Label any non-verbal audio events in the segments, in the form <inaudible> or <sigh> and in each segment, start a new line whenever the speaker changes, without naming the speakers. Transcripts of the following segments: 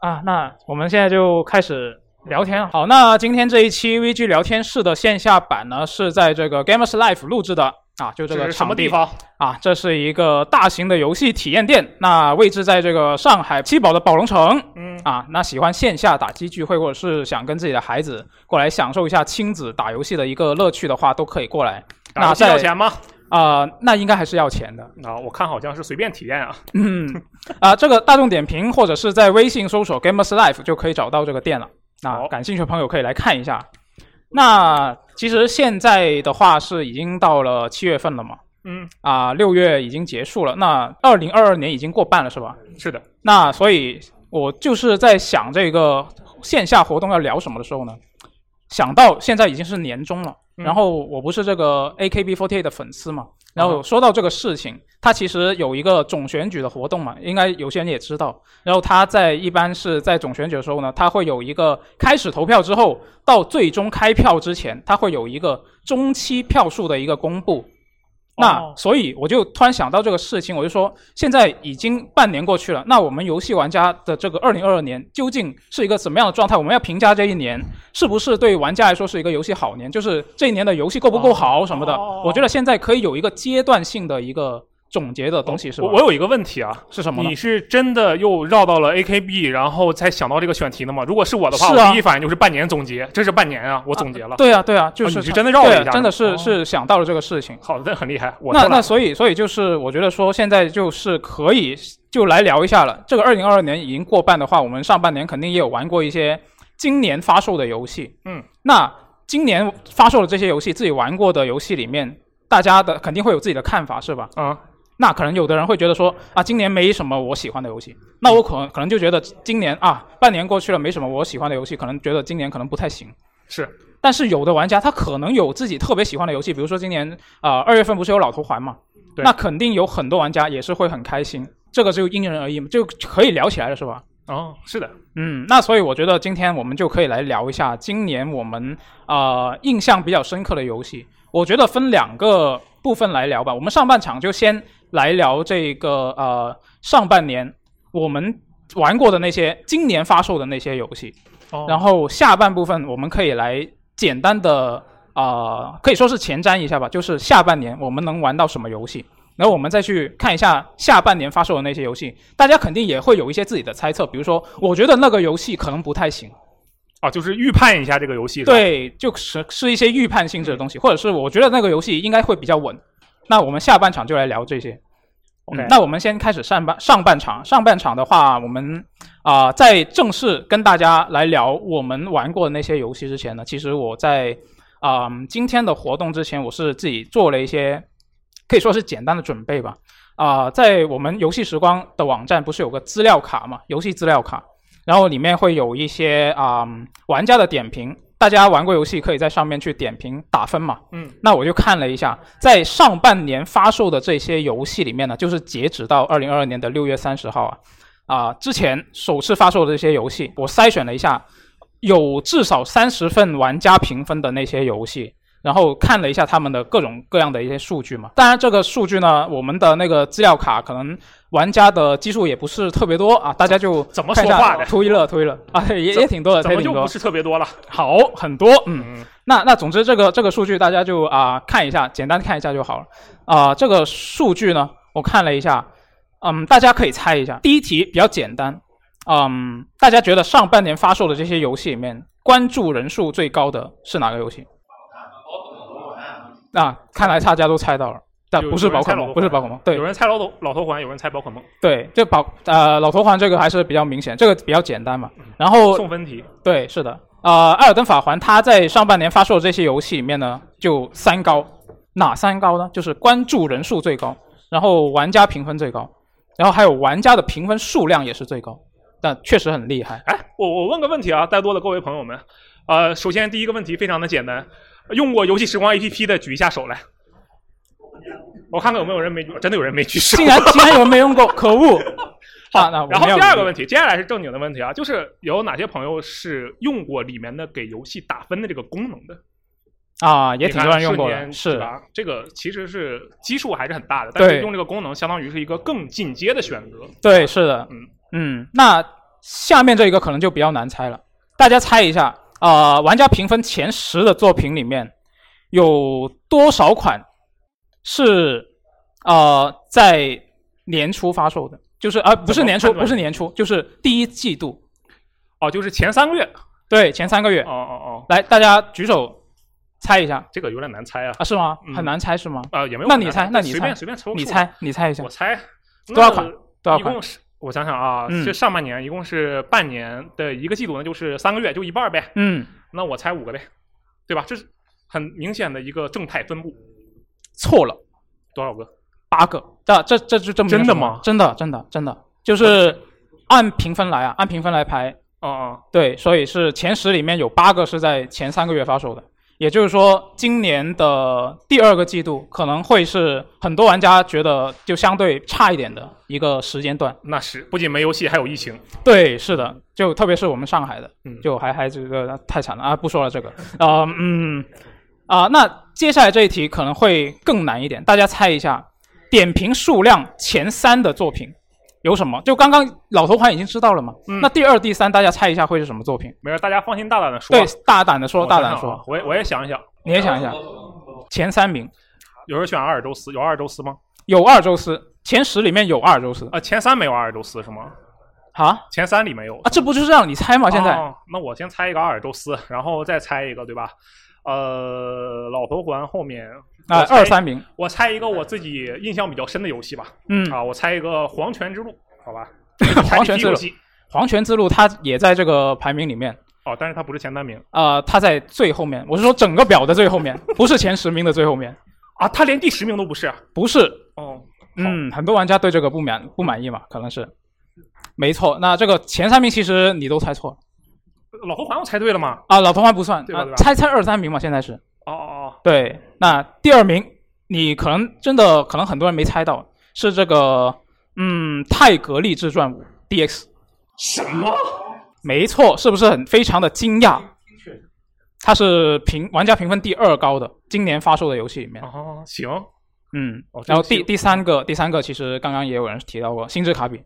啊那我们现在就开始聊天。啊好，那今天这一期 VG 聊天室的线下版呢，是在这个 Gamers Life 录制的啊，就这
这
个
是什
场
么
地
地方？
啊，这是一个大型的游戏体验店，那位置在这个上海七宝的宝龙城。
嗯，
啊，那喜欢线下打机聚会，或者是想跟自己的孩子过来享受一下亲子打游戏的一个乐趣的话，都可以过来。
打游戏
那在
要钱吗？
啊、那应该还是要钱的。
啊，我看好像是随便体验啊。
嗯， <laughs> 啊、这个大众点评或者是在微信搜索 Gamers Life 就可以找到这个店了。那
好
感兴趣的朋友可以来看一下。那其实现在的话是已经到了七月份了嘛，
嗯，
啊、六月已经结束了，那二零二二年已经过半了是吧？
嗯是的，
那所以，我就是在想这个线下活动要聊什么的时候呢，想到现在已经是年终了，
嗯
然后我不是这个 AKB48 的粉丝嘛，然
嗯
后说到这个事情，它其实有一个总选举的活动嘛，应该有些人也知道。然后它在一般是在总选举的时候呢，它会有一个开始投票之后到最终开票之前，它会有一个中期票数的一个公布。那
哦
所以我就突然想到这个事情，我就说，现在已经半年过去了，那我们游戏玩家的这个二零二二年究竟是一个什么样的状态？我们要评价这一年是不是对玩家来说是一个游戏好年，就是这一年的游戏够不够好什么的。
哦
我觉得现在可以有一个阶段性的一个总结的东西，是吧？
哦我我有一个问题啊，
是什么呢
你？是真的又绕到了 AKB，然后才想到这个选题的吗？如果是我的话，
是啊
我第一反应就是半年总结，这是半年啊，我总结了。
对啊，对啊，就
哦
是、
你是真的绕了
对
一下
真的是、
哦
是想到了这个事情。
好的，很厉害。我
那
错了
那所以所以就是我觉得说现在就是可以就来聊一下了。这个二零二二年已经过半的话，我们上半年肯定也有玩过一些今年发售的游戏。
嗯，
那今年发售的这些游戏，自己玩过的游戏里面，大家的肯定会有自己的看法，是吧？
嗯，
那可能有的人会觉得说啊，今年没什么我喜欢的游戏，那我
嗯
可能可能就觉得今年啊，半年过去了，没什么我喜欢的游戏，可能觉得今年可能不太行。
是
但是有的玩家他可能有自己特别喜欢的游戏，比如说今年啊二、月份不是有老头环嘛，
对
那肯定有很多玩家也是会很开心，这个就因人而异嘛，就可以聊起来了是吧？
哦，是的，
嗯，那所以我觉得今天我们就可以来聊一下今年我们啊、呃印象比较深刻的游戏。我觉得分两个部分来聊吧。我们上半场就先来聊这个呃上半年我们玩过的那些今年发售的那些游戏，
哦
然后下半部分我们可以来简单的啊、呃可以说是前瞻一下吧，就是下半年我们能玩到什么游戏，然后我们再去看一下下半年发售的那些游戏，大家肯定也会有一些自己的猜测，比如说我觉得那个游戏可能不太行，
啊，就是预判一下这个游戏。是吧，
对，就是是一些预判性质的东西，或者是我觉得那个游戏应该会比较稳。那我们下半场就来聊这些。
OK
那我们先开始上半上半场，上半场的话，我们啊、在正式跟大家来聊我们玩过的那些游戏之前呢，其实我在啊、今天的活动之前，我是自己做了一些可以说是简单的准备吧。啊、在我们游戏时光的网站不是有个资料卡嘛，游戏资料卡，然后里面会有一些啊、玩家的点评，大家玩过游戏可以在上面去点评打分嘛。
嗯，
那我就看了一下，在上半年发售的这些游戏里面呢，就是截止到二零二二年的六月三十号啊啊、之前首次发售的这些游戏，我筛选了一下，有至少三十份玩家评分的那些游戏。然后看了一下他们的各种各样的一些数据嘛，当然这个数据呢，我们的那个资料卡可能玩家的基数也不是特别多啊，大家就
怎么
看
说
一下
话的？
推了推了啊，也也挺多的，
怎
也
么
挺
就
多
不。是特别多了？
好，很多，嗯。
嗯，
那那总之这个这个数据大家就啊、看一下，简单看一下就好了。啊、这个数据呢，我看了一下，嗯，大家可以猜一下。第一题比较简单，嗯，大家觉得上半年发售的这些游戏里面，关注人数最高的是哪个游戏？啊，看来大家都猜到了，但
有
不是
有人
宝
猜
可
到
梦，
了
不是宝可梦，对
有，人猜老头老头环，有人猜宝可梦，
对，这宝呃老头环这个还是比较明显，这个比较简单嘛。然后
嗯送分题。
对，是的，呃，《艾尔登法环》它在上半年发售的这些游戏里面呢，就三高，哪三高呢？就是关注人数最高，然后玩家评分最高，然后还有玩家的评分数量也是最高，但确实很厉害。
哎，我我问个问题啊，在座的各位朋友们，呃，首先第一个问题非常的简单，用过游戏时光 APP 的举一下手来，我看看有没有人没举，真的有人没举手。
竟然竟然有人没用过，可
<laughs>
恶！啊，那我
然后
们要
第二个
努力
问题，接下来是正经的问题啊，就是有哪些朋友是用过里面的给游戏打分的这个功能的？
啊，也
你
挺
看
多人用过
瞬
的，
间
是
吧？这个其实是基数还是很大的，但是
对
用这个功能相当于是一个更进阶的选择。
对，是的
嗯，
嗯，那下面这一个可能就比较难猜了，大家猜一下啊、呃玩家评分前十的作品里面有多少款是呃在年初发售的？就是啊、呃不是
怎么
年初，
判断
不是年初，就是第一季度，
哦，就是前三个月。
对，前三个月。
哦哦哦，
来，大家举手猜一下
这个有点难猜啊。
啊？是吗？
嗯
很难猜是吗？
啊，也没有
那
很
你
难
猜那你
随
猜
便随便抽个
你
数吧，
猜，你猜一下
我猜
多少款？多少
一
款？
共是，我想想啊，
嗯
这上半年一共是半年的一个季度，那就是三个月，就一半儿呗。
嗯，
那我猜五个呗，对吧？这是很明显的一个正态分布，
错了
多少个？
八个。这这这就证明了
真的
什么
吗
真的真的真的，就是按评分来啊，按评分来排。
哦哦，
对，所以是前十里面有八个是在前三个月发售的，也就是说，今年的第二个季度可能会是很多玩家觉得就相对差一点的一个时间段。
那是不仅没游戏，还有疫情。
对，是的，就特别是我们上海的
嗯，
就还还这个太惨了啊！不说了这个，啊、嗯啊、那接下来这一题可能会更难一点，大家猜一下，点评数量前三的作品有什么？就刚刚老头环已经知道了嘛，
嗯
那第二、第三大家猜一下会是什么作品？
没事，大家放心大胆的说。啊
对，大胆的说，
我
大
想
胆
想
地
啊
说，，
我也我也想一想，
你也想一想，前三名
有人选阿尔宙斯，有阿尔宙斯吗？
有阿尔宙斯，前十里面有阿尔宙斯
啊，前三没有阿尔宙斯是吗？
啊啊，
前三里没有。
这不就是让你猜吗？现在、
哦那我先猜一个阿尔宙斯，然后再猜一个，对吧？呃，老头环后面
啊，
我猜
二三名，
我猜一个我自己印象比较深的游戏吧。
嗯，
啊，我猜一个《黄泉之路》，好
<laughs>
吧？
黄泉之
游
路，
戏
黄泉之路，它也在这个排名里面，
哦，但是它不是前三名
呃，它在最后面，我是说整个表的最后面，不是前十名的最后面，
啊，它连第十名都不是。
不是，
哦，
嗯，很多玩家对这个不满不满意嘛，可能是，没错，那这个前三名其实你都猜错了
老头环我猜对了吗？
啊，老头环不算，
对吧
啊
对吧
猜猜二三名嘛，现在是。
哦哦
对，那第二名，你可能真的可能很多人没猜到，是这个嗯《泰格立志传五 DX》。
什么？
没错，是不是很非常的惊讶？它是评玩家评分第二高的，今年发售的游戏里面
哦，。哦，行，
嗯
哦，这
然后
个
第
是
第三个，第三个其实刚刚也有人提到过《星之卡比》。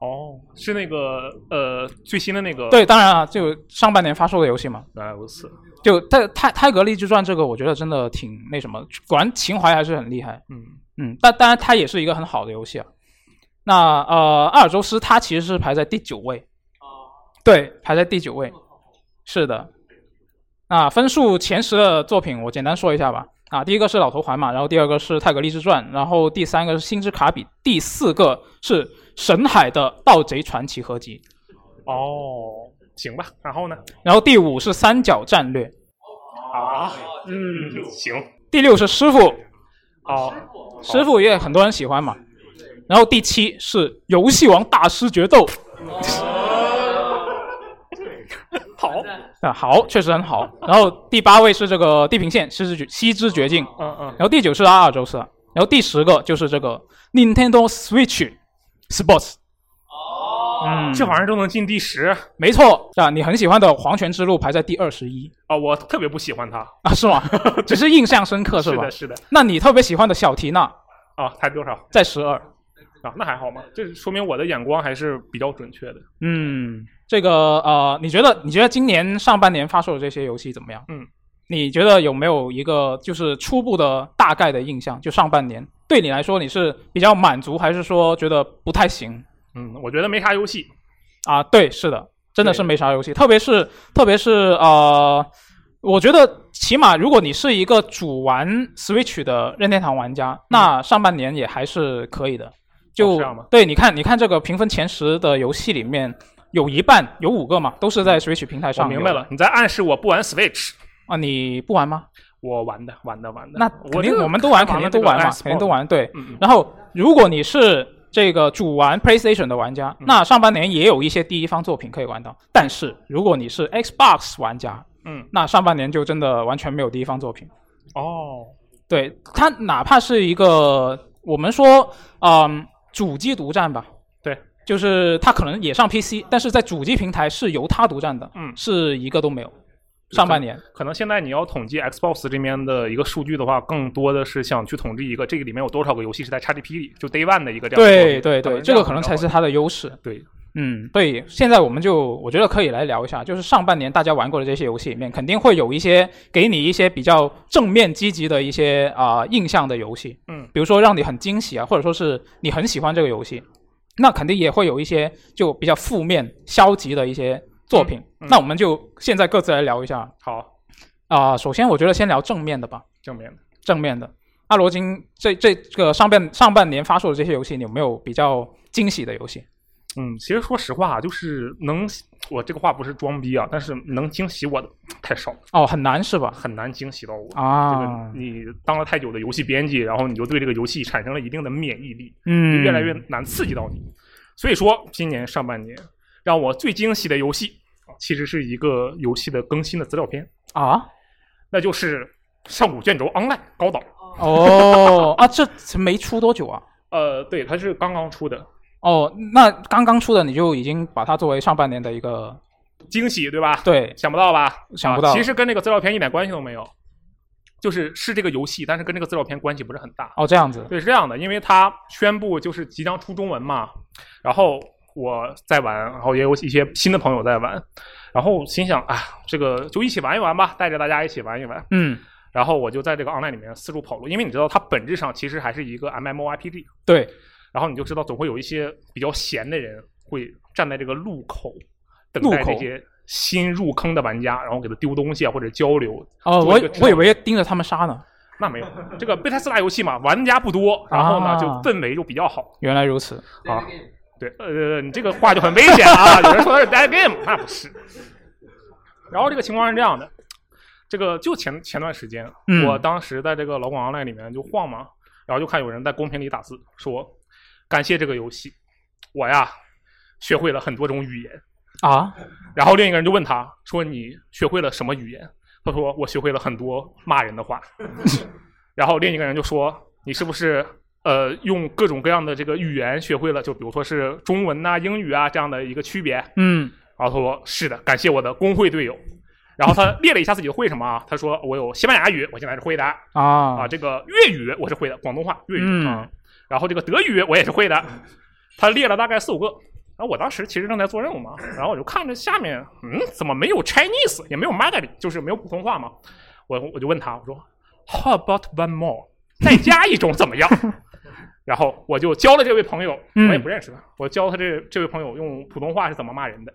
哦，是那个呃最新的那个，，
对，当然啊，就上半年发售的游戏嘛。
原来如此，
就泰泰泰格立志传这个，我觉得真的挺那什么，果然情怀还是很厉害。
嗯，
嗯，但当然它也是一个很好的游戏啊。那呃，阿尔宙斯它其实是排在第九位，对，排在第九位，是的。啊，分数前十的作品我简单说一下吧。啊，第一个是《老头环》嘛，然后第二个是《泰格立志传》，然后第三个是《星之卡比》，第四个是《神海的盗贼传奇》合集，
哦，行吧，然后呢？
然后第五是《三角战略》，
啊，嗯，行，
第六是《师傅》，
哦，
师傅也很多人喜欢嘛。然后第七是《游戏王大师决斗》，
好，
啊，好，确实很好。然后第八位是这个《地平线：西之绝西之绝境》，
嗯嗯
然，后第九是阿尔宙斯，然后第十个就是这个 Nintendo Switch Sports。哦，嗯，
这玩意儿都能进第十
没错啊，你很喜欢的《黄泉之路》排在第二十一
啊，我特别不喜欢它，
啊，是
<laughs>
吗？只是印象深刻是吧
的，？是的，
那你特别喜欢的小缇娜
啊，才多少
在十二，
啊？那还好嘛，这说明我的眼光还是比较准确的。
嗯，这个呃，你觉得你觉得今年上半年发售的这些游戏怎么样？
嗯，
你觉得有没有一个就是初步的大概的印象？就上半年对你来说，你是比较满足，还是说觉得不太行
嗯，我觉得没啥游戏，
啊？对，是的，真的是
对
没啥游戏，特别是特别是呃，我觉得起码如果你是一个主玩 Switch 的任天堂玩家，那上半年也还是可以的。就、
嗯哦这样吗
对，你看，你看这个评分前十的游戏里面，有一半有五个嘛，都是在 Switch 平台
嗯我
上。
明白了，你在暗示我不玩 Switch。
啊？你不玩吗？
我玩的，玩的，玩的。
那肯
我
定
这个
我们都玩，
看
肯定
完了
都
这个
玩嘛，
Xbox
肯定都。玩。对，
嗯，嗯
然后如果你是这个主玩 PlayStation 的玩
嗯
家，那上半年也有一些第一方作品可以玩到。但是如果你是 Xbox 玩家，
<laughs> 嗯，
那上半年就真的完全没有第一方作品。
哦，
对它，哪怕是一个我们说，嗯，主机独占吧，
对，
就是它可能也上 PC，但是在主机平台是由它独占的，
嗯
是一个都没有。上半年，
可能现在你要统计 Xbox 这边的一个数据的话，更多的是想去统计一个这个里面有多少个游戏是在 XGP 里，就 Day One 啊的一个这样的
对
过
对
程。
对，这个可能才是它的优势。
对。
嗯，对，现在我们就我觉得可以来聊一下，就是上半年大家玩过的这些游戏里面，肯定会有一些给你一些比较正面积极的一些啊、印象的游戏，
嗯，
比如说让你很惊喜啊，或者说是你很喜欢这个游戏，那肯定也会有一些就比较负面、消极的一些作品。
嗯嗯
那我们就现在各自来聊一下
好，
啊、首先我觉得先聊正面的吧，
正面的。
正面的。阿罗金这这个上半上半年发售的这些游戏，你有没有比较惊喜的游戏？
嗯，其实说实话，就是能，我这个话不是装逼啊，但是能惊喜我的太少了，
哦，很难是吧？
很难惊喜到我。这
啊，
个你当了太久的游戏编辑，然后你就对这个游戏产生了一定的免疫力，就
嗯，
越来越难刺激到你。所以说，今年上半年让我最惊喜的游戏，啊其实是一个游戏的更新的资料片，
啊，
那就是《上古卷轴 Online》高岛。
哦 <laughs> 啊，这没出多久啊。
呃，对，它是刚刚出的
哦，那刚刚出的你就已经把它作为上半年的一个
惊喜，对吧？
对，
想不到吧？
想不到
啊其实跟那个资料片一点关系都没有，就是是这个游戏，但是跟这个资料片关系不是很大。
哦这样子，
对，是这样的，因为它宣布就是即将出中文嘛，然后我在玩，然后也有一些新的朋友在玩，然后心想啊，这个就一起玩一玩吧，带着大家一起玩一玩。
嗯，
然后我就在这个 online 里面四处跑路，因为你知道它本质上其实还是一个 MMORPG，
对，
然后你就知道总会有一些比较闲的人会站在这个路口，等
路
待这
口
些新入坑的玩家，然后给他丢东西啊或者交流。
哦，
做
我
一个指导
我以为盯着他们杀呢，
那没有，这个贝塔斯达游戏嘛，玩家不多，然后
啊
呢就氛围就比较好。
原来如此，
啊，对，呃，你这个话就很危险啊！有人说他是 dead game，那不是。然后这个情况是这样的，这个就前前段时间，
嗯
我当时在这个老广 online 里面就晃嘛，然后就看有人在公屏里打字说：“感谢这个游戏，我呀学会了很多种语言。
啊，”
然后另一个人就问他说：“你学会了什么语言？”他说：“我学会了很多骂人的话。”然后另一个人就说：“你是不是呃用各种各样的这个语言学会了？就比如说是中文呐、英语啊这样的一个区别。”
嗯，
然后他说：“是的，感谢我的工会队友。”然后他列了一下自己的会什么啊？他说：“我有西班牙语，我现在是会的
啊
啊；这个粤语我是会的，广东话粤语
嗯
啊；然后这个德语我也是会的。”他列了大概四五个。然后我当时其实正在做任务嘛，然后我就看着下面，嗯，怎么没有 Chinese，也没有 Mandarin，就是没有普通话嘛。我我就问他，我说，How about one
<laughs>
more？再加一种怎么样？ <laughs> 然后我就教了这位朋友，我
嗯
也不认识他，我教他这这位朋友用普通话是怎么骂人的。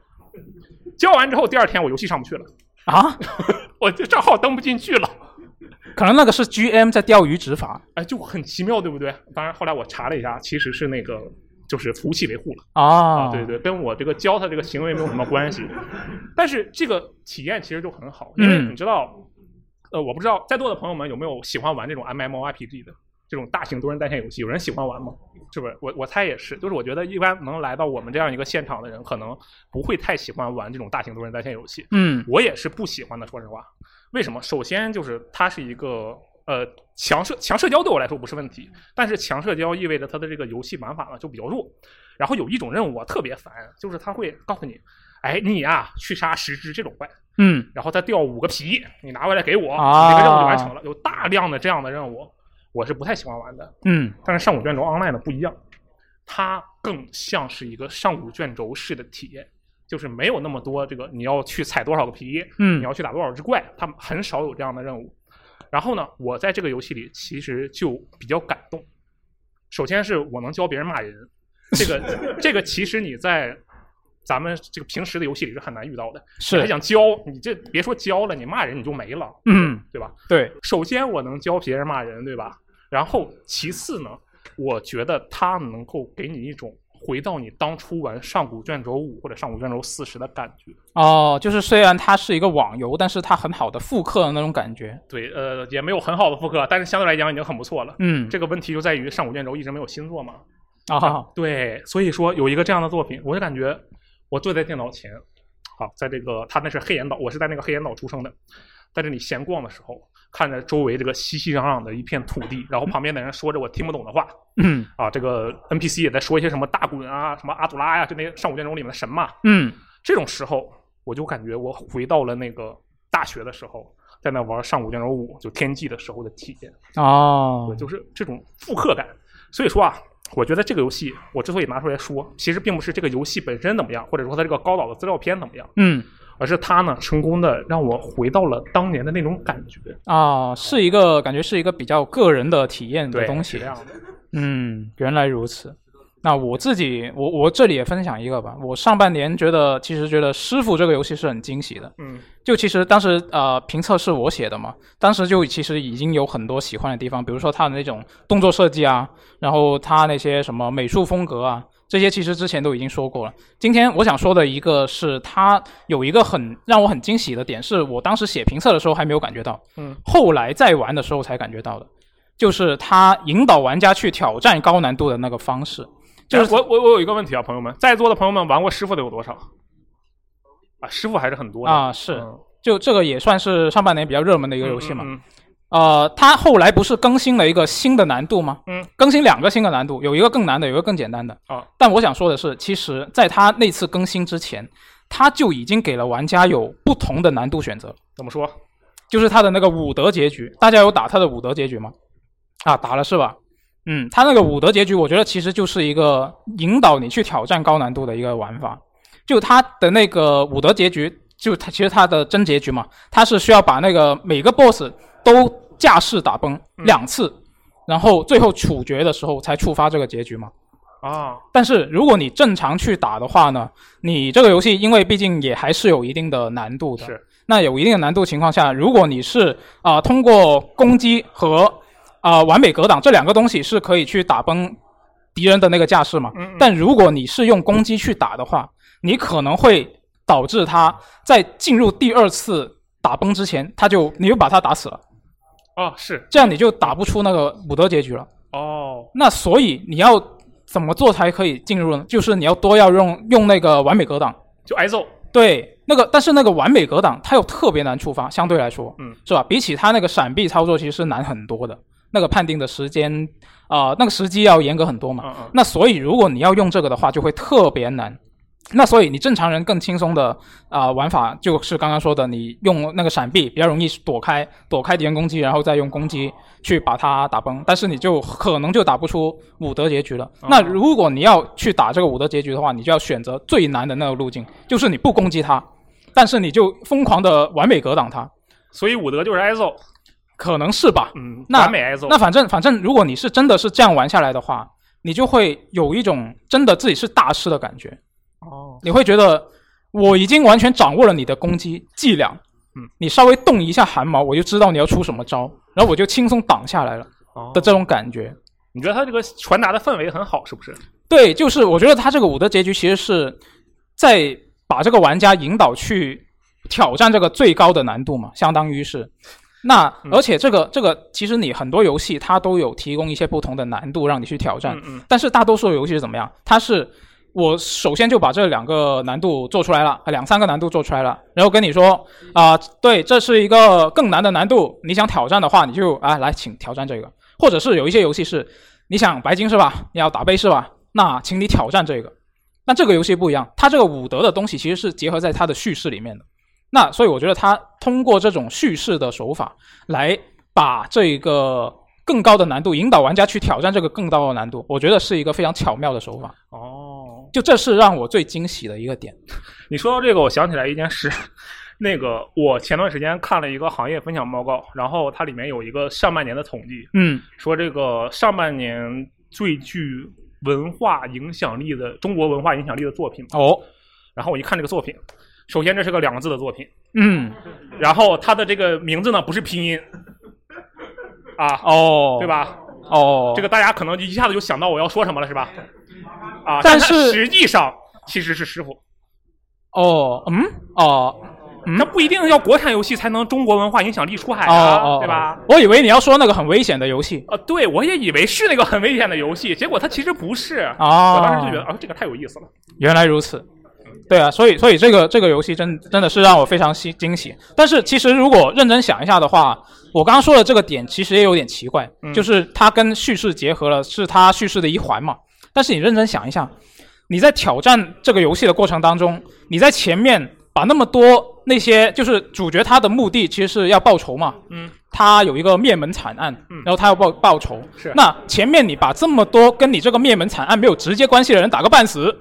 教完之后，第二天我游戏上不去了，
啊，
<laughs> 我这账号登不进去了，
可能那个是 GM 在钓鱼执法
哎，就很奇妙，对不对？当然后来我查了一下，其实是那个就是服务器维护了。
啊，
啊，对，对，跟我这个教他这个行为没有什么
<laughs>
关系。但是这个体验其实就很好，因为
嗯
你知道，呃，我不知道在座的朋友们有没有喜欢玩这种 MMORPG 的这种大型多人在线游戏，有人喜欢玩吗？是不是？我我猜也是，就是我觉得一般能来到我们这样一个现场的人，可能不会太喜欢玩这种大型多人在线游戏。
嗯
我也是不喜欢的，说实话。为什么？首先就是它是一个呃强社强社交对我来说不是问题，但是强社交意味着它的这个游戏玩法呢就比较弱。然后有一种任务啊特别烦，就是他会告诉你，哎，你呀、去杀十只这种怪，
嗯，
然后再掉五个皮，你拿回来给我，
啊
这个任务就完成了。有大量的这样的任务，我是不太喜欢玩的。
嗯，
但是上古卷轴 Online 呢不一样，它更像是一个上古卷轴式的体验，就是没有那么多这个你要去采多少个皮，
嗯
你要去打多少只怪，它很少有这样的任务。然后呢，我在这个游戏里其实就比较感动。首先是我能教别人骂人，
<laughs>
这个这个其实你在咱们这个平时的游戏里是很难遇到的。你还
是，
想教你这别说教了，你骂人你就没了，
嗯，
对吧？
对，
首先我能教别人骂人，对吧？然后其次呢，我觉得它能够给你一种回到你当初玩《上古卷轴五》或者《上古卷轴四十》的感觉。
哦，就是虽然它是一个网游，但是它很好的复刻了那种感觉，
对，呃，也没有很好的复刻，但是相对来讲已经很不错了。
嗯，
这个问题就在于《上古卷轴》一直没有新作嘛。
啊，
对，所以说有一个这样的作品，我就感觉我坐在电脑前，好，在这个他那是黑岩岛，我是在那个黑岩岛出生的，在这里闲逛的时候，看着周围这个熙熙攘攘的一片土地，然后旁边的人说着我听不懂的话，
嗯
啊，这个 NPC 也在说一些什么大滚啊、什么阿杜拉呀、就那上古卷轴里面的神嘛。
嗯，
这种时候，我就感觉我回到了那个大学的时候，在那玩上古卷轴五就天际的时候的体验，
哦，
就是这种复刻感。所以说啊，我觉得这个游戏我之所以拿出来说，其实并不是这个游戏本身怎么样，或者说它这个高岛的资料片怎么样，
嗯
而是它呢成功的让我回到了当年的那种感觉。
啊、是一个感觉是一个比较个人的体验的
对，
东
是
西
这。样的。
嗯，原来如此。那我自己，我我这里也分享一个吧。我上半年觉得，其实觉得《师傅》这个游戏是很惊喜的。
嗯，
就其实当时呃评测是我写的嘛，当时就其实已经有很多喜欢的地方，比如说它的那种动作设计啊，然后它那些什么美术风格啊，这些其实之前都已经说过了。今天我想说的一个是，它有一个很让我很惊喜的点，是我当时写评测的时候还没有感觉到，
嗯，
后来再玩的时候才感觉到的，就是它引导玩家去挑战高难度的那个方式。就
就是是我哎我我有一个问题啊，朋友们，在座的朋友们玩过师傅的有多少？啊，师傅还是很多的
啊是
嗯
就这个也算是上半年比较热门的一个游戏嘛。
嗯嗯
呃，它后来不是更新了一个新的难度吗？
嗯，
更新两个新的难度，有一个更难的，有一个更简单的。
啊，
但我想说的是，其实在它那次更新之前，它就已经给了玩家有不同的难度选择，
怎么说？
就是它的那个武德结局，大家有打它的武德结局吗？啊，打了是吧？嗯，它那个武德结局，我觉得其实就是一个引导你去挑战高难度的一个玩法。就它的那个武德结局，就它其实它的真结局嘛，它是需要把那个每个 BOSS 都架势打崩
嗯
两次，然后最后处决的时候才触发这个结局嘛。
啊，
但是如果你正常去打的话呢，你这个游戏因为毕竟也还是有一定的难度的，
是
那有一定的难度情况下，如果你是啊、通过攻击和啊、完美格挡这两个东西是可以去打崩敌人的那个架势嘛，
嗯嗯
但如果你是用攻击去打的话，你可能会导致他在进入第二次打崩之前，他就你就把他打死了，
啊，是
这样你就打不出那个武德结局了。
哦，
那所以你要怎么做才可以进入呢？就是你要多要用用那个完美格挡，
就挨揍。
对，那个但是那个完美格挡它又特别难触发，相对来说，
嗯，
是吧？比起它那个闪避操作其实是难很多的，那个判定的时间啊、呃那个时机要严格很多嘛。
嗯嗯
那所以如果你要用这个的话，就会特别难。那所以你正常人更轻松的啊、呃玩法就是刚刚说的，你用那个闪避比较容易躲开躲开敌人攻击，然后再用攻击去把它打崩，但是你就可能就打不出武德结局了。
嗯
那如果你要去打这个武德结局的话，你就要选择最难的那个路径，就是你不攻击它，但是你就疯狂的完美格挡它，
所以武德就是挨揍，
可能是吧？
嗯，
那
完美挨揍。
那反正反正，如果你是真的是这样玩下来的话，你就会有一种真的自己是大师的感觉。
哦，
你会觉得我已经完全掌握了你的攻击伎俩，
嗯，
你稍微动一下汗毛，我就知道你要出什么招，然后我就轻松挡下来了
哦
的这种感觉。
你觉得他这个传达的氛围很好，是不是？
对，就是我觉得他这个五的结局其实是在把这个玩家引导去挑战这个最高的难度嘛，相当于是。那
嗯
而且这个这个，其实你很多游戏它都有提供一些不同的难度让你去挑战
嗯，嗯
但是大多数游戏是怎么样？它是我首先就把这两个难度做出来了，呃两三个难度做出来了，然后跟你说啊、对，这是一个更难的难度，你想挑战的话，你就啊来，请挑战这个，或者是有一些游戏是你想白金是吧？你要打杯是吧？那请你挑战这个。那这个游戏不一样，它这个武德的东西其实是结合在它的叙事里面的。那所以我觉得它通过这种叙事的手法来把这个更高的难度引导玩家去挑战这个更高的难度，我觉得是一个非常巧妙的手法。
哦，
就这是让我最惊喜的一个点。
你说到这个，我想起来一件事。 <laughs> 那个，我前段时间看了一个行业分享报告，然后它里面有一个上半年的统计，
嗯
说这个上半年最具文化影响力的中国文化影响力的作品。
哦，
然后我一看这个作品，首先这是个两个字的作品，
嗯
然后它的这个名字呢不是拼音， <laughs> 啊，
哦，
对？吧？
哦，
这个大家可能一下子就想到我要说什么了，是吧？啊，
但
它
是
实际上其实是师傅，
哦嗯哦嗯
那不一定要国产游戏才能中国文化影响力出海
哦
啊，
哦，
对吧？？
我以为你要说那个很危险的游戏
啊，对，我也以为是那个很危险的游戏，结果它其实不是。
哦
我当时就觉得，啊，这个太有意思了。
原来如此，对啊，所以所以这个这个游戏真真的是让我非常喜惊喜。但是其实如果认真想一下的话，我刚刚说的这个点其实也有点奇怪，
嗯
就是它跟叙事结合了，是它叙事的一环嘛。但是你认真想一下，你在挑战这个游戏的过程当中，你在前面把那么多那些就是主角他的目的其实是要报仇嘛，
嗯，
他有一个灭门惨案，
嗯
然后他要报报仇。
是
那前面你把这么多跟你这个灭门惨案没有直接关系的人打个半死，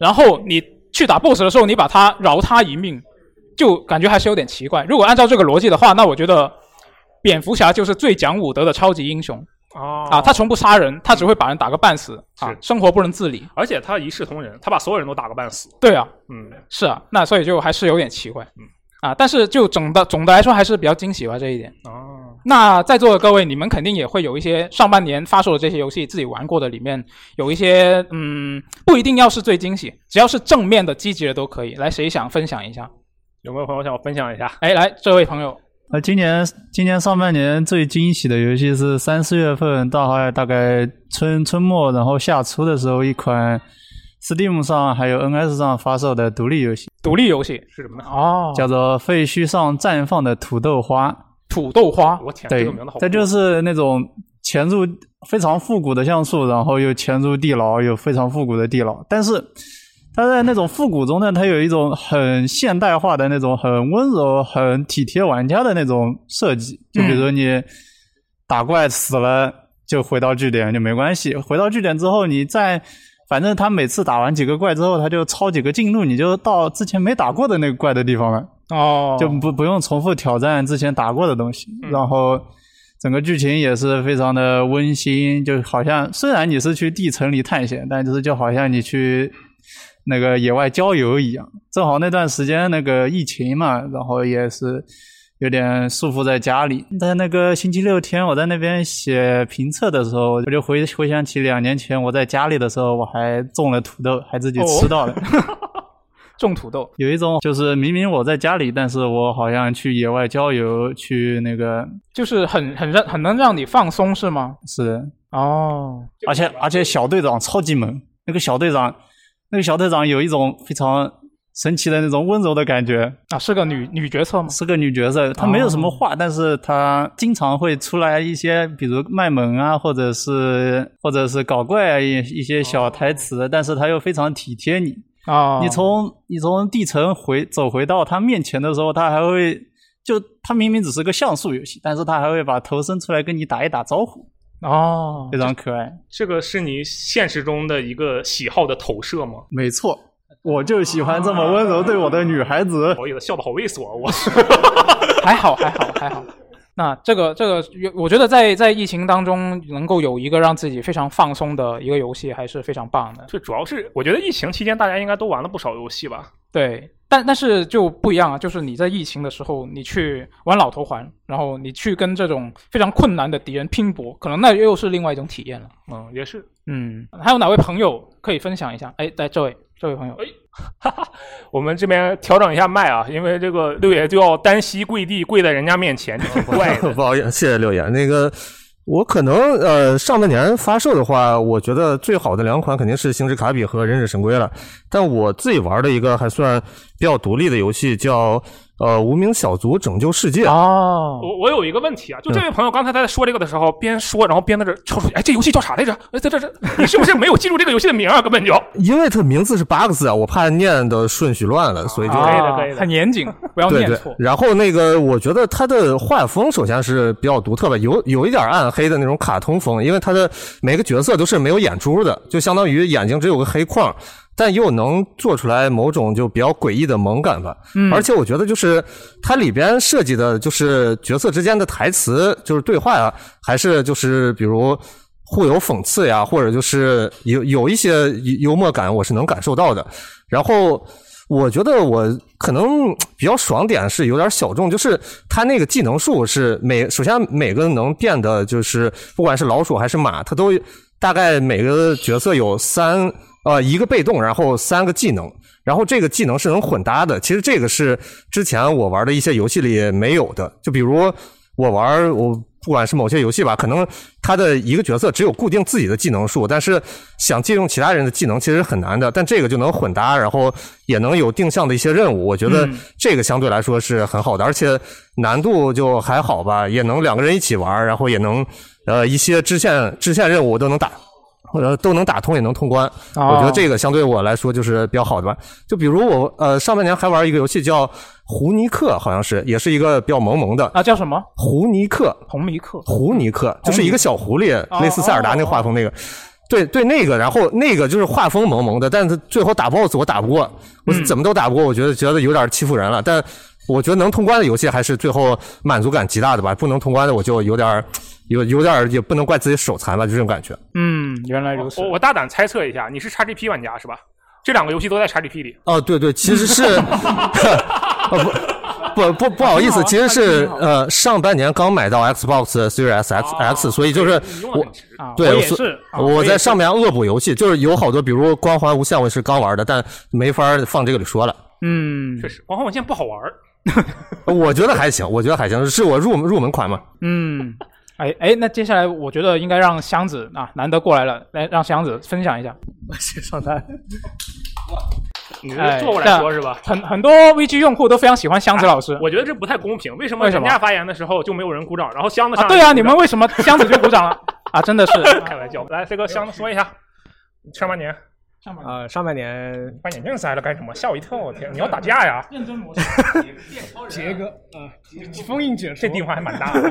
然后你去打 BOSS 的时候，你把他饶他一命，就感觉还是有点奇怪。如果按照这个逻辑的话，那我觉得蝙蝠侠就是最讲武德的超级英雄
哦
啊！他从不杀人，他只会把人打个半死啊
是，
生活不能自理。
而且他一视同仁，他把所有人都打个半死。
对啊，
嗯，
是啊，那所以就还是有点奇怪
嗯。
啊，但是就总的总的来说还是比较惊喜吧这一点。
哦，
那在座的各位，你们肯定也会有一些上半年发售的这些游戏自己玩过的，里面有一些嗯，不一定要是最惊喜，只要是正面的、积极的都可以。来，谁想分享一下？
有没有朋友想我分享一下？
哎，来这位朋友，
呃，今年今年上半年最惊喜的游戏是三四月份，大概大概春春末，然后夏初的时候，一款 Steam 上还有 NS 上发售的独立游戏，
独立游戏
是什么呢？
哦，
叫做《废墟上绽放的土豆花》。
土豆花，
我天，这
对
个名字好酷，，
它就是那种潜入呃非常复古的像素，然后又潜入地牢，有非常复古的地牢，但是。它在那种复古中呢，它有一种很现代化的那种很温柔、很体贴玩家的那种设计。
嗯
就比如说你打怪死了，就回到据点就没关系。回到据点之后，你再反正他每次打完几个怪之后，他就抄几个近路，你就到之前没打过的那个怪的地方了。
哦，
就不不用重复挑战之前打过的东西，然后整个剧情也是非常的温馨，就好像虽然你是去地层里探险，但就是就好像你去那个野外郊游一样。正好那段时间那个疫情嘛，然后也是有点束缚在家里。在那个星期六天，我在那边写评测的时候，我就回回想起两年前我在家里的时候，我还种了土豆，还自己吃到了。
种土豆，
有一种就是明明我在家里，但是我好像去野外郊游，去那个
就是很很让很能让你放松是吗？
是，
哦，
而且而且小队长超级萌，那个小队长，那个小队长有一种非常神奇的那种温柔的感觉，
啊，是个女女角色吗？哦
是个女角色，她没有什么话，但是她经常会出来一些，比如卖萌啊，或者是或者是搞怪啊，一一些小台词，啊但是她又非常体贴你，
哦，
你从你从地层回走回到他面前的时候，他还会就他明明只是个像素游戏，但是他还会把头伸出来跟你打一打招呼，
哦
非，常可爱。
这个是你现实中的一个喜好的投射吗？
没错，我就喜欢这么温柔对我的女孩子。
哦我有的笑的好猥琐，我
还好，还好，还好。那这个这个，我觉得在在疫情当中能够有一个让自己非常放松的一个游戏，还是非常棒的。
这主要是我觉得疫情期间大家应该都玩了不少游戏吧？
对，但但是就不一样啊，就是你在疫情的时候，你去玩老头环，然后你去跟这种非常困难的敌人拼搏，可能那又是另外一种体验了。
嗯，也是。
嗯，还有哪位朋友可以分享一下？哎，来这位这位朋友，
哎 <laughs> 我们这边调整一下麦啊，因为这个六爷就要单膝跪地跪在人家面前，挺怪的。
不好意思，谢谢六爷。那个，我可能呃上半年发售的话，我觉得最好的两款肯定是《星之卡比》和《忍者神龟》了。但我自己玩的一个还算比较独立的游戏叫呃《无名小卒拯救世界》。
哦，
<laughs> 我我有一个问题啊，就这位朋友刚才他在说这个的时候，边说然后边在这抽出去，哎，这游戏叫啥来着？哎，这这这，你是不是没有记住这个游戏的名啊？根 <laughs> 本就
哦因为它名字是八个字啊，我怕念的顺序乱了，所以就
哦可以的
啊
可以的
很严谨，不要
对
念
对
错，。
然后那个，我觉得它的画风首先是比较独特吧，有有一点暗黑的那种卡通风，因为它的每个角色都是没有眼珠的，就相当于眼睛只有个黑框，但又能做出来某种就比较诡异的萌感吧。
嗯
而且我觉得就是它里边设计的，就是角色之间的台词，就是对话啊，还是就是比如。互有讽刺呀，或者就是有有一些幽默感，我是能感受到的。然后我觉得我可能比较爽点是有点小众，就是它那个技能树是每首先每个能变的，就是不管是老鼠还是马，它都大概每个角色有三呃一个被动，然后三个技能。然后这个技能是能混搭的，其实这个是之前我玩的一些游戏里没有的，就比如我玩儿我不管是某些游戏吧，可能他的一个角色只有固定自己的技能数，但是想借用其他人的技能其实很难的。但这个就能混搭，然后也能有定向的一些任务，我觉得这个相对来说是很好的，而且难度就还好吧，也能两个人一起玩儿，然后也能呃一些支线支线任务我都能打。或者都能打通也能通关。
哦
我觉得这个相对我来说就是比较好的吧。就比如我呃上半年还玩一个游戏叫《胡尼克》，好像是也是一个比较萌萌的
啊，叫什么？
胡尼克，
红尼克。
胡尼克就是一个小狐狸
哦，
类似塞尔达那个画风那个。对对，那个，然后那个就是画风萌萌的，但是最后打 BOSS 我打不过，我
嗯
怎么都打不过，我觉得觉得有点欺负人了。但我觉得能通关的游戏还是最后满足感极大的吧，不能通关的我就有点儿有有点儿也不能怪自己手残吧，就这种感觉。
嗯，原来如此
我。我大胆猜测一下，你是 XGP 玩家是吧？这两个游戏都在 XGP 里。
哦，对对，其
<laughs>
实是，呃不不不不好意
啊
思，其实是呃上半年刚买到 Xbox Series X X，所以就是
哦你用的
我
很值
啊
对
我也
所
是啊
我
也
在
是
上面恶补游戏，就是有好多，比如《光环无限》，我是刚玩的，但没法放这个里说了。
嗯
确实，光环文件不好玩儿。
我觉得还行，我觉得还行，是我入入门款嘛。
嗯，哎哎，那接下来我觉得应该让箱子啊，难得过来了，来让箱子分享一下。
先上台。
你
哎
是坐过来说是吧？
很很多 VG 用户都非常喜欢箱子老师。
我觉得这不太公平，为什么
为什
人
么
家发言的时候就没有人鼓掌，然后箱子
啊，
上
对啊，
鼓掌
你们为什么箱子就鼓掌了 <laughs> 啊？真
<laughs>
的是
开玩
<laughs>
笑。来，飞哥，箱子说一下，上半年
呃，上半年
把眼镜摘了干什么？吓我一跳！我天，你要打架呀？
认真模式。
<laughs> 杰哥啊，封印解
这地方还蛮
<laughs>
大的。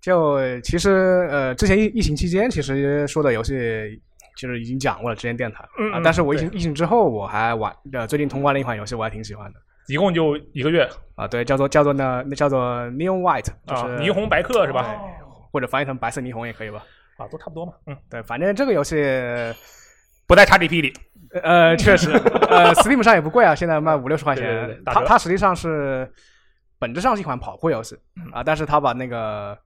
就其实呃，之前疫疫情期间，其实说的游戏就是已经讲过了，之前电台
嗯
啊
嗯。
但是我疫
对
情疫情之后，我还玩呃，最近通关了一款游戏，我还挺喜欢的
一共就一个月
啊。对，叫做叫做呢，那叫做 Neon White，就
啊
是，
霓虹白客是吧？
或者翻译成白色霓虹也可以吧。
啊，都差不多嘛。嗯，
对，反正这个游戏
不在 XGP 里。
呃，确实， <laughs> 呃，Steam 上也不贵啊，现在卖五六十块钱。
对对对打折
它它实际上是本质上是一款跑酷游戏
嗯
啊，但是它把那个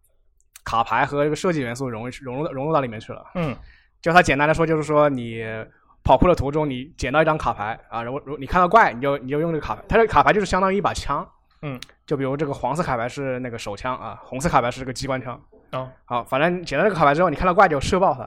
卡牌和这个设计元素融入融入融入到里面去了。
嗯，
就它简单的说，就是说你跑酷的途中，你捡到一张卡牌啊，然后如你看到怪，你就你就用这个卡牌，它这个卡牌就是相当于一把枪。
嗯，
就比如这个黄色卡牌是那个手枪啊，红色卡牌是这个机关枪。
啊，
好，反正捡到这个卡牌之后，你看到怪就射爆它。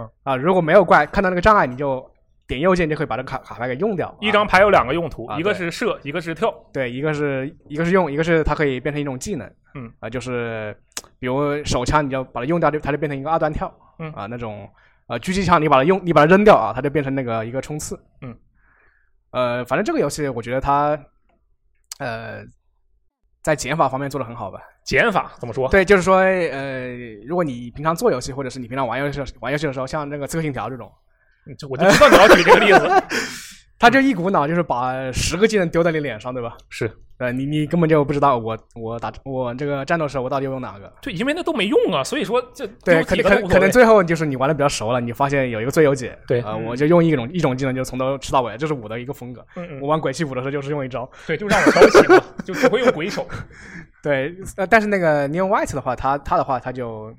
嗯
啊，如果没有怪，看到那个障碍，你就点右键就可以把这个卡卡牌给用掉。
一
啊
张牌有两个用途，
啊
一个是射，一个是跳。
对，一个是一个是用，一个是它可以变成一种技能。
嗯
啊，就是比如手枪，你就把它用掉，就它就变成一个二段跳。
嗯
啊，那种呃狙击枪，你把它用，你把它扔掉啊，它就变成那个一个冲刺。
嗯，
呃，反正这个游戏我觉得它呃在减法方面做的很好吧。
减法怎么说？
对，就是说，呃，如果你平常做游戏，或者是你平常玩游戏的时候玩游戏的时候，像那个《刺客信条》这种，
嗯这我就知道你要举这个例子。
<laughs> 他就一股脑就是把十个技能丢在你脸上，对吧？
是
呃，你你根本就不知道我我打我这个战斗的时候我到底用哪个。
对，因为那都没用啊，所以说这
对，
丢
可
几
能
个
可
都
能可
无所谓
能最后就是你玩的比较熟了，你发现有一个最优解。
对
呃，我就用一种一种技能，就从头吃到尾，这是我的一个风格。
嗯
我
嗯，
玩鬼泣五的时候就是用一招。
对，就让我抄起嘛，就只会用鬼手。
<laughs> 对，呃，但是那个 Neon White 的话，他他的话他就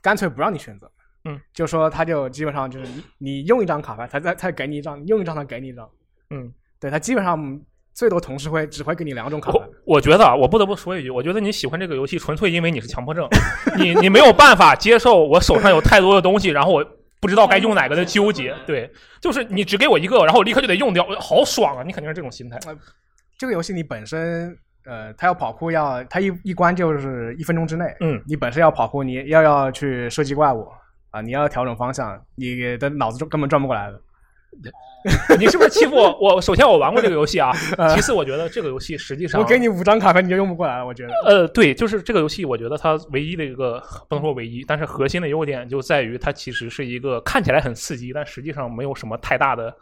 干脆不让你选择。
嗯，
就说他就基本上就是你你用一张卡牌，他再他给你一张，你用一张他给你一张。
嗯，
对他基本上最多同时会只会给你两种卡牌
我。我觉得啊，我不得不说一句，我觉得你喜欢这个游戏纯粹因为你是强迫症， <laughs> 你你没有办法接受我手上有太多的东西，然后我不知道该用哪个的纠
<laughs>
结。对，就是你只给我一个，然后我立刻就得用掉， <laughs> 我好爽啊！你肯定是这种心态。
呃这个游戏你本身呃，它要跑酷要它一一关就是一分钟之内，
嗯，
你本身要跑酷，你要要去射击怪物啊，你要调整方向，你的脑子就根本转不过来的。
<laughs> 你是不是欺负我？我首先我玩过这个游戏
<laughs>
啊，其次我觉得这个游戏实际上
嗯我给你五张卡牌，你就用不过来了，我觉
<laughs>
得。
呃，对，就是这个游戏，我觉得它唯一的一个呃不能说唯一，但是核心的优点就在于它其实是一个看起来很刺激，但实际上没有什么太大的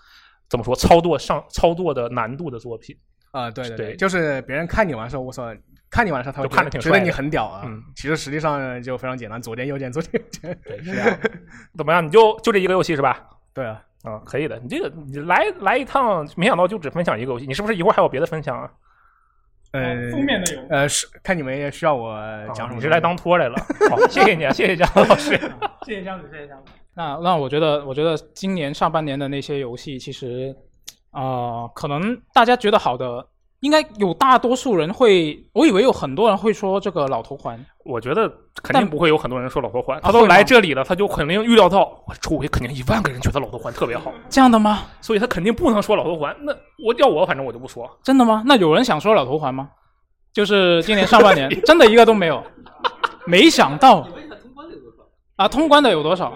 怎么说操作上操作的难度的作品。
啊、对对
对
就是别人看你玩的时候无所谓，看你玩的时候他会
就看着
觉得
挺
觉得
帅
你
的
很屌啊，
嗯
其实实际上就非常简单，左键右键左键右键，对
<laughs> 怎么样？你就就这一个游戏是吧？
啊，
啊、可以的。你这个你来来一趟，没想到就只分享一个游戏，你是不是一会儿还有别的分享啊？
<laughs> 呃，
哦负面的有
呃是看你们需要我讲什
啊
么，
你是来当托来了？好，谢谢你啊，谢谢姜老师。
啊谢谢箱子，谢谢箱子。那那我觉得，我觉得今年上半年的那些游戏，其实，呃，可能大家觉得好的，应该有大多数人会，我以为有很多人会说这个老头环，
我觉得肯
但
定不会有很多人说老头环，
啊
他都
会吗
来这里了，他就肯定预料到，我周围肯定一万个人觉得老头环特
<laughs>
别好。
这样的吗？
所以他肯定不能说老头环。啊那我要我，反正我就不说。
真的吗？那有人想说老头环吗？就是今年上半
<laughs>
年真的一个都没有，没想到啊，通关的有多少？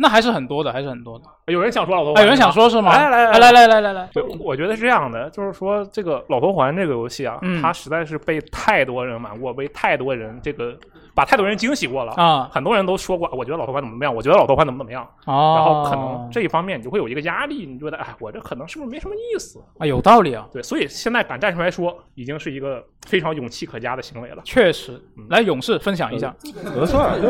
那还是很多的，还是很多的。
有人想说老头环
哎，
吗，
有人想说是吗？哎
来
来
来
来来来来来，
对，我觉得是这样的，就是说这个《老头环》这个游戏啊，
嗯
它实在是被太多人玩过，被太多人这个把太多人惊喜过了
啊
很多人都说过，我觉得《老头环》怎么怎么样，我觉得《老头环》怎么怎么样，
哦，
然后可能这一方面你就会有一个压力，你觉得哎，我这可能是不是没什么意思？
啊有道理啊，
对，所以现在敢站出来说，已经是一个非常勇气可嘉的行为了。嗯
确实。来，勇士分享一下，
怎么说啊？就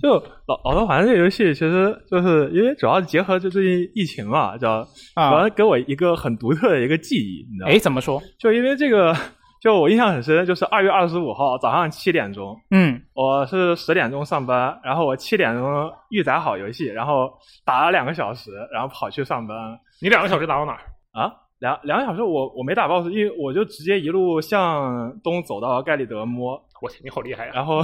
就老老头环这个游戏，其实就是因为主要结合就最近疫情嘛，叫
啊
主要给我一个很独特的一个记忆，你知道吗
哎，？怎么说？
就因为这个，就我印象很深，就是二月二十五号早上七点钟，
嗯，
我是十点钟上班，然后我七点钟预载好游戏，然后打了两个小时，然后跑去上班
你两个小时打到哪儿？
啊。两两个小时我我没打 BOSS，因为我就直接一路向东走到盖里德摸，
<laughs> 我天，你好厉害呀、
然后，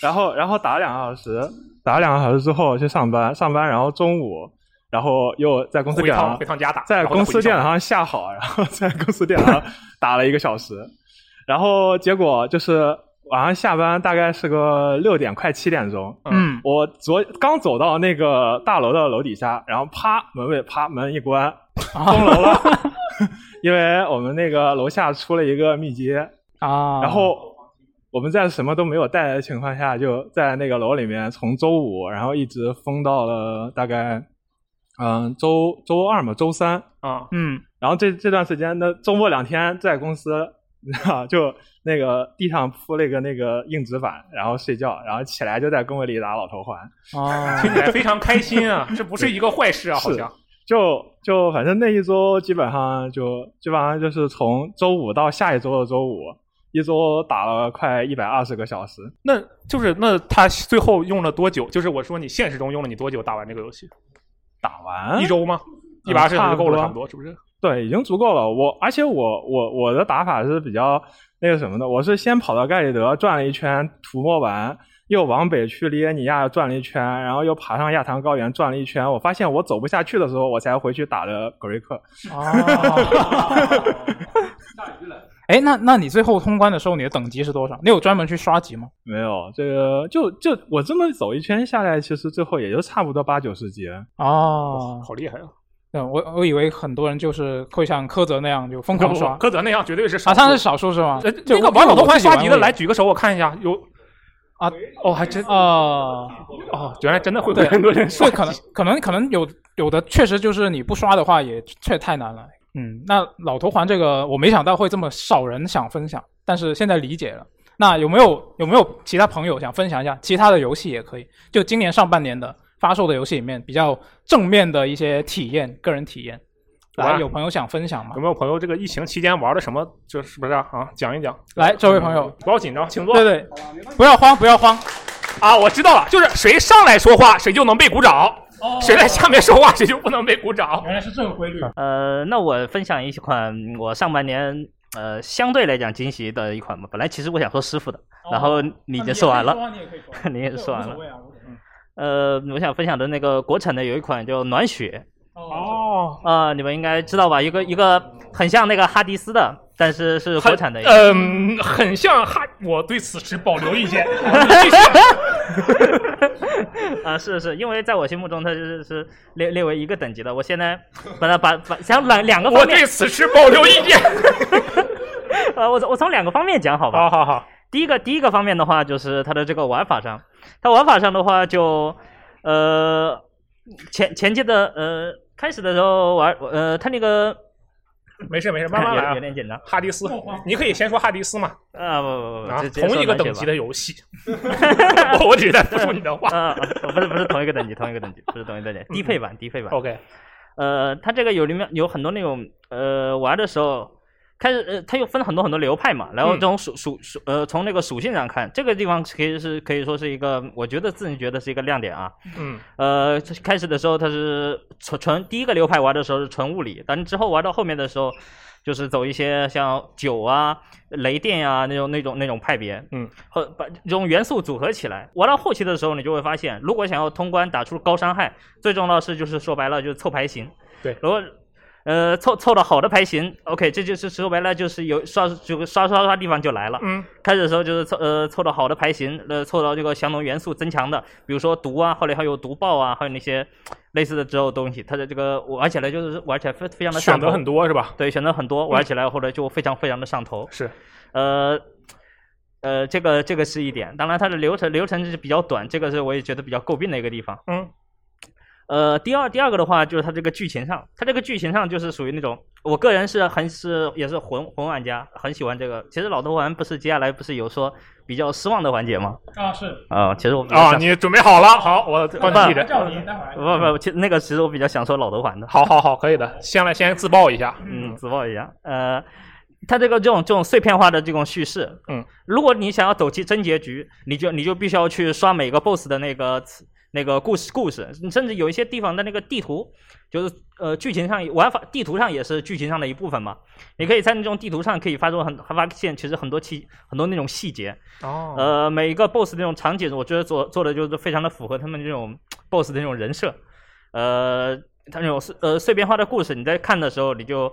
然后，然后打了两个小时，打了两个小时之后去上班，上班，然后中午，然后又在公司
回
电脑
趟
上
回趟家打，
在
然后再
公
回
司
去
电
上
脑上下好，然后在公司电脑
<laughs>
上打了一个小时，然后结果就是晚上下班大概是个六点快七点钟，
嗯，
我昨刚走到那个大楼的楼底下，然后啪门卫啪门一关，
啊
封楼了， <laughs> 因为我们那个楼下出了一个密接，
啊，
然后我们在什么都没有带的情况下，就在那个楼里面，从周五，然后一直封到了大概，嗯，周周二嘛，周三。
啊， <laughs>
嗯，
然后这这段时间，那周末两天在公司，啊，就那个地上铺了一个那个硬纸板，然后睡觉，然后起来就在工位里打老头环。
哦，
听起来非常开心啊，这不是一个坏事啊，好
是
像
就就反正那一周基本上就基本上就是从周五到下一周的周五，一周打了快一百二十个小时。
那就是那他最后用了多久？就是我说你现实中用了你多久打完这个游戏？
打完
一周吗？
嗯
一百二十小时就够了，差
差
不
不
多是不是？
对，已经足够了。我而且我我我的打法是比较那个什么的，我是先跑到盖里德转了一圈，涂抹完，又往北去利耶尼亚转了一圈，然后又爬上亚唐高原转了一圈。我发现我走不下去的时候，我才回去打的格瑞克。
哦，哎，那那你最后通关的时候，你的等级是多少？你有专门去刷级吗？
<laughs> 没有这个，就就我这么走一圈下来，其实最后也就差不多八九十级。
哦，
好厉害啊！
对我我以为很多人就是会像柯泽那样就疯狂
不
刷
不，，柯泽那样绝对是
啊，
少数
他是少数是吗
呃，？
就
那个
我
玩老头
我
环
自己玩
刷级的，
过
来举个手，我看一下。有
啊，
哦，还真
哦，
哦，原来真的会 <laughs> 有很多人刷
对，可能可能可能有有的确实就是你不刷的话也确太难了。嗯，那老头环这个我没想到会这么少人想分享，但是现在理解了。那有没有有没有其他朋友想分享一下其他的游戏也可以？就今年上半年的发售的游戏里面比较正面的一些体验，个人体验。
好啊
来，有朋友想分享吗
有？没有朋友这个疫情期间玩的什么？这是不是啊？啊讲一讲，
来，这位朋友，
不要紧张，请坐。
对对，不要慌，不要慌。
啊，我知道了，就是谁上来说话，谁就能被鼓掌；
哦
谁在下面说话，谁就不能被鼓掌。
原来是这个规律。
呃，那我分享一款我上半年呃相对来讲惊喜的一款吧。本来其实我想说师傅的，然后你已经说完了，
哦你也可以
<laughs>
说
你也说完了。
谓啊。
呃，我想分享的那个国产的有一款叫《暖雪
哦，》，
啊，你们应该知道吧？一个一个很像那个哈迪斯的，但是是国产的一个。
嗯，很像哈，我对此持保留意见。 <laughs> 哎
<laughs> 啊，是是，因为在我心目中它就是是列列为一个等级的。我现在把它把把想两两个
我
方面
对，此持保留意
<laughs>
见。
呃，我我从两个方面讲好吧。
好好，
第一个第一个方面的话，就是它的这个玩法上，它玩法上的话就，呃，前前期的呃开始的时候玩，呃，它那个
没事没事，慢慢来
有有
啊。
点紧张，
哈迪斯，你可以先说哈迪斯嘛，
啊不不
啊
不，直，接
同一个
说
等级
暖
的
<laughs>
游戏。我我只是在复述你的
雪吧，
话。嗯
啊，啊不是不是同一个等级，同一个等级，不是同一个等级，低配版低配版，
OK，
呃，它这个有里面有很多那种呃玩的时候。开始，呃，它又分很多很多流派嘛，然后
嗯
这种属属属，呃，从那个属性上看，这个地方可以是可以说是一个，我觉得自己觉得是一个亮点啊。
嗯，
呃，这开始的时候它是纯纯第一个流派玩的时候是纯物理，但之后玩到后面的时候，就是走一些像酒啊、雷电啊那种那种那种派别，
嗯，
和把这种元素组合起来。玩到后期的时候，你就会发现，如果想要通关打出高伤害，最重要的是就是说白了就是凑牌型。
对
如果呃，凑凑到好的牌型，OK，这就是说白了就是有刷就刷刷刷地方就来了。
嗯，
开始的时候就是凑呃凑到好的牌型，呃凑到这个相同元素增强的，比如说毒啊，后来还有毒爆啊，还有那些类似的之后的东西，它的这个玩起来就是玩起来非非常的上
选
头
择很多是吧？
对，选择很多，玩起来后 <laughs> 来就非常非常的上头。
是，
呃，呃，这个这个是一点，当然它的流程流程是比较短，这个是我也觉得比较诟病的一个地方。
嗯，
呃，第二第二个的话就是它这个剧情上，它这个剧情上就是属于那种，我个人是很是也是魂魂玩家，很喜欢这个。其实老头环不是接下来不是有说比较失望的环节吗？
啊，是
啊、其实我比较
啊，
想
你准备好了？好，我帮你记着。
叫你待会儿
不不，其实那个其实我比较想说老头环的。
好好好，可以的。先来先自爆一下。
嗯，自爆一样。呃，它这个这种这种碎片化的这种叙事，
嗯，
如果你想要走其真结局，你就你就必须要去刷每个 BOSS 的那个词那个故事故事，甚至有一些地方的那个地图，就是呃剧情上玩法地图上也是剧情上的一部分嘛。你可以在那种地图上可以发出很发现，其实很多细很多那种细节，
哦
呃，每一个 BOSS 那种场景，我觉得做做的就是非常的符合他们这种 BOSS 的那种人设，呃，他那种碎呃碎片化的故事，你在看的时候，你就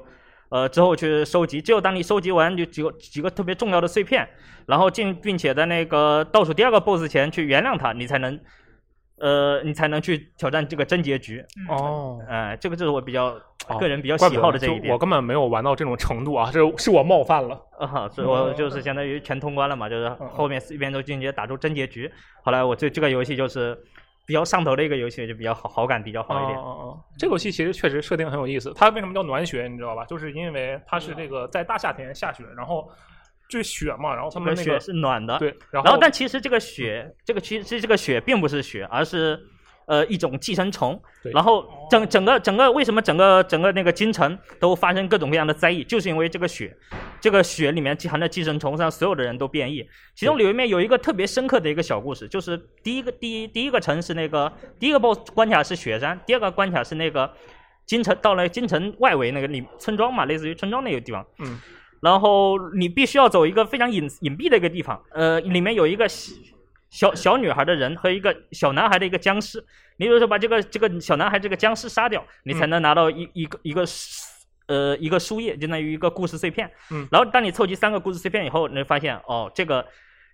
呃之后去收集，只有当你收集完就几个几个特别重要的碎片，然后进并且在那个倒数第二个 BOSS 前去原谅他，你才能呃你才能去挑战这个真结局，
哦，
哎、这个就是我比较
哦
个人比较
怪
喜
不得
好的这
就
一点
我。根本没有玩到这种程度啊，这是我冒犯了。
啊，所以
嗯
我就是相当于全通关了嘛，就是后面四边都进阶打出真结局。后来我对这个游戏就是比较上头的一个游戏，就比较好好感比较好一点。
哦哦，这个游戏其实确实设定很有意思。它为什么叫暖雪，你知道吧？就是因为它是这个在大夏天下雪，然后就是雪嘛，然后他
这
们
个
那
雪
个
是暖的，
对，然
然后
后
但其实这个雪，这个其实这个雪并不是雪，而是呃一种寄生虫
对。
然后整整个整个为什么整个整个那个京城都发生各种各样的灾异，就是因为这个雪，这个雪里面含的寄生虫让所有的人都变异。其中里面有一个特别深刻的一个小故事，就是第一个第一第一个城是那个第一个 BOSS 关卡是雪山，第二个关卡是那个京城到了京城外围那个里村庄嘛，类似于村庄那个地方。
嗯。
然后你必须要走一个非常隐隐蔽的一个地方，呃，里面有一个小小小女孩的人和一个小男孩的一个僵尸，你就是把这个这个小男孩这个僵尸杀掉，你才能拿到一、一个一个呃一个书页，相当于一个故事碎片。
嗯
然后当你凑齐三个故事碎片以后，你会发现哦，这个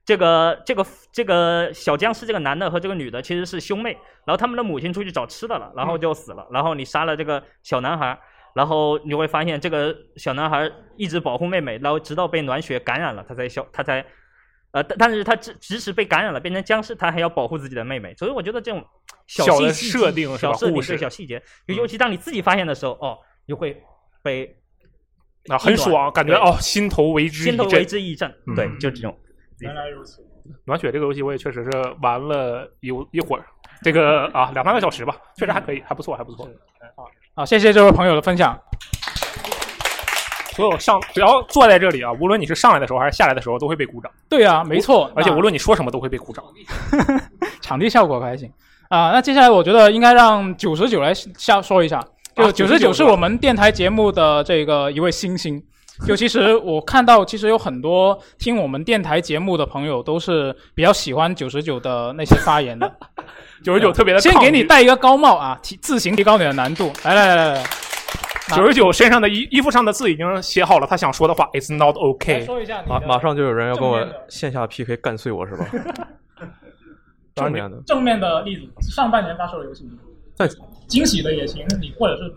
这个这个这个小僵尸这个男的和这个女的其实是兄妹，然后他们的母亲出去找吃的了，然后就死了，然后你杀了这个小男孩。然后你会发现，这个小男孩一直保护妹妹，然后直到被暖血感染了，他才消，他才呃，但但是他即即使被感染了，变成僵尸，他还要保护自己的妹妹，所以我觉得这种
小
细
的
细
设
节
定是
小
吧
设定
故
对
事嗯
小细节，尤尤其当你自己发现的时候，哦，就会被
啊很爽，感觉
对
哦心头为之
先
一
头为
震。
之一振
嗯，
对，就这种。
暖雪这个游戏我也确实是玩了有一会儿，这个啊两三个小时吧，确实还可以，还不错，还不错。
啊，谢谢这位朋友的分享。
所有上只要坐在这里啊，无论你是上来的时候还是下来的时候，都会被鼓掌，
对啊，没错，
而且
那
无论你说什么都会被鼓 <laughs> 掌。
场地效果还行啊。那接下来我觉得应该让九十九来下说一下，就
啊
九十
99
九是我们电台节目的这个一位新星。就其实我看到，其实有很多听我们电台节目的朋友都是比较喜欢九十九的那些发言的。
<laughs> 九十九特别的，
先给你。戴一个高帽啊，提自行提高你的难度。来来来来来，
九十九身上的衣衣服上的字已经写好了，他想说的话，It's not okay。
说一下你
马
的
马上就有人要跟我
正面的
线下 PK 干碎我是吧？正面的，
正面的例子，上半年发售的游戏，
但
惊喜的也行，你或者是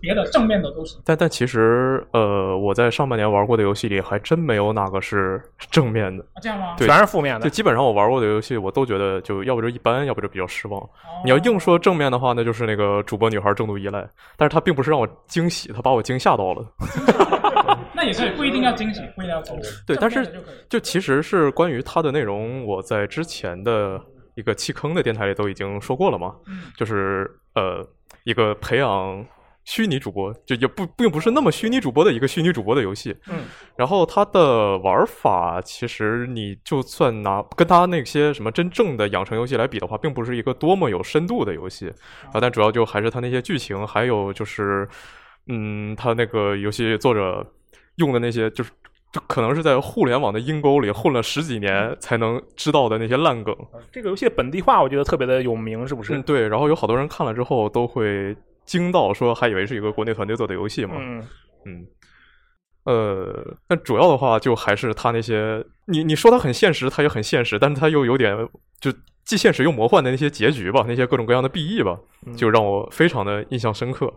别的正面的都行。
但但其实呃，我在上半年玩过的游戏里，还真没有哪个是正面的。
啊
啊
这样吗？
对
全是负面
就
的，
基本上我玩过的游戏，我都觉得就要不就一般，要不就比较失望。你要硬说正面的话，那就是那个主播女孩重度依赖，但是她并不是让我惊喜，她把我惊吓到了。
那也是不一定要惊喜，不一定要正面的
对但是
就可以
就其实是关于它的内容，我在之前的一个弃坑的电台里都已经说过了嘛，
嗯
就是呃一个培养虚拟主播，就也不并不是那么虚拟主播的一个虚拟主播的游戏。
嗯，
然后它的玩法其实你就算拿跟它那些什么真正的养成游戏来比的话，并不是一个多么有深度的游戏啊，但主要就还是它那些剧情，还有就是嗯，它那个游戏作者用的那些就是。就可能是在互联网的阴沟里混了十几年才能知道的那些烂梗，嗯
这个游戏本地化我觉得特别的有名，是不是？
嗯，对。然后有好多人看了之后都会惊到，说还以为是一个国内团队做的游戏嘛。
嗯
嗯，呃，但主要的话就还是他那些，你你说他很现实，他也很现实，但是他又有点就既现实又魔幻的那些结局吧，那些各种各样的 BE 吧，
嗯
就让我非常的印象深刻。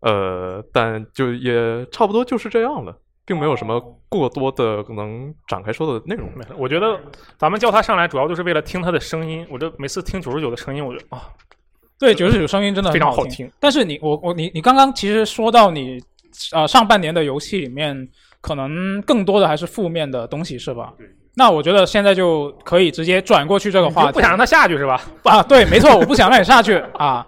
呃，但就也差不多就是这样了，并没有什么过多的能展开说的内容。
我觉得咱们叫他上来主要就是为了听他的声音。我这每次听九十九的声音，我就啊，
对，九十九声音真的
非
很
常
好
好听。
但是你我我你你刚刚其实说到你呃上半年的游戏里面，可能更多的还是负面的东西是吧？那我觉得现在就可以直接转过去这个话
你
题，
就不想让他下去是吧？
啊，对，没错，我不想让你下去啊。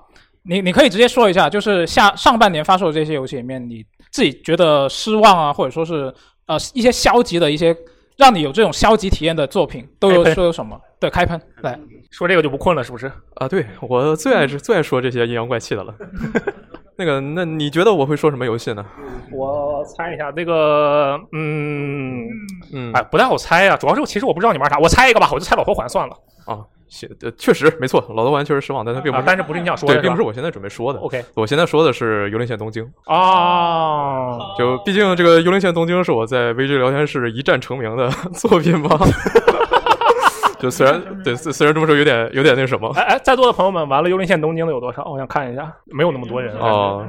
你你可以直接说一下，就是下上半年发售的这些游戏里面，你自己觉得失望啊，或者说是呃一些消极的一些让你有这种消极体验的作品，都有
开喷
都有什么？对，开喷来
说这个就不困了，是不是？
啊，对我最爱是最爱说这些阴阳怪气的了。 <laughs> 那个，那你觉得我会说什么游戏呢？
我猜一下，那个，嗯
嗯
哎，不太好猜啊。主要是其实我不知道你玩啥，我猜一个吧，我就猜老头环算了。
啊，确呃确实没错，老头环确实失望，但它并不
啊但是不是你想说的
对，
是吧
并不是我现在准备说的。
OK
我现在说的是《幽灵线：东京》，
哦，
就毕竟这个《幽灵线：东京》是我在 VG 聊天室一战成名的 <laughs> 作品嘛。就虽然对，虽虽然这么说有点有点那什么
哎哎，在座的朋友们，玩了《幽灵线：东京》的有多少？我想看一下，没有那么多人。啊
哦、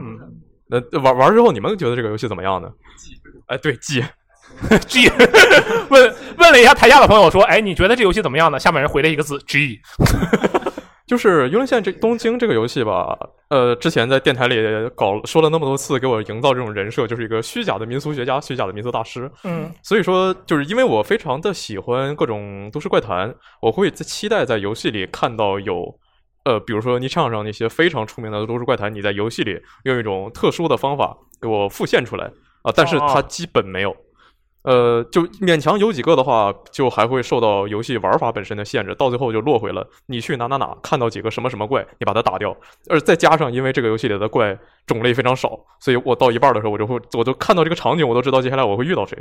那玩玩之后，你们觉得这个游戏怎么样呢？哎，对，记
<laughs> G，问问了一下台下的朋友说，哎，你觉得这游戏怎么样呢？下面人回了一个字 G，
就是《幽灵线》这东京这个游戏吧，呃，之前在电台里搞说了那么多次，给我营造这种人设，就是一个虚假的民俗学家、虚假的民俗大师。
嗯，
所以说，就是因为我非常的喜欢各种都市怪谈，我会在期待在游戏里看到有，呃，比如说你唱上那些非常出名的都市怪谈，你在游戏里用一种特殊的方法给我复现出来啊、但是它
哦
基本没有。呃，就勉强有几个的话，就还会受到游戏玩法本身的限制，到最后就落回了你去哪哪哪看到几个什么什么怪，你把它打掉。而再加上因为这个游戏里的怪种类非常少，所以我到一半的时候，我就会我都看到这个场景，我都知道接下来我会遇到谁，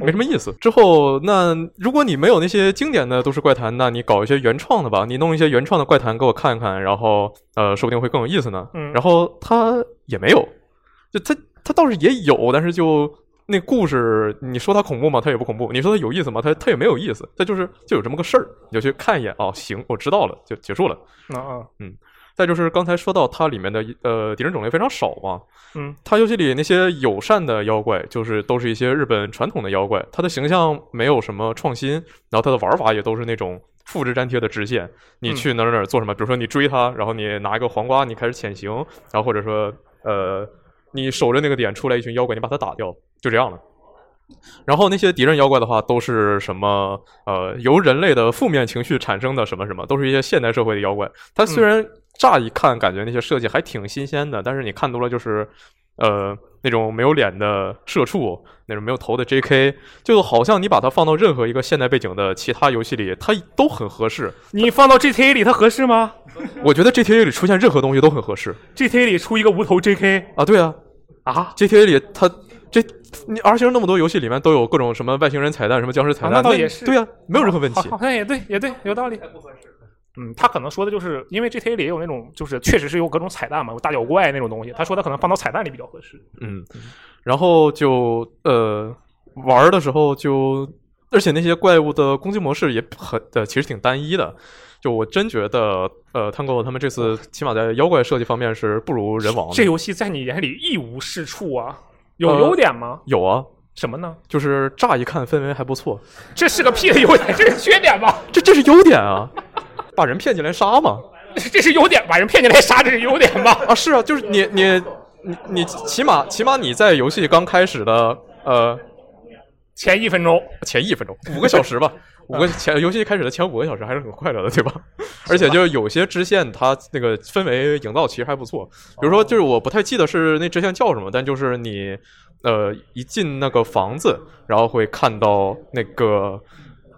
没什么意思。之后，那如果你没有那些经典的都市怪谈，那你搞一些原创的吧，你弄一些原创的怪谈给我看看，然后呃，说不定会更有意思呢。
嗯
然后它也没有，就它它倒是也有，但是就那故事，你说它恐怖吗？它也不恐怖。你说它有意思吗？它它也没有意思。它就是就有这么个事儿，你就去看一眼哦，行，我知道了，就结束了。
嗯嗯
再就是刚才说到它里面的呃敌人种类非常少嘛，
嗯，
它游戏里那些友善的妖怪，就是都是一些日本传统的妖怪，它的形象没有什么创新，然后它的玩法也都是那种复制粘贴的直线，你去哪儿哪儿做什么，比如说你追它，然后你拿一个黄瓜，你开始潜行，然后或者说呃你守着那个点出来一群妖怪，你把它打掉，就这样了。然后那些敌人妖怪的话，都是什么呃由人类的负面情绪产生的什么什么，都是一些现代社会的妖怪。它虽然乍一看感觉那些设计还挺新鲜的，但是你看多了就是呃那种没有脸的社畜，那种没有头的 J.K.，就好像你把它放到任何一个现代背景的其他游戏里，它都很合适。
你放到 GTA 里，它合适吗
我觉得 GTA 里出现任何东西都很合适
？GTA 里出一个无头 JK
啊，对啊，
啊？
GTA 里它这你 R 星那么多游戏里面都有各种什么外星人彩蛋、什么僵尸彩蛋，
啊那倒也是
对啊，没有任何问
好 <laughs>
题。
好像也对，也对，有道理。嗯，他可能说的就是，因为 GTA 里也有那种，就是确实是有各种彩蛋嘛，有大脚怪那种东西。他说他可能放到彩蛋里比较合适。
嗯，然后就呃玩儿的时候就，而且那些怪物的攻击模式也很呃其实挺单一的。就我真觉得呃 Tango 他们这次起码在妖怪设计方面是不如人王的。
这游戏在你眼里一无是处啊，有
呃
优点吗？
有啊，
什么呢？
就是乍一看氛围还不错，
这是个屁的优点，这是缺点吧？
这这是优点啊，把人骗进来杀嘛。
这是优点，把人骗进来杀，这是优点吧？
啊，是啊，就是你你你你起码起码你在游戏刚开始的呃
前一分钟，嗯
前一分钟，五个小时吧，五个前游戏开始的前五个小时还是很快乐的，对吧？而且就是有些支线它那个氛围营造其实还不错，比如说就是我不太记得是那支线叫什么，但就是你呃一进那个房子，然后会看到那个。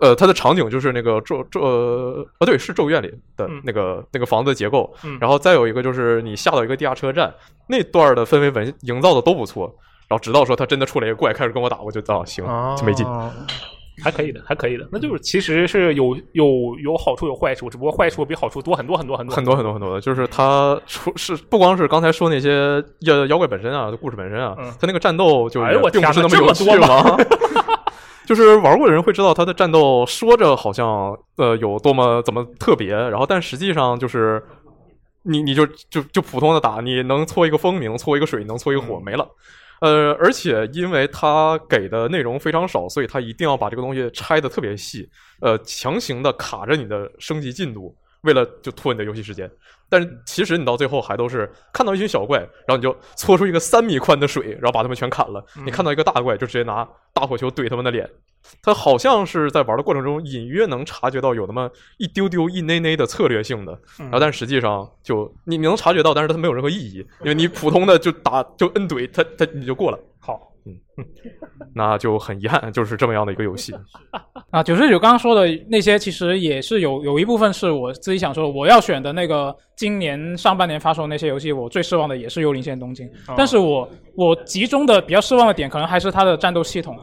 呃，它的场景就是那个咒咒呃，啊对，是咒怨里的
嗯
那个、那个房子结构，
嗯
然后再有一个就是你下到一个地下车站那段儿的氛围文
哦
哦
营造的都不错，然后直到说他真的出来一个怪开始跟我打，我就啊行就没劲， <laughs>
还可以的，还可以的。那就是其实是有有有好处有坏处，只不过坏处比好处多很多很多很多
很多很多很多的，就是它出是不光是刚才说那些摇摇滚本身啊，故事本身啊，它那个战斗就
哎
是
呦我
并
天
不是
哪
那
这么
有趣
多吗
嘛。 <laughs> 就是玩过的人会知道它的战斗说着好像呃有多么怎么特别，然后但实际上就是你你就就就普通的打，你能搓一个风，你能搓一个水，你能搓一个火，没了。呃，而且因为它给的内容非常少，所以它一定要把这个东西拆的特别细，呃，强行的卡着你的升级进度，为了就拖你的游戏时间。但是其实你到最后还都是看到一群小怪，然后你就搓出一个三米宽的水，然后把他们全砍了。你看到一个大怪，就直接拿大火球怼他们的脸。他好像是在玩的过程中隐约能察觉到有那么一丢丢一内内的策略性的，
嗯
然后但实际上就你你能察觉到，但是它没有任何意义，因为你普通的就打就摁怼它它你就过了。
好，
嗯，那就很遗憾，就是这么样的一个游
<laughs>
戏。
啊，九十九刚刚说的那些，其实也是有有一部分是我自己想说，我要选的那个今年上半年发售那些游戏，我最失望的也是《幽灵线：东京》
哦
但是我我集中的比较失望的点，可能还是它的战斗系统。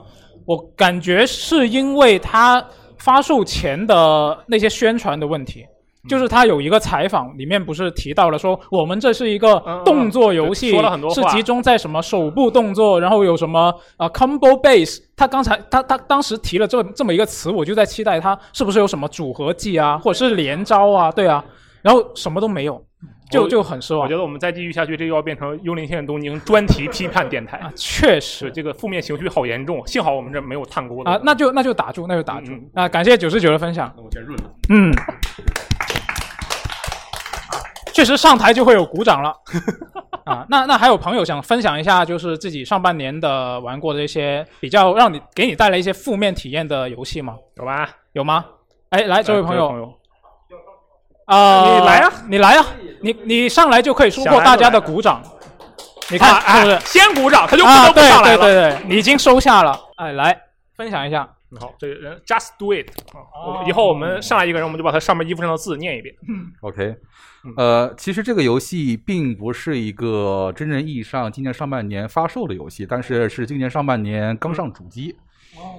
我感觉是因为它发售前的那些宣传的问题，
嗯
就是它有一个采访里面不是提到了说，我们这是一个动作游戏，
嗯对说了很多
是
话
集中在什么手部动作，然后有什么啊、呃 combo base。他刚才他他当时提了这这么一个词，我就在期待他是不是有什么组合技啊，或者是连招啊，对啊，然后什么都没有，就
我
就很失望。
我觉得我们再继续下去，这又要变成《幽灵线：东京》专题批判电台啊！
确实，
这个负面情绪好严重。幸好我们这没有探沟的嗯
啊，那就那就打住，那就打住。那感谢九十九的分享，
我先润了。
嗯，确实上台就会有鼓掌
<laughs>
了啊。那那还有朋友想分享一下，就是自己上半年的玩过的一些比较让你给你带来一些负面体验的游戏吗？
有吧？
有吗？哎，来，这位朋
这位朋友
友，啊，
你来啊，
你来啊，你你上来就可以收
想
获
来
大
就
家
来
的鼓掌，你看
啊
是不是
哎？先鼓掌，他就不
啊
得不上来了
对对对对，你已经收下了。哎，来分享一下。哦
好，这个人 Just Do It 啊！我们以后我们上来一个人，我们就把他上面衣服上的字念一遍。
OK，呃，
嗯
其实这个游戏并不是一个真正意义上今年上半年发售的游戏，但是是今年上半年刚上主机。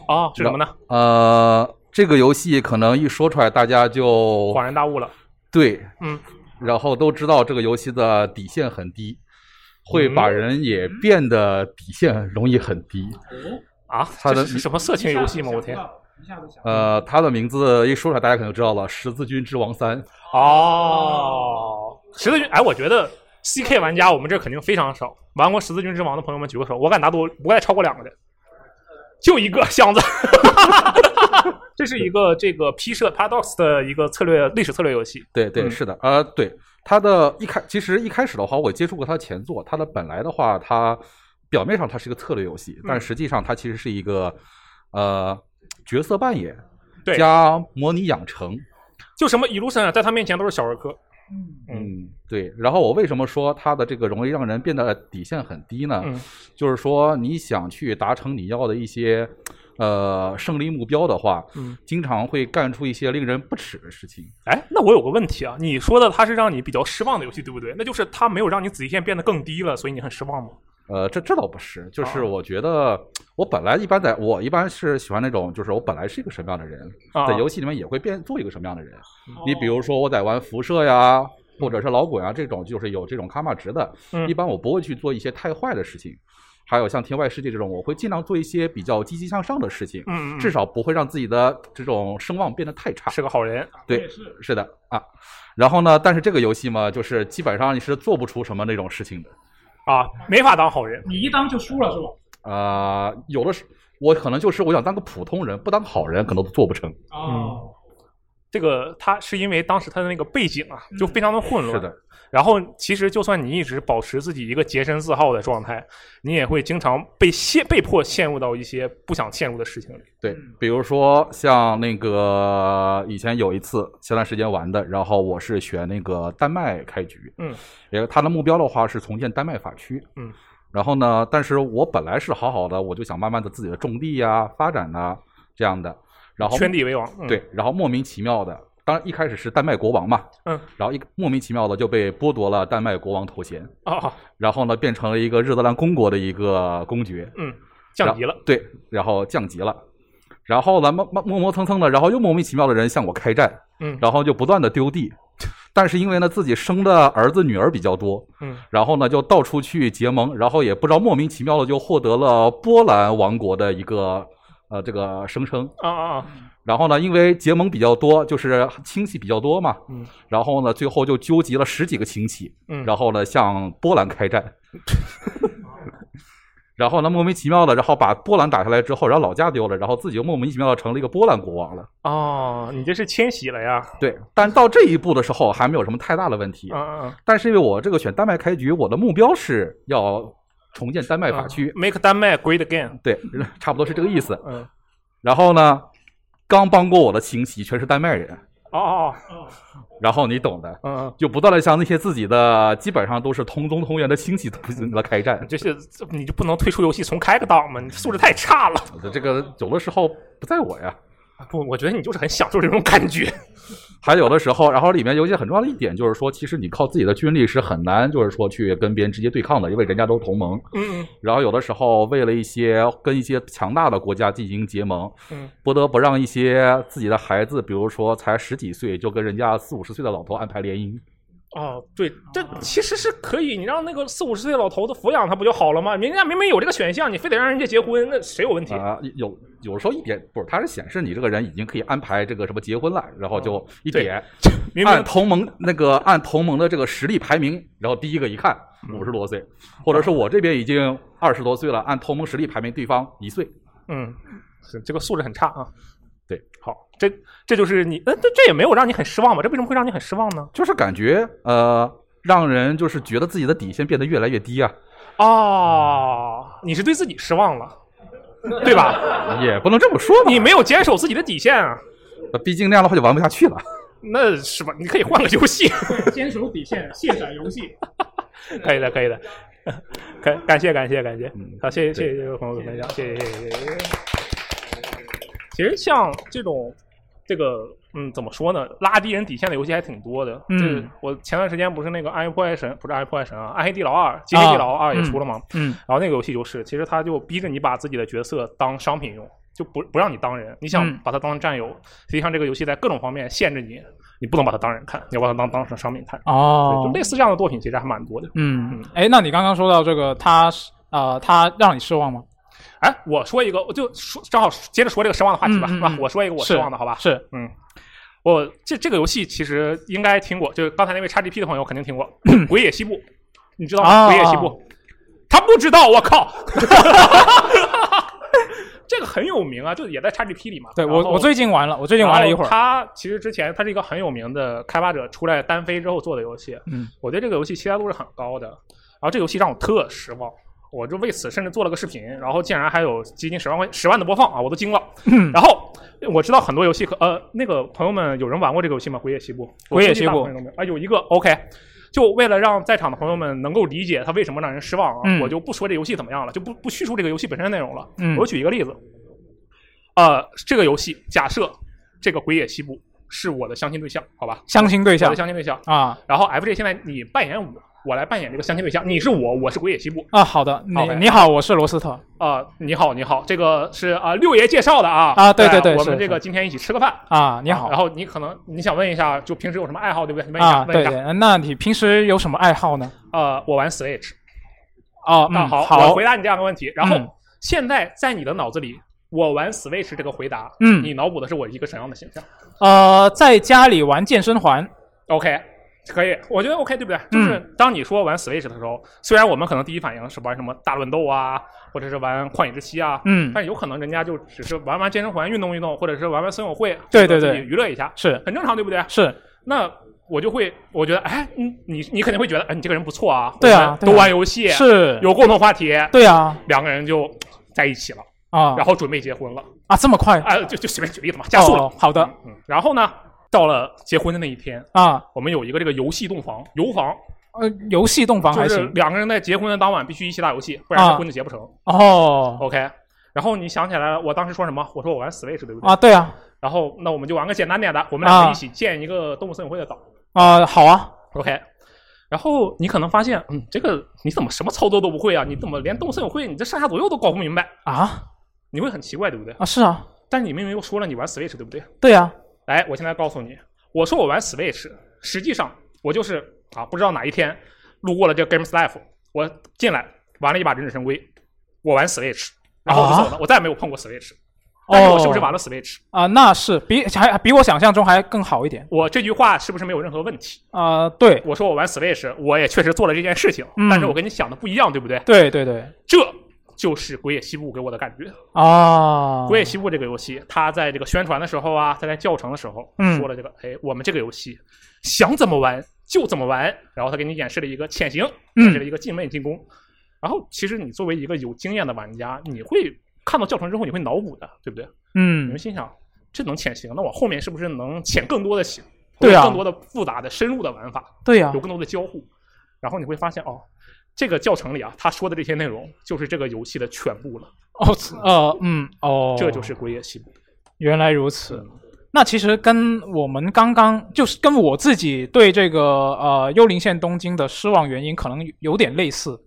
哦，是什么呢？？
呃，这个游戏可能一说出来，大家就
恍然大悟了。
对，
嗯，
然后都知道这个游戏的底线很低，
嗯
会把人也变得底线容易很低。
啊，
他的
这是什么色啊情游戏吗？我天！
呃，它的名字一说出来，大家可能就知道了，《十字军之王三》。
哦，十字军，哎，我觉得 CK 玩家我们这儿肯定非常少。玩过十字军之王的朋友们举个手，我敢打赌不会超过两个人，就一个箱子。 <laughs> 这是一个这个 P 社 Paradox 的一个策略历史策略游戏。
对对，
嗯
是的，呃，对，它的一开，其实一开始的话，我接触过它的前作，它的本来的话，它表面上它是一个策略游戏，
嗯
但实际上它其实是一个呃角色扮演
对
加模拟养成，
就什么 Illusion 啊在他面前都是小儿科。
嗯，对。然后我为什么说它的这个容易让人变得底线很低呢？
嗯
就是说你想去达成你要的一些呃胜利目标的话，
嗯
经常会干出一些令人不齿的事情。
哎，那我有个问题啊，你说的它是让你比较失望的游戏，对不对？那就是它没有让你底线变得更低了，所以你很失望吗？
呃，这这倒不是，
啊
就是我觉得我本来一般在，我一般是喜欢那种，就是我本来是一个什么样的人，
啊哦
在游戏里面也会变做一个什么样的人。你比如说我在玩辐射呀，或者是老滚啊这种，就是有这种卡玛值的，
嗯
一般我不会去做一些太坏的事情。还有像天外世界这种，我会尽量做一些比较积极向上的事情，
嗯嗯
至少不会让自己的这种声望变得太差。
是个好人，
对，是的啊。然后呢，但是这个游戏嘛，就是基本上你是做不出什么那种事情的。
啊，没法当好人。
你一当就输了是吧？
啊、有的是，我可能就是我想当个普通人，不当好人，可能都做不成。
嗯，这个他是因为当时他的那个背景啊，就非常的混乱。
嗯是的。
然后，其实就算你一直保持自己一个洁身自好的状态，你也会经常被陷被迫陷入到一些不想陷入的事情里。
对，比如说像那个以前有一次前段时间玩的，然后我是选那个丹麦开局，
嗯
也他的目标的话是重建丹麦法区，
嗯，
然后呢，但是我本来是好好的，我就想慢慢的自己的种地呀、发展呐、这样的，然后
圈地为王嗯
对，然后莫名其妙的，当然一开始是丹麦国王嘛，
嗯，
然后一莫名其妙的就被剥夺了丹麦国王头衔，
哦，
然后呢变成了一个日德兰公国的一个公爵，
嗯，降级了。
对，然后降级了。然后咱们磨磨磨蹭蹭的，然后又莫名其妙的人向我开战，
嗯
然后就不断的丢地，但是因为呢自己生的儿子女儿比较多，
嗯
然后呢就到处去结盟，然后也不知道莫名其妙的就获得了波兰王国的一个呃这个声称，
啊啊啊，
然后呢因为结盟比较多，就是亲戚比较多嘛，
嗯
然后呢最后就纠集了十几个亲戚，
嗯
然后呢向波兰开战。 <laughs> 然后呢，莫名其妙的，然后把波兰打下来之后，然后老家丢了，然后自己又莫名其妙的成了一个波兰国王了。
哦，你这是迁徙了呀？
对，但到这一步的时候还没有什么太大的问题。
嗯嗯嗯，
但是因为我这个选丹麦开局，我的目标是要重建丹麦法区、
m a k e 丹麦 great again。
对，差不多是这个意思。
嗯，
然后呢，刚帮过我的亲戚全是丹麦人，
哦哦哦，
然后你懂的，
嗯，
就不断的向那些自己的基本上都是同宗同源的亲戚进行了开战。
就是你就不能退出游戏重开个档吗？你素质太差了。啊
这个有的时候不在我呀，
不，我觉得你就是很享受这种感觉。
<laughs> 还有的时候，然后里面有一些很重要的一点就是说，其实你靠自己的军力是很难，就是说去跟别人直接对抗的，因为人家都是同盟。
嗯
然后有的时候为了一些跟一些强大的国家进行结盟，
嗯
不得不让一些自己的孩子，比如说才十几岁就跟人家四五十岁的老头安排联姻。
哦，对，这其实是可以，你让那个四五十岁的老头子抚养他不就好了吗？人家明明有这个选项，你非得让人家结婚，那谁有问题？
啊、有有的时候一点不是，它是显示你这个人已经可以安排这个什么结婚了，然后就一点、
嗯明
按同盟那个按同盟的这个实力排名，然后第一个一看
嗯
五十多岁，或者是我这边已经二十多岁了，按同盟实力排名对方一岁，
嗯，是这个素质很差啊。
对，
好，这这就是你，呃，这这也没有让你很失望吧？这为什么会让你很失望呢？
就是感觉呃让人就是觉得自己的底线变得越来越低啊，
哦，你是对自己失望了，对
<laughs>
吧？
也不能这么说吧，
啊你没有坚守自己的底线啊。
呃毕竟那样的话就玩不下去了。
那是吧？你可以换个游戏，
坚守底线，卸载游戏。
<laughs> 可以的，可以的。感感谢感谢感谢，好，谢谢谢谢这位朋友的分享，嗯谢谢谢谢谢谢。其实像这种这个嗯，怎么说呢？拉低人底线的游戏还挺多的。
嗯
这我前段时间不是那个《暗黑破坏神》，不是《暗黑破坏神》啊，《暗黑地牢二》《极黑地牢啊二》也出了吗？
嗯
然后那个游戏就是，其实它就逼着你把自己的角色当商品用，就不不让你当人，你想
嗯
把它当战友，实际上这个游戏在各种方面限制你，你不能把它当人看，你要把它当当成商品看。
哦
对就类似这样的作品其实还蛮多的。
嗯，哎，那你刚刚说到这个，他是呃，他让你失望吗？
哎，我说一个，我就说正好接着说这个失望的话题吧，
嗯嗯
是吧
嗯？
我说一个我
是
失望的，好吧？
是，
嗯，我这这个游戏其实应该听过，就是刚才那位 XGP 的朋友肯定听过
<clears throat>
《鬼野西部》，你知道吗？
啊
鬼野西部》，他不知道，我靠， <laughs> 这个很有名啊，就也在 XGP 里嘛。
对
然
我
后
我最近玩了，我最近玩了一会
然后
儿，
他其实之前他是一个很有名的开发者，出来单飞之后做的游戏。
嗯，
我对这个游戏期待度是很高的。然后这游戏让我特失望，我就为此甚至做了个视频，然后竟然还有接近十万块十万的播放啊，我都惊了。
嗯
然后我知道很多游戏可呃，那个朋友们有人玩过这个游戏吗？《鬼野西部》。
鬼野西部
我估计大部分人都没有啊，有一个 OK。就为了让在场的朋友们能够理解它为什么让人失望啊，
嗯
我就不说这游戏怎么样了，就不不叙述这个游戏本身的内容了。
嗯
我举一个例子，呃，这个游戏假设这个鬼野西部是我的相亲对象，好吧？
相亲对
我
象
的相亲对象。
啊
然后 FJ 现在你扮演我，我来扮演这个相亲对象，你是我，我是鬼野西部。
啊，好的，你
OK
你好，我是罗斯特
啊、你好，你好，这个是啊、六爷介绍的啊。
啊对对对
我
是
们这个
是
今天一起吃个饭。
啊，你好
然后你可能你想问一下，就平时有什么爱好，对不对？问一下，
啊，
问
对
一下。
对，那你平时有什么爱好
<laughs>
呢？
呃，我玩 Switch。
哦，
那
嗯，
好，
好
我回，答你这样的问题。然后、
嗯
现在在你的脑子里，我玩 Switch 这个回答，
嗯
你脑补的是我一个什么样的形象？
呃，在家里玩健身环，
OK，可以，我觉得 OK，对不对？就是
嗯
当你说玩 Switch 的时候，虽然我们可能第一反应是玩什么大乱斗啊，或者是玩旷野之息啊，
嗯
但有可能人家就只是玩玩健身环运动运动，或者是玩玩孙友会，
对对对
自己娱乐一下，
是
很正常，对不对？
是
那我就会，我觉得，哎，你你你肯定会觉得，哎，你这个人不错啊，
对啊
我们
对啊
都玩游戏，
是，
有共同话题，
对啊
两个人就在一起了，
啊
然后准备结婚了，
啊这么快
啊，就就随便举例子嘛，加速了，
哦好的
嗯，然后呢，到了结婚的那一天，
啊，
我们有一个这个游戏洞房，游房。
呃，游戏洞房还
就是
行
两个人在结婚的当晚必须一起打游戏，不然这
啊
婚就结不成。
哦
OK，然后你想起来了，我当时说什么？我说我玩 Switch 对不对？
啊，对啊
然后那我们就玩个简单点的，我们两个
啊
一起建一个动物森友会的岛。
啊，好啊，
OK，然后你可能发现，嗯，这个你怎么什么操作都不会啊？你怎么连动物森友会你这上下左右都搞不明白？
啊
你会很奇怪，对不对？
啊是啊，
但你明明又说了你玩 Switch 对不对？
对啊呀、
来，哎我现在告诉你，我说我玩 Switch，实际上我就是啊，不知道哪一天路过了这 Games Life，我进来玩了一把忍者神龟，我玩 Switch，然后我就走了，我再也没有碰过 Switch。但是我是不是玩了 Switch？、
哦啊、那是比还比我想象中还更好一点。
我这句话是不是没有任何问题？
啊、对，
我说我玩 Switch，我也确实做了这件事情，
嗯
但是我跟你想的不一样，对不对？
对对对，
这就是《鬼野西部》给我的感觉。
啊，
《鬼野西部》这个游戏，它在这个宣传的时候啊，它在教程的时候
嗯
说了这个，哎，我们这个游戏想怎么玩就怎么玩，然后他给你演示了一个潜行，
嗯
演示了一个进门进攻。然后，其实你作为一个有经验的玩家，你会看到教程之后，你会脑补的，对不对？
嗯
你会心想，这能潜行，那我后面是不是能潜更多的行？
对啊
更多的复杂的、深入的玩法，
对啊
有更多的交互。然后你会发现，哦，这个教程里啊，他说的这些内容就是这个游戏的全部了。
哦，呃，嗯，哦，
这就是鬼野西部。
原来如此。那其实跟我们刚刚就是跟我自己对这个呃《幽灵线：东京》的失望原因可能有点类似，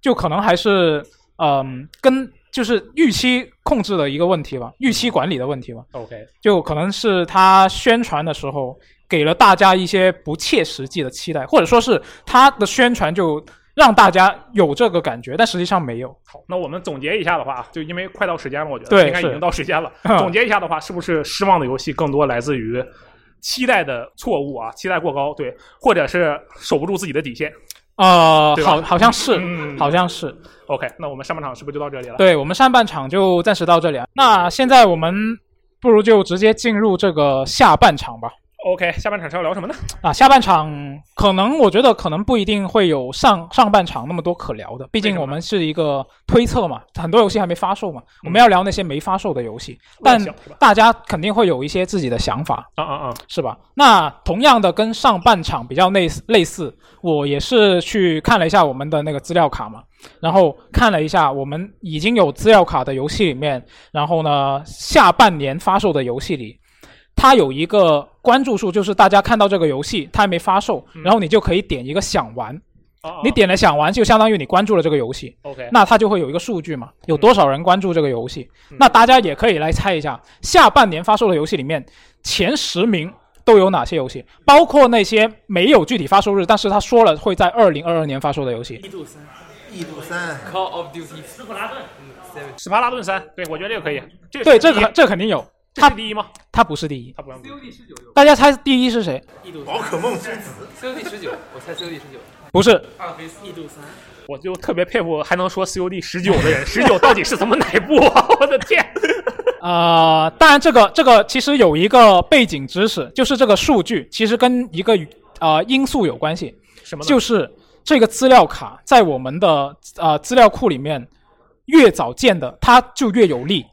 就可能还是嗯、跟就是预期控制的一个问题吧，预期管理的问题吧。
OK，
就可能是他宣传的时候给了大家一些不切实际的期待，或者说是他的宣传就让大家有这个感觉，但实际上没有。
好，那我们总结一下的话，就因为快到时间了，我觉得
对
应该已
是嗯
经到时间了。总结一下的话，是不是失望的游戏更多来自于期待的错误啊？期待过高，对，或者是守不住自己的底线。
呃，
对吧
好，好像是，
嗯
好像是。
OK，那我们上半场是不是就到这里了？
对我们上半场就暂时到这里啊。那现在我们不如就直接进入这个下半场吧。
OK，下半场是要聊什么呢？
啊，下半场可能我觉得可能不一定会有上上半场那么多可聊的，毕竟我们是一个推测嘛，很多游戏还没发售嘛，我们要聊那些没发售的游戏，但
嗯乱想是吧
大家肯定会有一些自己的想法，
啊啊啊！
是吧？那同样的跟上半场比较类似类似，我也是去看了一下我们的那个资料卡嘛，然后看了一下我们已经有资料卡的游戏里面，然后呢下半年发售的游戏里，它有一个关注数，就是大家看到这个游戏它还没发售，
嗯
然后你就可以点一个想玩。
哦
你点了想玩，就相当于你关注了这个游戏。
OK
那它就会有一个数
嗯
据嘛，有多少人关注这个游戏？那大家也可以来猜一下，下半年发售的游戏里面前十名都有哪些游戏？包括那些没有具体发售日，但是他说了会在二零二二年发售的游戏。
度三，异度三，Call of Duty，斯嗯普拉顿，
斯巴拉顿三，对我觉得这个可以。这个
对，
是
这
第一
肯这肯定有。
这是第一吗？
它不是第一，
它不让第一。
大家猜第一是谁？
异度
宝可梦之
子，COD 十九，我猜 COD 十九，
不是
二黑四，异度三，
我就特别佩服还能说 COD 十九的人，十九到底是怎么哪一部啊？ <laughs> 我的天！
呃，当然这个这个其实有一个背景知识，就是这个数据其实跟一个呃因素有关系，
什么呢
就是这个资料卡在我们的呃资料库里面越早建的，它就越有利。